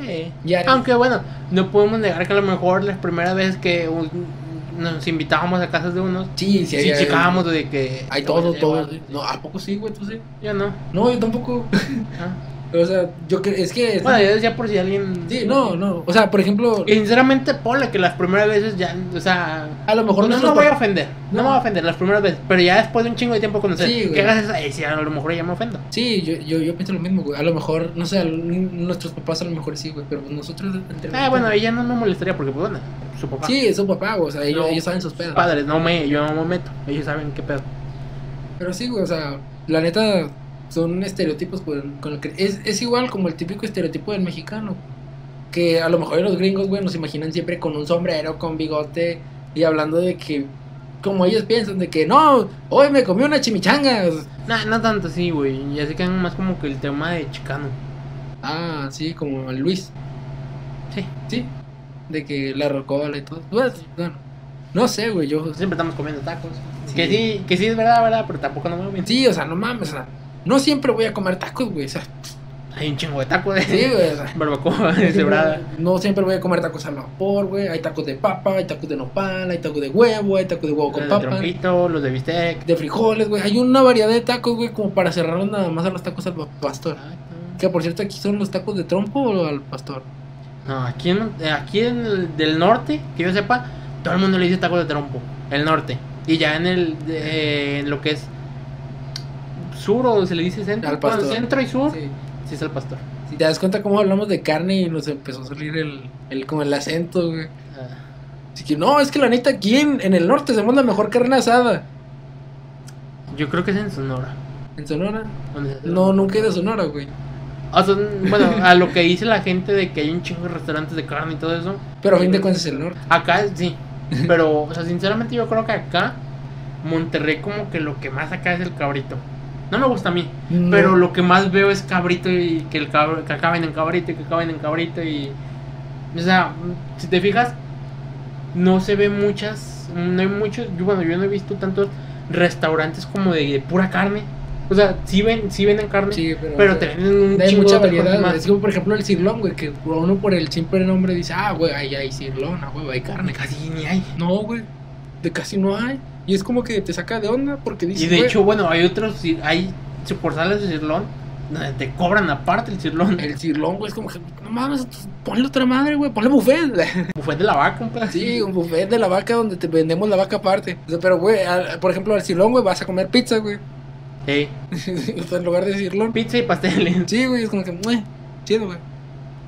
Speaker 2: Eh,
Speaker 1: Ya,
Speaker 2: Aunque bueno, no podemos negar que a lo mejor las primeras veces que un, nos invitábamos a casas de unos.
Speaker 1: Sí, sí,
Speaker 2: Sí,
Speaker 1: hay,
Speaker 2: checábamos de que.
Speaker 1: hay todo, todo. No, ¿a poco sí, güey? ¿Tú sí?
Speaker 2: Yo no.
Speaker 1: No, yo tampoco.
Speaker 2: Ah.
Speaker 1: O sea, yo que es que...
Speaker 2: Bueno, yo decía por si alguien.
Speaker 1: Sí, no, no. O sea, por ejemplo,
Speaker 2: Y sinceramente, ponle que las primeras veces ya. O sea.
Speaker 1: a lo mejor
Speaker 2: pues No, no
Speaker 1: nuestros
Speaker 2: me voy a
Speaker 1: papás-
Speaker 2: ofender. No,
Speaker 1: No.
Speaker 2: me voy a ofender las primeras veces. Pero ya después de un chingo de tiempo conocer.
Speaker 1: Sí, güey.
Speaker 2: ¿Qué hagas esa? Eh, sí, a lo mejor ya me ofendo.
Speaker 1: Sí, yo, yo, yo pienso lo mismo, güey. A lo mejor, no sé, a lo- nuestros papás a lo mejor sí, güey, pero nosotros... entre-
Speaker 2: Ah, bueno, ella no me molestaría porque, pues, bueno, su papá.
Speaker 1: Sí, es su papá, güey, o sea, ellos,
Speaker 2: No,
Speaker 1: ellos saben sus pedos.
Speaker 2: Padres, no me, yo no me meto. Ellos saben qué pedo.
Speaker 1: Pero sí, güey, o sea, la neta son estereotipos con, con el que... Es, es igual como el típico estereotipo del mexicano, que a lo mejor los gringos, güey, nos imaginan siempre con un sombrero, con bigote, y hablando de que, como ellos piensan, de que, no, hoy me comí una chimichanga.
Speaker 2: No, no tanto así, güey. Ya se quedan más como que el tema de chicano.
Speaker 1: Ah, sí, como el Luis.
Speaker 2: Sí.
Speaker 1: Sí, de que la rocola y todo. Bueno, bueno, no sé, güey, yo...
Speaker 2: Siempre estamos comiendo tacos.
Speaker 1: Sí.
Speaker 2: Que sí, que sí es verdad, verdad, pero tampoco no me voy
Speaker 1: Sí, o sea, no mames, o sea, no siempre voy a comer tacos, güey, o sea,
Speaker 2: Hay un chingo de tacos de
Speaker 1: sí, güey, o sea,
Speaker 2: barbacoa deshebrada.
Speaker 1: No siempre voy a comer tacos al vapor, güey. Hay tacos de papa, hay tacos de nopal, hay tacos de huevo, hay tacos de huevo
Speaker 2: Los
Speaker 1: con
Speaker 2: Ah, de
Speaker 1: papa,
Speaker 2: trompito, los de bistec.
Speaker 1: de frijoles, güey. Hay una variedad de tacos, güey, como para cerrarlos nada más a los tacos al va- pastor. Que por cierto, aquí son los tacos de trompo o al pastor.
Speaker 2: No, aquí en, eh, aquí en el del norte, que yo sepa, todo el mundo le dice tacos de trompo. El norte. Y ya en el de- en lo que es sur o se le dice centro.
Speaker 1: Al pastor.
Speaker 2: bueno, centro y sur, sí,
Speaker 1: Sí.
Speaker 2: es el pastor.
Speaker 1: Si te das cuenta cómo hablamos de carne y nos empezó a salir el, el como el acento, güey.
Speaker 2: Ah,
Speaker 1: Así que no, es que la neta aquí en, en el norte se manda mejor carne asada.
Speaker 2: yo creo que es en Sonora.
Speaker 1: En Sonora.
Speaker 2: donde se hace
Speaker 1: No, nunca he ido a Sonora, güey.
Speaker 2: O sea, bueno, a lo que dice la gente de que hay un chingo de restaurantes de carne y todo eso.
Speaker 1: Pero a fin de cuentas es el norte.
Speaker 2: Acá sí. Pero, o sea, sinceramente yo creo que acá, Monterrey como que lo que más acá es el cabrito. No me gusta a mí, pero lo que más veo es cabrito y que, el cabr- que acaben en cabrito y que acaben en cabrito y... O sea, si te fijas, no se ve muchas, no hay muchos, yo, bueno, yo no he visto tantos restaurantes como de, de pura carne. O sea, sí, ven, sí venden carne,
Speaker 1: Sí, pero,
Speaker 2: pero te venden un
Speaker 1: hay
Speaker 2: chingo
Speaker 1: mucha
Speaker 2: de otras
Speaker 1: variedad.
Speaker 2: cosas más.
Speaker 1: güey. Es como, por ejemplo, el cirlón, güey, que uno por el simple nombre dice, ah, güey, ahí hay cirlón, ah, güey, hay carne.
Speaker 2: Casi ni hay.
Speaker 1: No, güey, de casi no hay. Y es como que te saca de onda porque dice,
Speaker 2: Y de hecho, bueno, hay otros, ci- hay sucursales de Cirlón donde te cobran aparte el Cirlón. El
Speaker 1: el cirlón, güey, es como que, no mames, ponle otra madre, güey, ponle buffet.
Speaker 2: buffet de la vaca, un pedazo.
Speaker 1: Sí, un buffet de la vaca donde te vendemos la vaca aparte. O sea, pero, güey, al- por ejemplo, al cirlón, güey, vas a comer pizza, güey.
Speaker 2: Sí.
Speaker 1: O sea, en lugar de cirlón.
Speaker 2: Pizza y pasteles.
Speaker 1: Sí, güey, es como que, güey, chido, güey.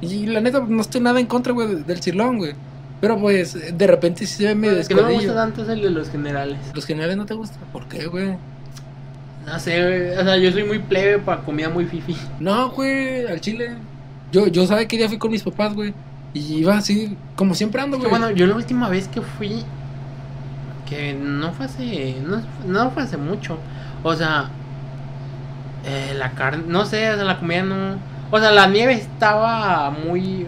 Speaker 1: Y la neta, no estoy nada en contra, güey, de- del cirlón, güey. Pero, pues, de repente sí se ve medio
Speaker 2: El que no me gusta
Speaker 1: descodillo.
Speaker 2: tanto es el de los generales.
Speaker 1: ¿Los generales no te gustan? ¿Por qué, güey?
Speaker 2: No sé, güey, o sea, yo soy muy plebe para comida muy fifi.
Speaker 1: No, güey, al chile. Yo, yo sabe que día fui con mis papás, güey. Y iba así, como siempre ando,
Speaker 2: Es que
Speaker 1: güey.
Speaker 2: bueno, yo la última vez que fui, que no fue hace, no, no fue hace mucho. O sea, eh, la carne, no sé, o sea, la comida no. O sea, la nieve estaba muy.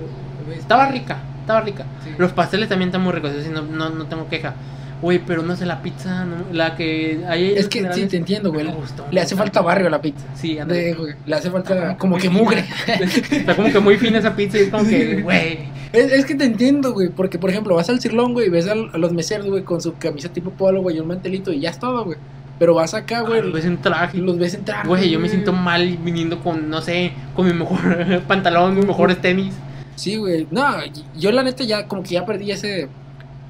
Speaker 2: Estaba rica, estaba rica.
Speaker 1: Sí.
Speaker 2: Los pasteles también están muy ricos, así no, no, no tengo queja. Güey, pero no sé, la pizza, no- la que hay ahí en
Speaker 1: Es que sí,
Speaker 2: generales,
Speaker 1: te entiendo, güey.
Speaker 2: no me gustó,
Speaker 1: Le hace
Speaker 2: no.
Speaker 1: falta barrio a la pizza.
Speaker 2: Sí, ándale.
Speaker 1: De- güey, le hace falta
Speaker 2: Está
Speaker 1: como
Speaker 2: muy
Speaker 1: que
Speaker 2: fina.
Speaker 1: mugre.
Speaker 2: Está como que muy fina esa pizza y es como que, güey.
Speaker 1: Es, es que te entiendo, güey. Porque, por ejemplo, vas al cirlón, güey, y ves al- a los meseros, güey, con su camisa tipo polo, güey, y un mantelito, y ya es todo, güey. Pero vas acá, Ah, güey,
Speaker 2: Güey, es un traje.
Speaker 1: los ves entrar.
Speaker 2: Ah, Güey, yo me siento
Speaker 1: Mm.
Speaker 2: mal viniendo con, no sé, con mi mejor pantalón, mis mejores tenis.
Speaker 1: Sí, güey. No, y- yo la neta ya, como que ya perdí ese.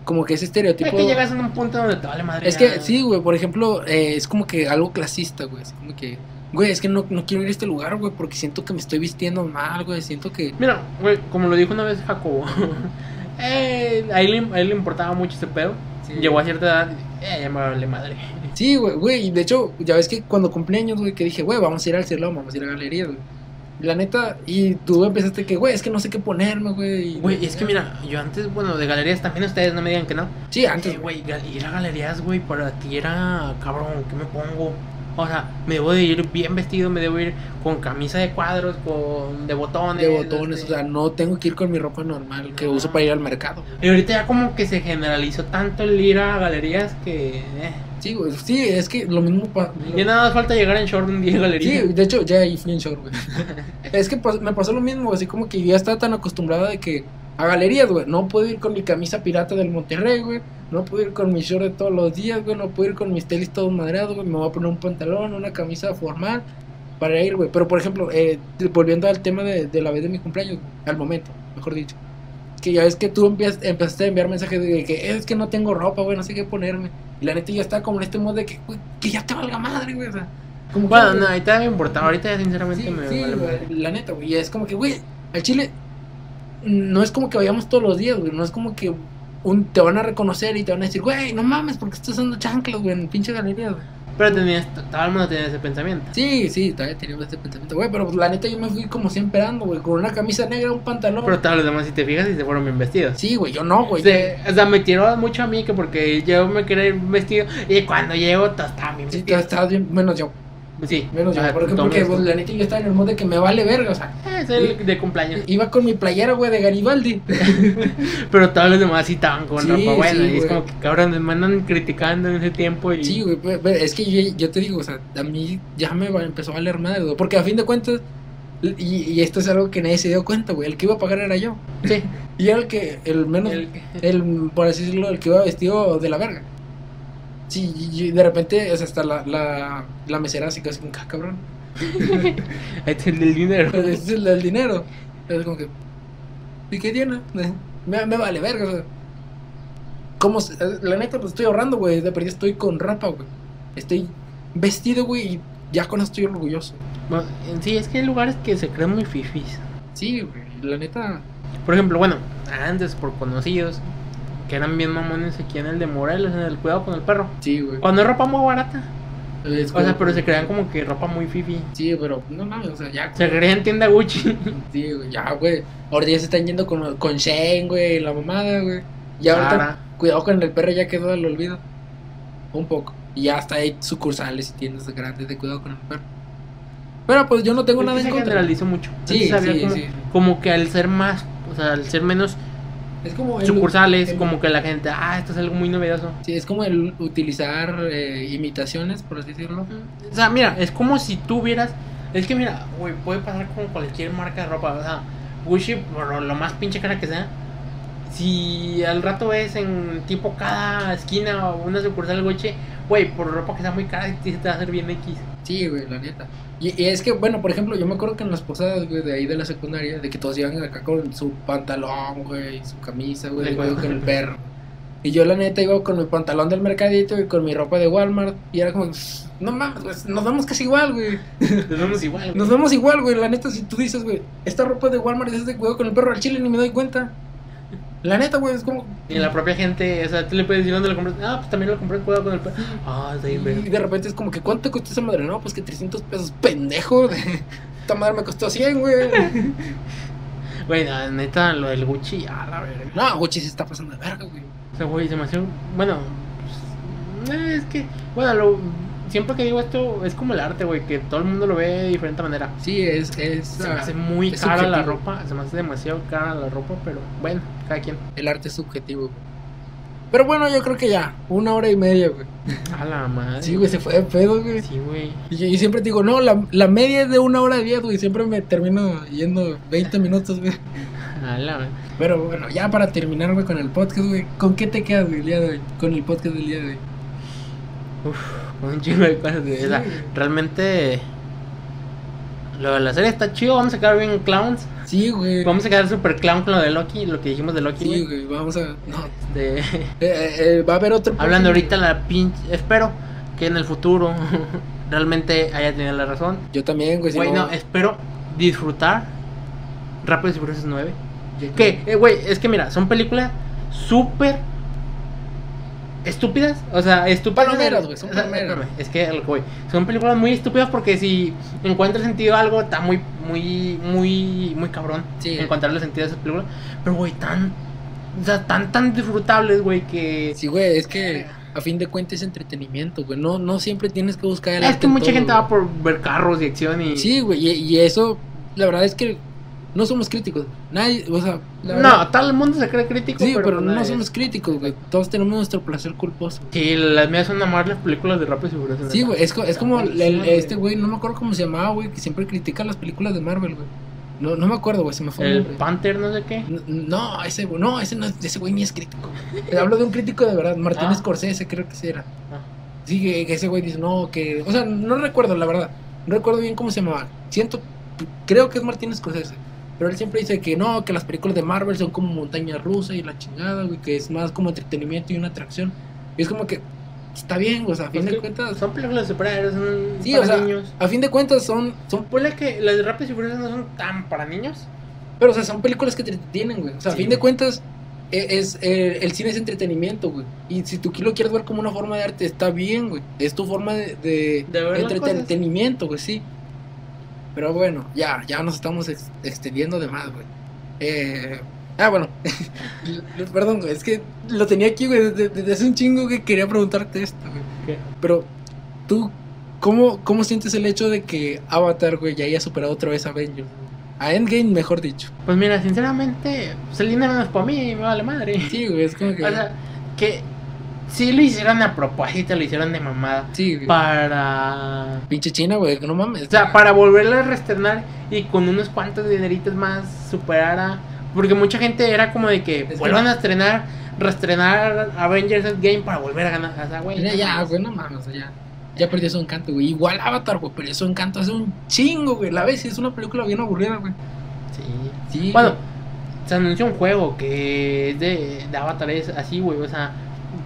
Speaker 1: Como que ese
Speaker 2: Es
Speaker 1: estereotipo.
Speaker 2: que llegas a un punto donde te vale madre.
Speaker 1: Es
Speaker 2: ya.
Speaker 1: que sí, güey, por ejemplo, eh, es como que algo clasista, güey. así como que, güey, es que no, no quiero ir a este lugar, güey, porque siento que me estoy vistiendo mal, güey. Siento que.
Speaker 2: Mira, güey, como lo dijo una vez Jacobo, eh, a, él, le- a él le importaba mucho ese pedo. Llegó a cierta edad, y, eh, ya me vale madre.
Speaker 1: Sí, güey, güey. Y de hecho, ya ves que cuando cumplí años, güey, que dije, güey, vamos a ir al Cirlón, vamos a ir a galería, güey. La neta, y tú empezaste que, güey, es que no sé qué ponerme, güey. y-
Speaker 2: Güey, es que mira, yo antes, bueno, de galerías también ustedes no me digan que no.
Speaker 1: Sí,
Speaker 2: Antes,
Speaker 1: antes, güey.
Speaker 2: güey, gal- ir a galerías, güey, para ti era cabrón, ¿qué me pongo? O sea, me debo de ir bien vestido, me debo ir con camisa de cuadros, con de botones.
Speaker 1: De botones, o
Speaker 2: este.
Speaker 1: sea, no tengo que ir con mi ropa normal que
Speaker 2: No.
Speaker 1: uso para ir al mercado.
Speaker 2: Y ahorita ya como que se generalizó tanto el ir a galerías que... eh,
Speaker 1: Sí, güey, sí, es que lo mismo para.
Speaker 2: ya nada más falta llegar en short un día a
Speaker 1: Sí,
Speaker 2: galería.
Speaker 1: de hecho, ya ahí fui en short, güey. es que pas- me pasó lo mismo, así como que yo ya estaba tan acostumbrada de que a galerías, güey, no puedo ir con mi camisa pirata del Monterrey, güey. No puedo ir con mis shorts de todos los días, güey. No puedo ir con mis tenis todos madreados, güey. Me voy a poner un pantalón, una camisa formal para ir, güey. Pero, por ejemplo, eh, volviendo al tema de, de la vez de mi cumpleaños, al momento, mejor dicho. Que ya ves que tú empiezas, empezaste a enviar mensajes de que es que no tengo ropa, güey, no sé qué ponerme. Y la neta ya está como en este modo de que, güey, que ya te valga madre, güey. O sea, como que,
Speaker 2: Bueno,
Speaker 1: güey,
Speaker 2: no, ahorita me importaba. Ahorita ya sinceramente
Speaker 1: Sí,
Speaker 2: me
Speaker 1: sí,
Speaker 2: vale
Speaker 1: güey,
Speaker 2: madre.
Speaker 1: la neta, güey. Es como que, güey, al Chile no es como que vayamos todos los días, güey. No es como que un, te van a reconocer y te van a decir, güey, no mames, porque estás usando chanclas, güey, en pinche galería, güey.
Speaker 2: Pero tenías, todo el mundo tenía ese pensamiento.
Speaker 1: Sí, sí, todavía tenía ese pensamiento, güey. Pero pues, la neta yo me fui como siempre ando, güey, con una camisa negra, un pantalón.
Speaker 2: Pero todos los demás, si te fijas, y se fueron bien vestidos.
Speaker 1: Sí, güey, yo no, güey.
Speaker 2: Se- o sea, me tiró mucho a mí que porque yo me quería ir vestido y cuando llego todos estaban bien
Speaker 1: Sí, tú
Speaker 2: vestidos.
Speaker 1: estabas bien, menos yo,
Speaker 2: Sí,
Speaker 1: menos yo.
Speaker 2: Ah,
Speaker 1: porque
Speaker 2: todo
Speaker 1: porque
Speaker 2: esto.
Speaker 1: pues, la neta yo estaba en el modo de que me vale verga, o sea.
Speaker 2: Ah, Es el de cumpleaños.
Speaker 1: Iba con mi playera, güey, de Garibaldi.
Speaker 2: Pero todos los demás sí estaban con
Speaker 1: Sí,
Speaker 2: ropa buena.
Speaker 1: sí,
Speaker 2: y es
Speaker 1: güey.
Speaker 2: como que cabrón, me andan criticando en ese tiempo. Y...
Speaker 1: Sí, güey, pe- pe- es que yo, yo te digo, o sea, a mí ya me va- empezó a valer madre, güey, porque a fin de cuentas, y, y esto es algo que nadie se dio cuenta, güey, el que iba a pagar era yo.
Speaker 2: Sí.
Speaker 1: Y era el que, el menos, el,
Speaker 2: El-
Speaker 1: por así decirlo, el que iba vestido de la verga. Sí, y, y de repente, o sea, hasta la, la, la mesera así casi con "Ah, cabrón,
Speaker 2: Ahí está el del dinero.
Speaker 1: pero es el, el dinero. Es como que, ¿y qué tiene? Eh, Me, me vale verga, o sea. ¿Cómo se- la neta, pues estoy ahorrando, güey, de perdido estoy con ropa, güey. Estoy vestido, güey, y ya con esto estoy orgulloso.
Speaker 2: Bueno, en Sí, es que hay lugares que se creen muy fifis.
Speaker 1: Sí, güey, la neta.
Speaker 2: Por ejemplo, bueno, antes por conocidos que eran bien mamones aquí en el de Morelos, en el cuidado con el perro.
Speaker 1: Sí, güey.
Speaker 2: Cuando es ropa muy barata.
Speaker 1: Es
Speaker 2: O sea,
Speaker 1: como-
Speaker 2: pero se crean como que ropa muy fifi.
Speaker 1: Sí, pero no mames, o sea, ya.
Speaker 2: Se crean tienda Gucci.
Speaker 1: Sí, güey, ya, güey. Ahora ya se están yendo con, con Shane, güey, la mamada, güey. Y ahorita,
Speaker 2: Sara.
Speaker 1: cuidado con el perro, ya quedó al olvido. Un poco. Y ya hasta hay sucursales y tiendas grandes de cuidado con el perro. Pero pues yo no tengo
Speaker 2: Es
Speaker 1: nada
Speaker 2: que
Speaker 1: en
Speaker 2: se
Speaker 1: contra.
Speaker 2: generalizó mucho.
Speaker 1: Sí,
Speaker 2: Antes había
Speaker 1: sí,
Speaker 2: como,
Speaker 1: sí.
Speaker 2: como que al ser más, o sea, al ser menos
Speaker 1: Es como
Speaker 2: sucursales,
Speaker 1: el-
Speaker 2: como que la gente, ah, esto es algo muy novedoso.
Speaker 1: Sí, es como el utilizar eh, imitaciones, por así decirlo.
Speaker 2: O sea, mira, es como si tú vieras. Es que mira, güey, puede pasar con cualquier marca de ropa. O sea, Gucci, por lo más pinche cara que sea. Si al rato ves en tipo cada esquina o una sucursal Gucci, güey, por ropa que sea muy cara, sí se te va a hacer bien X.
Speaker 1: Sí, güey, la neta. Y, y es que, bueno, por ejemplo, yo me acuerdo que en las posadas, güey, de ahí de la secundaria, de que todos iban acá con su pantalón, güey, su camisa, güey,
Speaker 2: De
Speaker 1: de juego
Speaker 2: acuerdo.
Speaker 1: con el perro. Y yo, la neta, iba con mi pantalón del mercadito y con mi ropa de Walmart. Y era como, no mames, güey, nos vamos casi igual, güey.
Speaker 2: Nos vemos igual.
Speaker 1: Nos
Speaker 2: güey.
Speaker 1: vemos igual, güey. La neta, si tú dices, güey, esta ropa de Walmart es de cuidado con el perro al chile, ni me doy cuenta. La neta, güey, es como.
Speaker 2: Y la propia gente, o sea, tú le puedes decir dónde lo compras. Ah, pues también lo compré, cuidado con el perro. Ah, está
Speaker 1: Y
Speaker 2: bien, verga.
Speaker 1: de repente es como que, ¿cuánto te costó esa madre? No, pues que 300 pesos, pendejo. Esta madre me costó 100, güey.
Speaker 2: Güey, la neta, lo del Gucci, a la verga.
Speaker 1: No, Gucci se está pasando de verga, güey.
Speaker 2: O sea, güey, se me hace. Bueno, pues, eh, es que. Bueno, lo- siempre que digo esto, es como el arte, güey, que todo el mundo lo ve de diferente manera.
Speaker 1: Sí, es. es
Speaker 2: Se me
Speaker 1: ah,
Speaker 2: hace muy
Speaker 1: es
Speaker 2: cara la
Speaker 1: subjetivo.
Speaker 2: ropa, se me hace demasiado cara la ropa, pero bueno, cada quien.
Speaker 1: El arte es subjetivo, güey. Pero bueno, yo creo que ya. Una hora y media, güey.
Speaker 2: A la madre.
Speaker 1: Sí, güey, se fue de pedo, güey.
Speaker 2: Sí, güey.
Speaker 1: Y yo- y siempre te digo, no, la, la media es de una hora diez, güey. Siempre me termino yendo 20 minutos, güey.
Speaker 2: A la madre.
Speaker 1: Pero bueno, ya para terminar, güey, con el podcast, güey. ¿Con qué te quedas, güey, el día de hoy? Con el podcast del día de hoy.
Speaker 2: Con un chingo de cosas, güey. O sea,
Speaker 1: Sí.
Speaker 2: realmente. Lo de la serie está chido, vamos a quedar bien clowns.
Speaker 1: Sí, güey.
Speaker 2: Vamos a quedar super clown con lo de Loki, lo que dijimos de Loki.
Speaker 1: Sí,
Speaker 2: güey.
Speaker 1: güey, vamos a. No.
Speaker 2: De-
Speaker 1: Eh, eh, eh, va a haber otro.
Speaker 2: Hablando
Speaker 1: podcast,
Speaker 2: ahorita la pinche... Espero que en el futuro realmente haya tenido la razón.
Speaker 1: güey. Yo también, güey. si
Speaker 2: Güey, no, espero disfrutar Rápidos y Furiosos 9. Que, eh, güey, es que mira, son películas súper estúpidas. O sea, estúpidas.
Speaker 1: Palomeras, güey, son
Speaker 2: O sea,
Speaker 1: palomeras.
Speaker 2: espérame, Es que, a lo que voy, son películas muy estúpidas porque si encuentras sentido a algo, está muy, muy, muy, muy cabrón.
Speaker 1: Sí.
Speaker 2: Encontrarle sentido a esas películas. Pero, güey, tan. O sea, tan, tan disfrutables, güey, que.
Speaker 1: Sí, güey, es que a fin de cuentas es entretenimiento, güey. No, no siempre tienes que buscar el
Speaker 2: Es
Speaker 1: arte
Speaker 2: que
Speaker 1: en
Speaker 2: mucha
Speaker 1: todo,
Speaker 2: gente
Speaker 1: güey.
Speaker 2: va por ver carros y acción y.
Speaker 1: Sí, güey, y, y eso, la verdad es que no somos críticos. Nadie, o sea, la
Speaker 2: No,
Speaker 1: verdad-
Speaker 2: todo el mundo se cree crítico.
Speaker 1: Sí, pero,
Speaker 2: nada
Speaker 1: no
Speaker 2: es.
Speaker 1: somos críticos, güey. Todos tenemos nuestro placer culposo.
Speaker 2: Sí, las mías son amar las películas de Rápido y Furioso.
Speaker 1: Sí,
Speaker 2: neta.
Speaker 1: güey, es, co- es como el- el-
Speaker 2: Sí, güey.
Speaker 1: este güey, no me acuerdo cómo se llamaba, güey, que siempre critica las películas de Marvel, güey. No, no me acuerdo, güey, se me fue el
Speaker 2: El
Speaker 1: nombre.
Speaker 2: Panther, no sé qué. Pues
Speaker 1: N- No, ese, güey- no, ese no, es- ese güey ni es crítico. Te Hablo de un crítico de verdad, Martín
Speaker 2: Ah.
Speaker 1: Scorsese, creo que sí era.
Speaker 2: Ah.
Speaker 1: Sí, que que ese güey dice, no, que. O sea, no recuerdo, la verdad. No recuerdo bien cómo se llamaba. Siento, creo que es Martín Scorsese. Pero él siempre dice que no, que las películas de Marvel son como montaña rusa y la chingada, güey, que es más como entretenimiento y una atracción. Y es como que está bien, güey, o sea, a fin
Speaker 2: Es
Speaker 1: de
Speaker 2: que
Speaker 1: cuentas.
Speaker 2: Son películas de superhéroes, son
Speaker 1: Sí,
Speaker 2: para
Speaker 1: o sea,
Speaker 2: niños.
Speaker 1: a fin de cuentas son, son,
Speaker 2: Ponle que las de Rápidos y Furiosos no son tan para niños.
Speaker 1: pero o sea, son películas que te entretienen, güey. O sea, a
Speaker 2: Sí,
Speaker 1: fin de
Speaker 2: güey.
Speaker 1: cuentas e- es, eh, el cine es entretenimiento, güey. Y si tú lo quieres ver como una forma de arte, está bien, güey. Es tu forma de, de
Speaker 2: De ver las cosas.
Speaker 1: entretenimiento, güey, sí. Pero bueno, ya, ya nos estamos ex- extendiendo de más, güey. Eh, ah, bueno. Perdón, güey, es que lo tenía aquí, güey, desde, desde hace un chingo que quería preguntarte esto, güey.
Speaker 2: ¿Qué?
Speaker 1: Pero tú, ¿cómo, cómo sientes el hecho de que Avatar, güey, ya haya superado otra vez a Avengers? güey? A Endgame, mejor dicho.
Speaker 2: Pues mira, sinceramente, pues el dinero no es para mí, me vale madre.
Speaker 1: Sí, güey, es como que...
Speaker 2: O sea, que si lo hicieron a propósito, lo hicieron de mamada.
Speaker 1: sí, güey.
Speaker 2: Para.
Speaker 1: Pinche China, güey, que no mames.
Speaker 2: O sea, para volverla a resternar y con unos cuantos dineritos más superar a. Porque mucha gente era como de que
Speaker 1: que-
Speaker 2: vuelvan a estrenar, reestrenar Avengers Endgame para volver a ganar. O sea, güey.
Speaker 1: Ya,
Speaker 2: no
Speaker 1: ya,
Speaker 2: mames.
Speaker 1: güey, no mames, ya. Ya perdió su encanto, güey. Igual Avatar, güey, perdió su encanto hace un chingo, güey. La ves, y es una película bien aburrida, güey.
Speaker 2: Sí.
Speaker 1: Sí.
Speaker 2: Bueno, se anunció un juego que es de, de Avatar, es así, güey, o sea,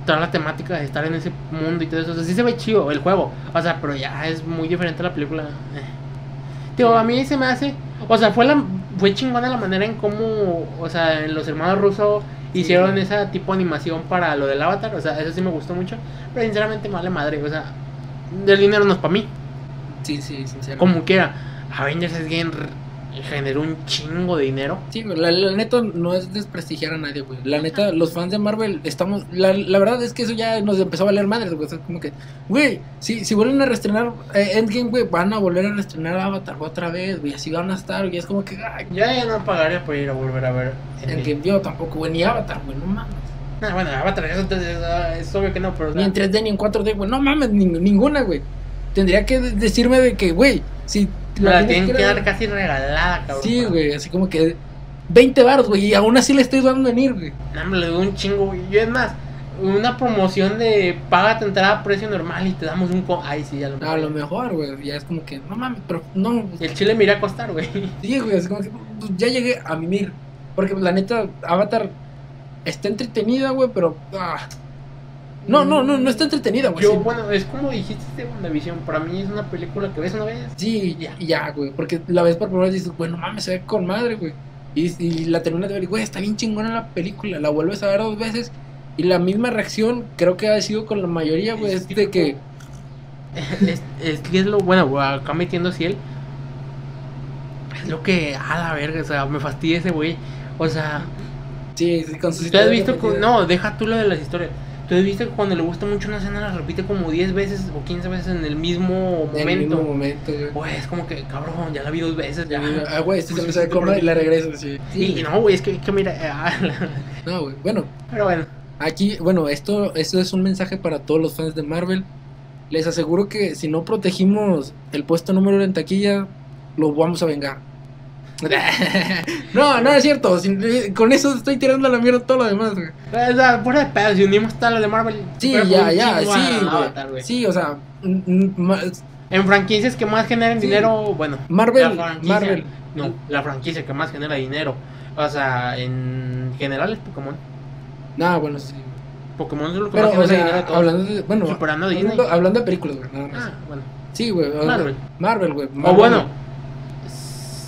Speaker 2: toda la temática de estar en ese mundo y todo eso, o sea, sí se ve chido el juego, o sea, pero ya es muy diferente a la película. eh. Tío, a mí se me hace, o sea, fue la fue chingona la manera en cómo, o sea, en los hermanos rusos
Speaker 1: Sí.
Speaker 2: hicieron esa tipo de animación para lo del Avatar, o sea, eso sí me gustó mucho, pero sinceramente me vale madre, o sea, el dinero no es para mí
Speaker 1: Sí, sí, sinceramente.
Speaker 2: como quiera. Avengers es bien generó un chingo de dinero.
Speaker 1: Sí, güey, la, la neta no es desprestigiar a nadie, güey. La neta, los fans de Marvel estamos. La, la verdad es que eso ya nos empezó a valer madres, güey. O sea, como que, güey, si, si vuelven a reestrenar eh, Endgame, güey, van a volver a reestrenar Avatar güey, otra vez, güey. Así van a estar, güey. Es como que, ay,
Speaker 2: Ya, ya no pagaría por ir a volver a ver.
Speaker 1: Endgame yo tampoco, güey, ni Avatar, güey, no mames.
Speaker 2: Nah, Ah, bueno, Avatar, eso te- es, ah, es obvio que no, pero. o sea,
Speaker 1: Ni en 3D ni en 4D, güey. No mames, ni- ninguna, güey. Tendría que de- decirme de que, güey, si.
Speaker 2: me la
Speaker 1: tienes
Speaker 2: tienen que
Speaker 1: dar-
Speaker 2: dar casi regalada, cabrón.
Speaker 1: Sí, güey, así como que 20 baros, güey, y aún así le estoy dando en ir, güey.
Speaker 2: Nah, me le doy un chingo, güey. Yo, es más, una promoción de paga tu entrada a precio normal y te damos un. co- Ay, sí, ya lo
Speaker 1: A lo mejor, güey, ya es como que, no mames, pero no,
Speaker 2: El chile me irá a costar, güey.
Speaker 1: sí, güey, es como que pues, ya llegué a mimir. Porque pues, la neta, Avatar está entretenida, güey, pero. ah, No, no, no, no está entretenida, güey.
Speaker 2: Yo,
Speaker 1: sí.
Speaker 2: bueno, es como dijiste de WandaVision. Para mí es una película que ves una vez.
Speaker 1: Sí, ya, ya, güey. Porque la ves por primera vez y dices, bueno, mames, se ve con madre, güey. Y, y la terminas de ver y, güey, está bien chingona la película. La vuelves a ver dos veces. Y la misma reacción, creo que ha sido con la mayoría, güey, es de que.
Speaker 2: es, es que es lo bueno, güey, acá metiendo ciel. Es lo que a la verga, o sea, me fastidia ese güey. O sea,
Speaker 1: Sí, sí, con sus
Speaker 2: tú has
Speaker 1: historias
Speaker 2: visto que-
Speaker 1: repetidas.
Speaker 2: no, deja tú lo de las historias. Tú has visto que cuando le gusta mucho una escena la repite como 10 veces o 15 veces en el mismo
Speaker 1: En el mismo
Speaker 2: momento.
Speaker 1: momento, güey.
Speaker 2: Güey, es como que, cabrón, ya la vi dos veces. Ya.
Speaker 1: Ah, güey, este se me sabe con madre y la regreso, sí.
Speaker 2: Y, y no, güey, es que, que mira. eh, ah, la-
Speaker 1: No, güey. Bueno,
Speaker 2: Pero bueno,
Speaker 1: Aquí, bueno, esto, esto es un mensaje para todos los fans de Marvel. Les aseguro que si no protegimos el puesto número uno en taquilla, lo vamos a vengar. no, no es cierto. sin- eh, con eso estoy tirando a la mierda todo lo demás, güey.
Speaker 2: Pues, o sea, fuera de pedo, si unimos todas las de Marvel.
Speaker 1: Sí,
Speaker 2: superamos
Speaker 1: ya,
Speaker 2: un
Speaker 1: ya,
Speaker 2: chingo a
Speaker 1: sí, güey.
Speaker 2: Avatar, güey.
Speaker 1: Sí, o sea, mm, mm, ma-
Speaker 2: En franquicias que más generen
Speaker 1: Sí.
Speaker 2: dinero, bueno,
Speaker 1: Marvel,
Speaker 2: La franquicia,
Speaker 1: Marvel.
Speaker 2: No, la franquicia que más genera dinero. O sea, en general es Pokémon.
Speaker 1: No, bueno, sí.
Speaker 2: Pokémon es lo que
Speaker 1: Pero,
Speaker 2: más
Speaker 1: o
Speaker 2: genera dinero
Speaker 1: sea,
Speaker 2: de todos.
Speaker 1: hablando de, bueno,
Speaker 2: Superando a Disney.
Speaker 1: hablando, hablando de películas, güey, nada más.
Speaker 2: Ah, bueno.
Speaker 1: Sí, güey. o sea,
Speaker 2: Marvel.
Speaker 1: Marvel, güey.
Speaker 2: O
Speaker 1: Marvel,
Speaker 2: bueno,
Speaker 1: güey.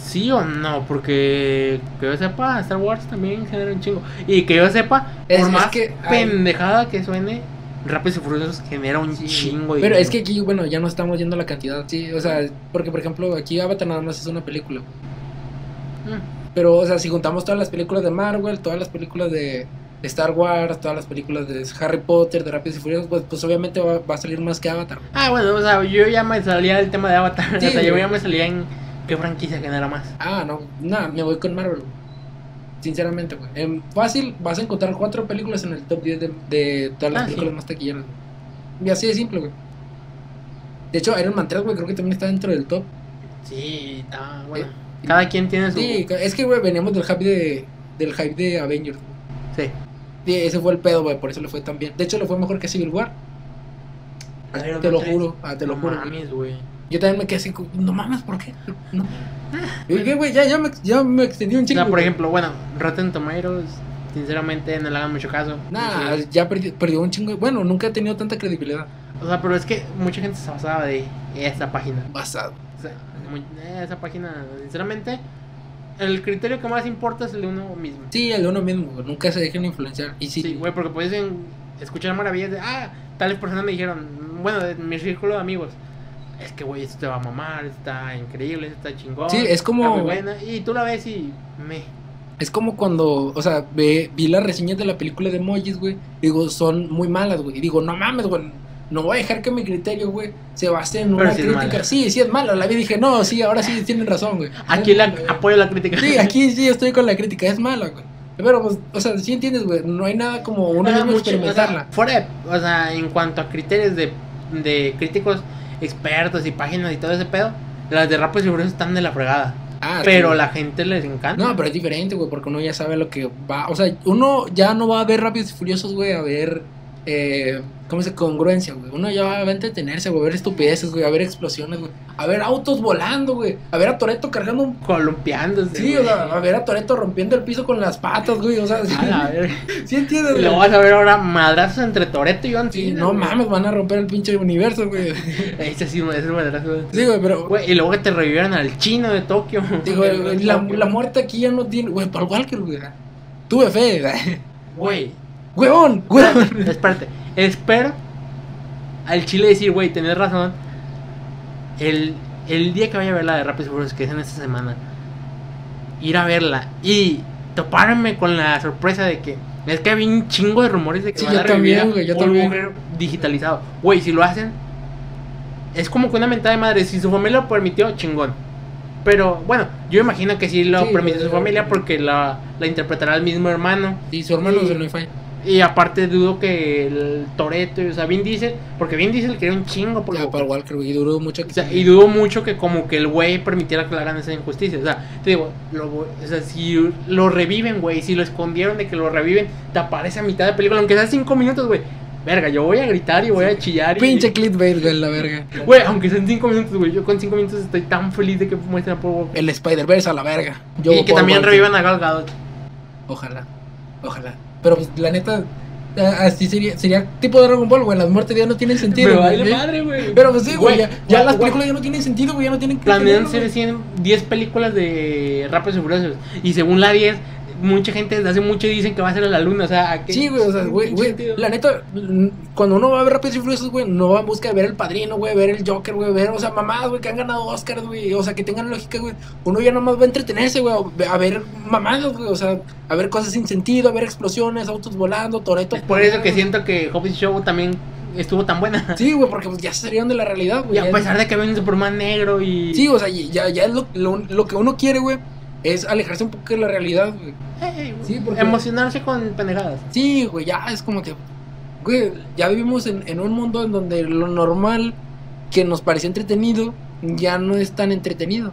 Speaker 2: sí o no, porque que yo sepa, Star Wars también genera un chingo. Y que yo sepa,
Speaker 1: Es-
Speaker 2: por
Speaker 1: es
Speaker 2: más
Speaker 1: que hay-
Speaker 2: pendejada que suene, Rápidos y Furiosos genera un
Speaker 1: Sí,
Speaker 2: chingo de
Speaker 1: Pero
Speaker 2: dinero.
Speaker 1: es que aquí, bueno, ya no estamos yendo a la cantidad, sí. O sea, porque por ejemplo, aquí Avatar nada más es una película.
Speaker 2: Mm,
Speaker 1: Pero, o sea, si juntamos todas las películas de Marvel, todas las películas de Star Wars, todas las películas de Harry Potter, de Rápidos y Furiosos, pues, pues obviamente va, va a salir más que Avatar.
Speaker 2: Ah, bueno, o sea, yo ya me salía del tema de Avatar.
Speaker 1: Sí,
Speaker 2: o sea, yo
Speaker 1: güey.
Speaker 2: ya me salía en qué franquicia genera más.
Speaker 1: Ah, no, nada, me voy con Marvel. güey. Sinceramente, güey. Em, fácil, vas a encontrar cuatro películas en el top 10 de, de todas las
Speaker 2: Ah, sí.
Speaker 1: películas más taquilleras. güey. Y así de simple, güey. De hecho, Iron Man 3, güey, creo que también está dentro del top.
Speaker 2: Sí, está bueno.
Speaker 1: Eh,
Speaker 2: Cada quien tiene su.
Speaker 1: Sí, es que, güey, veníamos del hype de, del hype de Avengers. güey.
Speaker 2: Sí.
Speaker 1: Sí, ese fue el pedo, güey, por eso le fue tan bien. De hecho, le fue mejor que Civil War.
Speaker 2: Iron
Speaker 1: te
Speaker 2: Man
Speaker 1: lo
Speaker 2: 3.
Speaker 1: juro, ah, te lo
Speaker 2: No
Speaker 1: juro.
Speaker 2: mames, güey.
Speaker 1: Yo también me quedé así, como, no mames, ¿por qué? No. Yo dije, güey, ya, ya, me, ya me extendí un
Speaker 2: O
Speaker 1: chingo.
Speaker 2: sea, Ah, por
Speaker 1: güey.
Speaker 2: ejemplo, bueno, Rotten Tomatoes, sinceramente no le hagan mucho caso.
Speaker 1: Nah,
Speaker 2: Sí.
Speaker 1: ya perdió, perdió un chingo. de- Bueno, nunca he tenido tanta credibilidad.
Speaker 2: O sea, pero es que mucha gente se basaba de esa página.
Speaker 1: Basado.
Speaker 2: O sea, mu- eh, esa página, sinceramente, el criterio que más importa es el de uno mismo.
Speaker 1: Sí, el de uno mismo, güey, nunca se dejen influenciar. Y sí,
Speaker 2: Sí, güey, porque puedes en- escuchar maravillas de, ah, tales personas me dijeron, bueno, de mi círculo de amigos, es que, güey, esto te va a mamar, está increíble, está chingón.
Speaker 1: Sí, es como-
Speaker 2: está muy buena. Y tú la ves y me...
Speaker 1: Es como cuando, o sea, ve, vi las reseñas de la película de Mojis, güey. Digo, son muy malas, güey. Y digo, no mames, güey. No voy a dejar que mi criterio, güey, se base en
Speaker 2: Pero
Speaker 1: una
Speaker 2: sí es
Speaker 1: crítica.
Speaker 2: mala.
Speaker 1: sí, sí es mala. La vi y dije, no, sí, ahora sí tienen razón, güey.
Speaker 2: Aquí
Speaker 1: Es
Speaker 2: la,
Speaker 1: mala, güey.
Speaker 2: apoyo la crítica.
Speaker 1: Sí, aquí sí estoy con la crítica, es mala, güey. Pero, pues, o sea, sí entiendes, güey. No hay nada como uno
Speaker 2: Ah,
Speaker 1: mismo
Speaker 2: mucho,
Speaker 1: experimentarla.
Speaker 2: o sea, fuera, de- o sea, en cuanto a criterios de, de críticos expertos y páginas y todo ese pedo, las de Rápidos y Furiosos están de la fregada.
Speaker 1: Ah,
Speaker 2: pero
Speaker 1: sí.
Speaker 2: la gente les encanta.
Speaker 1: No, pero es diferente, güey, porque uno ya sabe lo que va. O sea, uno ya no va a ver Rápidos y Furiosos, güey, a ver. Eh, ¿Cómo se dice? Congruencia, güey. Uno ya va a entretenerse, güey, a ver estupideces, güey, a ver explosiones, güey. A ver autos volando, güey. A ver a Toreto cargando un.
Speaker 2: Columpiándose.
Speaker 1: Sí, o
Speaker 2: güey.
Speaker 1: sea, a ver a Toreto rompiendo el piso con las patas, güey. O sea, sí,
Speaker 2: A la verga.
Speaker 1: sí entiendes,
Speaker 2: Y Lo
Speaker 1: güey.
Speaker 2: vas a ver ahora madrazos entre Toreto y John
Speaker 1: Sí, no mames, van a romper el pinche universo, güey.
Speaker 2: Ese sí, ese es madrazo.
Speaker 1: Sí, güey, pero.
Speaker 2: Güey, y luego que te revivieron al chino de Tokio.
Speaker 1: Digo,
Speaker 2: El de
Speaker 1: la,
Speaker 2: Tokio.
Speaker 1: la muerte aquí ya no tiene. Güey, Paul Walker, güey. Tuve fe. güey.
Speaker 2: Güey,
Speaker 1: Huevón, huevón.
Speaker 2: espérate. Espero al chile decir, güey, tenés razón. El, el día que vaya a ver la de Rápidos y Furiosos, que es en esta semana, ir a verla y toparme con la sorpresa de que. Es que había un chingo de rumores de que
Speaker 1: Sí,
Speaker 2: van
Speaker 1: yo
Speaker 2: a revivir
Speaker 1: también, güey, yo
Speaker 2: a un
Speaker 1: también.
Speaker 2: mujer digitalizado. Güey, si lo hacen, es como que una mentada de madre. Si su familia lo permitió, chingón. Pero bueno, yo imagino que sí lo
Speaker 1: Sí,
Speaker 2: permitió
Speaker 1: güey,
Speaker 2: su familia porque la, la interpretará el mismo hermano.
Speaker 1: Y su hermano
Speaker 2: Sí.
Speaker 1: se lo falla.
Speaker 2: Y aparte dudo que el Toreto, o sea, Vin Diesel, porque Vin Diesel quería un chingo por
Speaker 1: Ah,
Speaker 2: lo
Speaker 1: Paul Walker, güey. Y duró mucho.
Speaker 2: o sea, y dudo mucho que como que el güey permitiera que le hagan esa injusticia. O sea, te digo, lo, voy- o sea, si lo reviven, güey, si lo escondieron de que lo reviven, te aparece a mitad de película, aunque sea cinco minutos, güey. Verga, yo voy a gritar y voy a chillar. y-
Speaker 1: Pinche clickbait, güey, la verga.
Speaker 2: Güey, aunque sean cinco minutos, güey, yo con cinco minutos estoy tan feliz de que muestren a Paul Walker.
Speaker 1: El Spider-Verse a la verga. Yo
Speaker 2: y que
Speaker 1: Paul
Speaker 2: también
Speaker 1: Walker.
Speaker 2: revivan a Gal Gadot.
Speaker 1: Ojalá. Ojalá. Pero pues, la neta, ah, así sería, sería tipo Dragon Ball, güey. Las muertes ya no tienen sentido.
Speaker 2: Me
Speaker 1: güey,
Speaker 2: vale
Speaker 1: ¿eh?
Speaker 2: madre, güey.
Speaker 1: Pero pues sí, güey. Ya, ya
Speaker 2: güey,
Speaker 1: las
Speaker 2: güey.
Speaker 1: películas ya no tienen sentido, güey. Ya no tienen
Speaker 2: Planean
Speaker 1: criterio,
Speaker 2: hacer
Speaker 1: güey.
Speaker 2: 100 10 películas de Rápidos y Furiosos. Y según la 10, mucha gente desde hace mucho dicen que va a ser a la luna. O sea, ¿a qué-
Speaker 1: Sí, güey, o sea, güey,
Speaker 2: pinche
Speaker 1: güey,
Speaker 2: sentido?
Speaker 1: la neta, mm, cuando uno va a ver Rápidos y Furiosos, güey, no va en busca de ver El Padrino, güey, ver El Joker, güey, ver, o sea, mamás, güey, que han ganado Oscars, güey, o sea, que tengan lógica, güey, uno ya nomás va a entretenerse, güey, a- a ver mamadas, güey, o sea, a ver cosas sin sentido, a ver explosiones, autos volando, toreto.
Speaker 2: Es por eso que siento que Hobbs Show también estuvo tan buena.
Speaker 1: Sí, güey, porque pues, ya se salieron de la realidad, güey.
Speaker 2: Y a
Speaker 1: ya-
Speaker 2: pesar de que había un Superman negro y.
Speaker 1: Sí, o sea, y- ya, ya es lo, lo, lo que uno quiere, güey, es alejarse un poco de la realidad, güey.
Speaker 2: Ey, güey,
Speaker 1: Sí, porque-
Speaker 2: Emocionarse con pendejadas.
Speaker 1: Sí, güey, ya es como que. Güey, ya vivimos en, en un mundo en donde lo normal que nos parecía entretenido ya no es tan entretenido.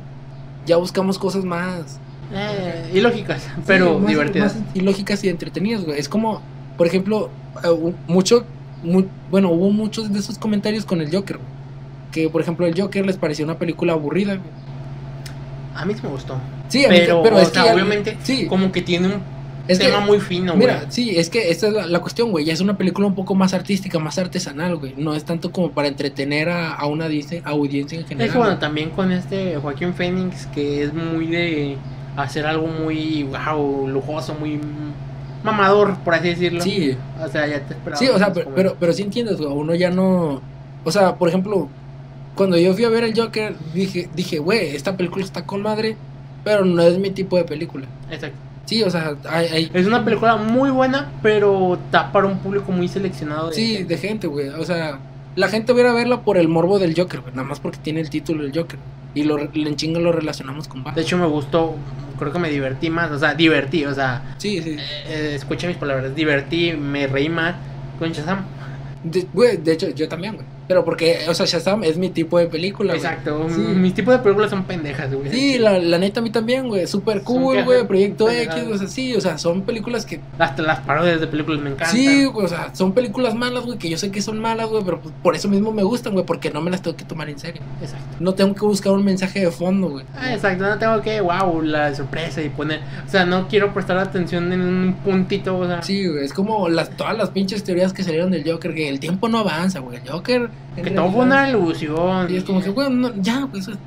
Speaker 1: Ya buscamos cosas más.
Speaker 2: Eh, ilógicas, pero
Speaker 1: sí, más-
Speaker 2: divertidas.
Speaker 1: más ilógicas y entretenidas, güey. Es como, por ejemplo, eh, hu- mucho. mu- bueno, hubo muchos de esos comentarios con el Joker, güey. Que, por ejemplo, el Joker les pareció una película aburrida, güey.
Speaker 2: A mí sí me gustó.
Speaker 1: Sí, a mí
Speaker 2: Pero,
Speaker 1: ta-
Speaker 2: o
Speaker 1: es
Speaker 2: sea,
Speaker 1: que ya-
Speaker 2: obviamente,
Speaker 1: Sí,
Speaker 2: como que tiene un
Speaker 1: es que-
Speaker 2: tema muy fino, güey.
Speaker 1: Mira, sí, es que esta es la, la cuestión, güey. Ya es una película un poco más artística, más artesanal, güey. No es tanto como para entretener a, a una dice- audiencia en general.
Speaker 2: Es que bueno,
Speaker 1: güey.
Speaker 2: también con este Joaquín Phoenix, que es muy de hacer algo muy wow, lujoso, muy mamador, por así decirlo.
Speaker 1: Sí,
Speaker 2: O sea, ya te esperaba.
Speaker 1: sí, o sea,
Speaker 2: más
Speaker 1: pero,
Speaker 2: como-
Speaker 1: pero, pero sí entiendes, güey. Uno ya no. O sea, por ejemplo, cuando yo fui a ver el Joker, dije, dije, güey, esta película está con madre, pero no es mi tipo de película.
Speaker 2: Exacto.
Speaker 1: Sí, o sea, hay. hay-
Speaker 2: Es una película muy buena, pero está para un público muy seleccionado. de-
Speaker 1: sí, de gente, güey. O sea, la gente va a ir a verla por el morbo del Joker, güey. Nada más porque tiene el título del Joker. Y lo, re- en chinga lo relacionamos con Batman.
Speaker 2: De hecho, me gustó. Creo que me divertí más. O sea, divertí. O sea,
Speaker 1: Sí, sí.
Speaker 2: eh, escuché mis palabras. Divertí, me reí más con Shazam.
Speaker 1: De, güey, de hecho, yo también, güey. Pero porque, o sea, Shazam es mi tipo de película, güey.
Speaker 2: Exacto,
Speaker 3: Sí.
Speaker 2: mis tipos de películas son pendejas, güey.
Speaker 1: Sí, la, la neta a mí también, güey. Super
Speaker 2: Son
Speaker 1: cool,
Speaker 2: cajas
Speaker 1: güey. Proyecto X,
Speaker 2: pendejadas.
Speaker 1: o sea, sí, o sea, son películas que.
Speaker 2: Hasta las parodias de películas me encantan.
Speaker 1: Sí, güey, o sea, son películas malas, güey, que yo sé que son malas, güey, pero pues, por eso mismo me gustan, güey, porque no me las tengo que tomar en serio.
Speaker 2: Exacto.
Speaker 1: No tengo que buscar un mensaje de fondo, güey.
Speaker 2: Ah, exacto, no tengo que, wow, la sorpresa y poner. O sea, no quiero prestar atención en un puntito, o sea.
Speaker 1: Sí, güey, es como las, todas las pinches teorías que salieron del Joker, que el tiempo no avanza, güey. El Joker. en
Speaker 2: Que todo fue
Speaker 1: realidad-
Speaker 2: una ilusión.
Speaker 1: Sí, es como que, güey, no, ya, pues, güey, eso-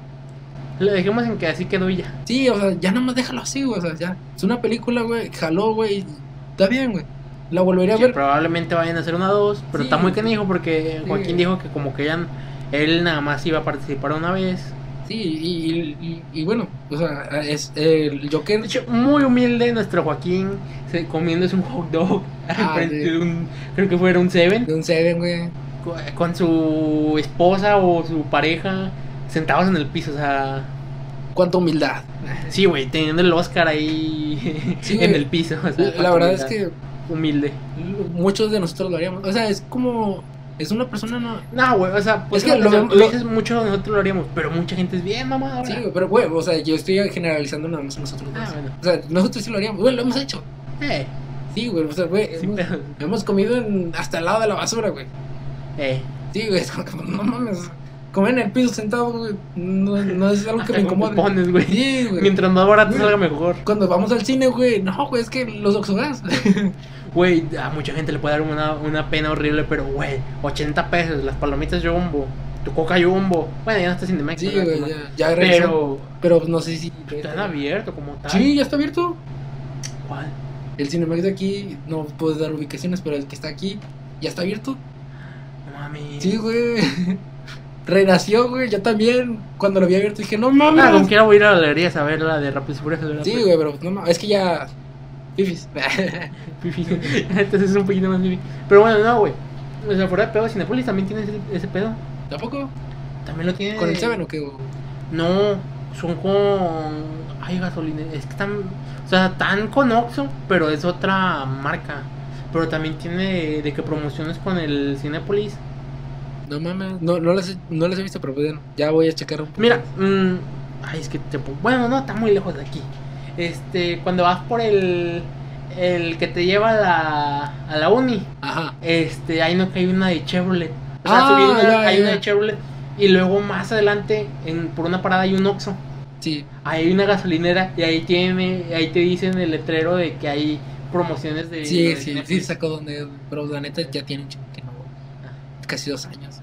Speaker 2: Lo dejemos en que así quedó y ya.
Speaker 1: Sí, o sea, ya nada más déjalo así, güey, o sea, ya. Es una película, güey, jaló, güey, y está bien, güey. La volvería a
Speaker 2: Que
Speaker 1: ver.
Speaker 2: probablemente vayan a hacer una dos, pero
Speaker 1: Sí.
Speaker 2: está muy canijo porque
Speaker 1: Sí.
Speaker 2: Joaquín dijo que como que ya él nada más iba a participar una vez.
Speaker 1: Sí, y, y- y- y bueno, o sea, es el Joker.
Speaker 2: De hecho, muy humilde nuestro Joaquín se comiéndose un hot dog
Speaker 1: Ah,
Speaker 2: frente
Speaker 1: sí.
Speaker 2: de un, creo que fuera un Seven,
Speaker 1: De un Seven, güey.
Speaker 2: co- con su esposa o su pareja sentados en el piso, o sea,
Speaker 1: Cuánta humildad.
Speaker 2: sí, güey, teniendo el Oscar ahí
Speaker 1: Sí, güey.
Speaker 2: en el piso. o sea,
Speaker 1: La
Speaker 2: cuánta
Speaker 1: verdad es
Speaker 2: humildad.
Speaker 1: que
Speaker 2: humilde.
Speaker 1: muchos de nosotros lo haríamos. O sea, es como. Es una persona no.
Speaker 2: No, güey, o sea, pues
Speaker 1: Es que
Speaker 2: o sea,
Speaker 1: lo-
Speaker 2: tú
Speaker 1: lo-
Speaker 2: dices mucho nosotros lo haríamos, pero mucha gente es bien mamá
Speaker 1: Sí, güey, pero, güey, o sea, yo estoy generalizando nada más a nosotros.
Speaker 2: Ah,
Speaker 1: dos.
Speaker 2: bueno.
Speaker 1: O sea, nosotros sí lo haríamos. Güey, lo hemos hecho.
Speaker 2: Eh,
Speaker 1: Sí, güey, o sea, güey.
Speaker 2: sin
Speaker 1: hemos,
Speaker 2: pedos.
Speaker 1: hemos comido en- hasta al lado de la basura, güey.
Speaker 2: Eh,
Speaker 1: Sí, güey, es como que, no mames. Comer en el piso sentado, güey, no, no es algo que me
Speaker 2: hasta con
Speaker 1: incomode.
Speaker 2: cupones, güey.
Speaker 1: Sí, güey.
Speaker 2: Mientras más barato
Speaker 1: Güey.
Speaker 2: salga mejor.
Speaker 1: Cuando vamos al cine, güey, no, güey, es que los oxogas.
Speaker 2: Güey, a mucha gente le puede dar una, una pena horrible, pero güey, 80 pesos, las palomitas Jumbo, tu coca Jumbo. Bueno, ya no está Cinemex,
Speaker 1: Sí,
Speaker 2: ¿verdad?
Speaker 1: güey,
Speaker 2: Como-
Speaker 1: ya, ya regresó.
Speaker 2: Pero
Speaker 1: Pero no sé si.
Speaker 2: están abiertos como tal.
Speaker 1: Sí, ya está abierto.
Speaker 2: ¿Cuál?
Speaker 1: El Cinemax de aquí, no puedo dar ubicaciones, pero el que está aquí, ya está abierto.
Speaker 2: No mami.
Speaker 1: Sí, güey. Renació, güey. Yo también, cuando lo vi abierto, dije, no mames.
Speaker 2: Ah, como quiera voy a ir a la galería a ver la de Rápidos y Furiosos. ¿verdad? Pues,
Speaker 1: Sí, güey, pero no mames. Es que ya. Fifis.
Speaker 2: Fifi. Entonces es un poquito más fifi. Pero bueno, no, güey. O sea, fuera de pedo, Cinepolis también tiene ese, ese pedo.
Speaker 1: ¿Tampoco?
Speaker 2: También lo tiene.
Speaker 1: ¿Con el Seven o qué, güey?
Speaker 2: No, son con. Ay, gasolina. Es que están. O sea, están con Oxxo, pero es otra marca. Pero también tiene de que promociones con el Cinépolis.
Speaker 1: No mames. No, no, las, he- no las he visto, pero bueno, ya voy a checar un poco.
Speaker 2: Mira, mm, ay, es que te. pu- Bueno, no, está muy lejos de aquí. Este, cuando vas por el. El que te lleva a la, a la uni,
Speaker 1: Ajá.
Speaker 2: este, ahí no que hay una de Chevrolet. O sea,
Speaker 1: Ah,
Speaker 2: subí una-
Speaker 1: ya,
Speaker 2: hay
Speaker 1: ya.
Speaker 2: una de Chevrolet. Y luego más adelante, en, por una parada, hay un Oxxo.
Speaker 1: Sí.
Speaker 2: hay una gasolinera y ahí tiene ahí te dicen el letrero de que hay promociones de
Speaker 1: Sí,
Speaker 2: de
Speaker 1: sí,
Speaker 2: Cinépolis.
Speaker 1: sí, sacó donde. es, Pero la neta ya tiene un chingo que no. voy. Casi dos años.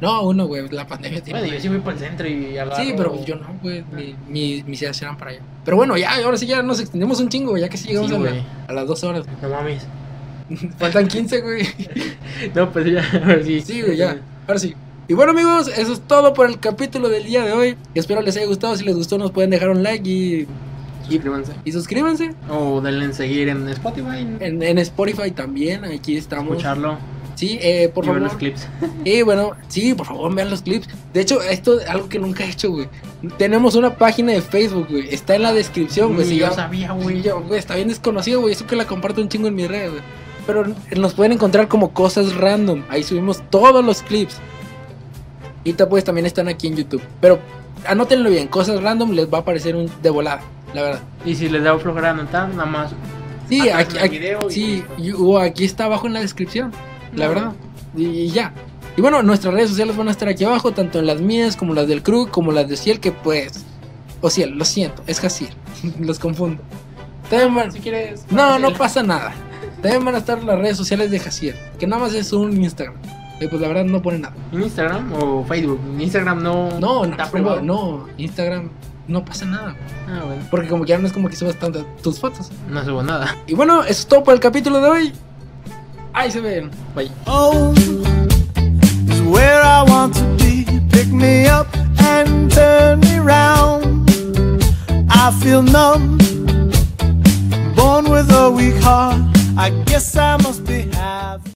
Speaker 1: No, uno, güey. La pandemia tiene.
Speaker 2: bueno yo sí voy para el centro y agarro
Speaker 1: Sí, pero yo no, güey. Mi, mi- mis ideas eran para allá. Pero bueno, ya, ahora sí ya nos extendimos un chingo, güey, ya que sí llegamos
Speaker 2: Sí,
Speaker 1: a, la-
Speaker 2: güey.
Speaker 1: a las dos horas.
Speaker 2: no mames
Speaker 1: Faltan 15, güey.
Speaker 2: no pues ya ahora sí
Speaker 1: Sí, güey, ya. Ahora sí. Y bueno, amigos, eso es todo por el capítulo del día de hoy. Espero les haya gustado. Si les gustó, nos pueden dejar un like y,
Speaker 2: suscríbanse
Speaker 1: y suscríbanse.
Speaker 2: o denle en seguir en Spotify
Speaker 1: En, en Spotify también, aquí estamos.
Speaker 2: escucharlo
Speaker 1: Sí, eh, por
Speaker 2: y ver
Speaker 1: favor.
Speaker 2: los clips
Speaker 1: Y bueno, sí, por favor, vean los clips. De hecho, esto es algo que nunca he hecho, güey. Tenemos una página de Facebook, güey. Está en la descripción, güey.
Speaker 2: Ni
Speaker 1: Si
Speaker 2: yo
Speaker 1: ya-
Speaker 2: sabía
Speaker 1: Güey,
Speaker 2: ah, güey
Speaker 1: yo, güey, está bien desconocido, güey. Eso que la comparto un chingo en mi red, güey. Pero nos pueden encontrar como cosas random. Ahí subimos todos los clips. Y ta- pues también están aquí en YouTube. Pero anótenlo bien, cosas random les va a aparecer un de volada, la verdad.
Speaker 2: y si les da flojera anotar nada más
Speaker 1: Sí,
Speaker 2: Atrás
Speaker 1: aquí,
Speaker 2: del
Speaker 1: aquí-
Speaker 2: video y
Speaker 1: sí,
Speaker 2: listo.
Speaker 1: y- o aquí está abajo en la descripción, la
Speaker 2: No.
Speaker 1: verdad. Y, y ya. Y bueno, nuestras redes sociales van a estar aquí abajo, tanto en las mías como las del crew, como las de Ciel, que pues... O Ciel, lo siento, es Jaciel, los confundo. También van-
Speaker 2: si quieres
Speaker 1: no, no pasa nada. También van a estar las redes sociales de Jaciel, que nada más es un Instagram. Y pues la verdad no pone nada.
Speaker 2: en Instagram o Facebook en Instagram no
Speaker 1: No, no,
Speaker 2: está
Speaker 1: no,
Speaker 2: privado
Speaker 1: no, Instagram no pasa nada.
Speaker 2: ah bueno
Speaker 1: Porque como ya no es como que subas tantas tus fotos.
Speaker 2: no subo nada
Speaker 1: Y bueno, eso es todo por el capítulo de hoy. Ahí se ven.
Speaker 2: bye
Speaker 4: home is where I want to be. Pick me up and turn me round. I feel numb, born with a weak heart. I guess I must be half.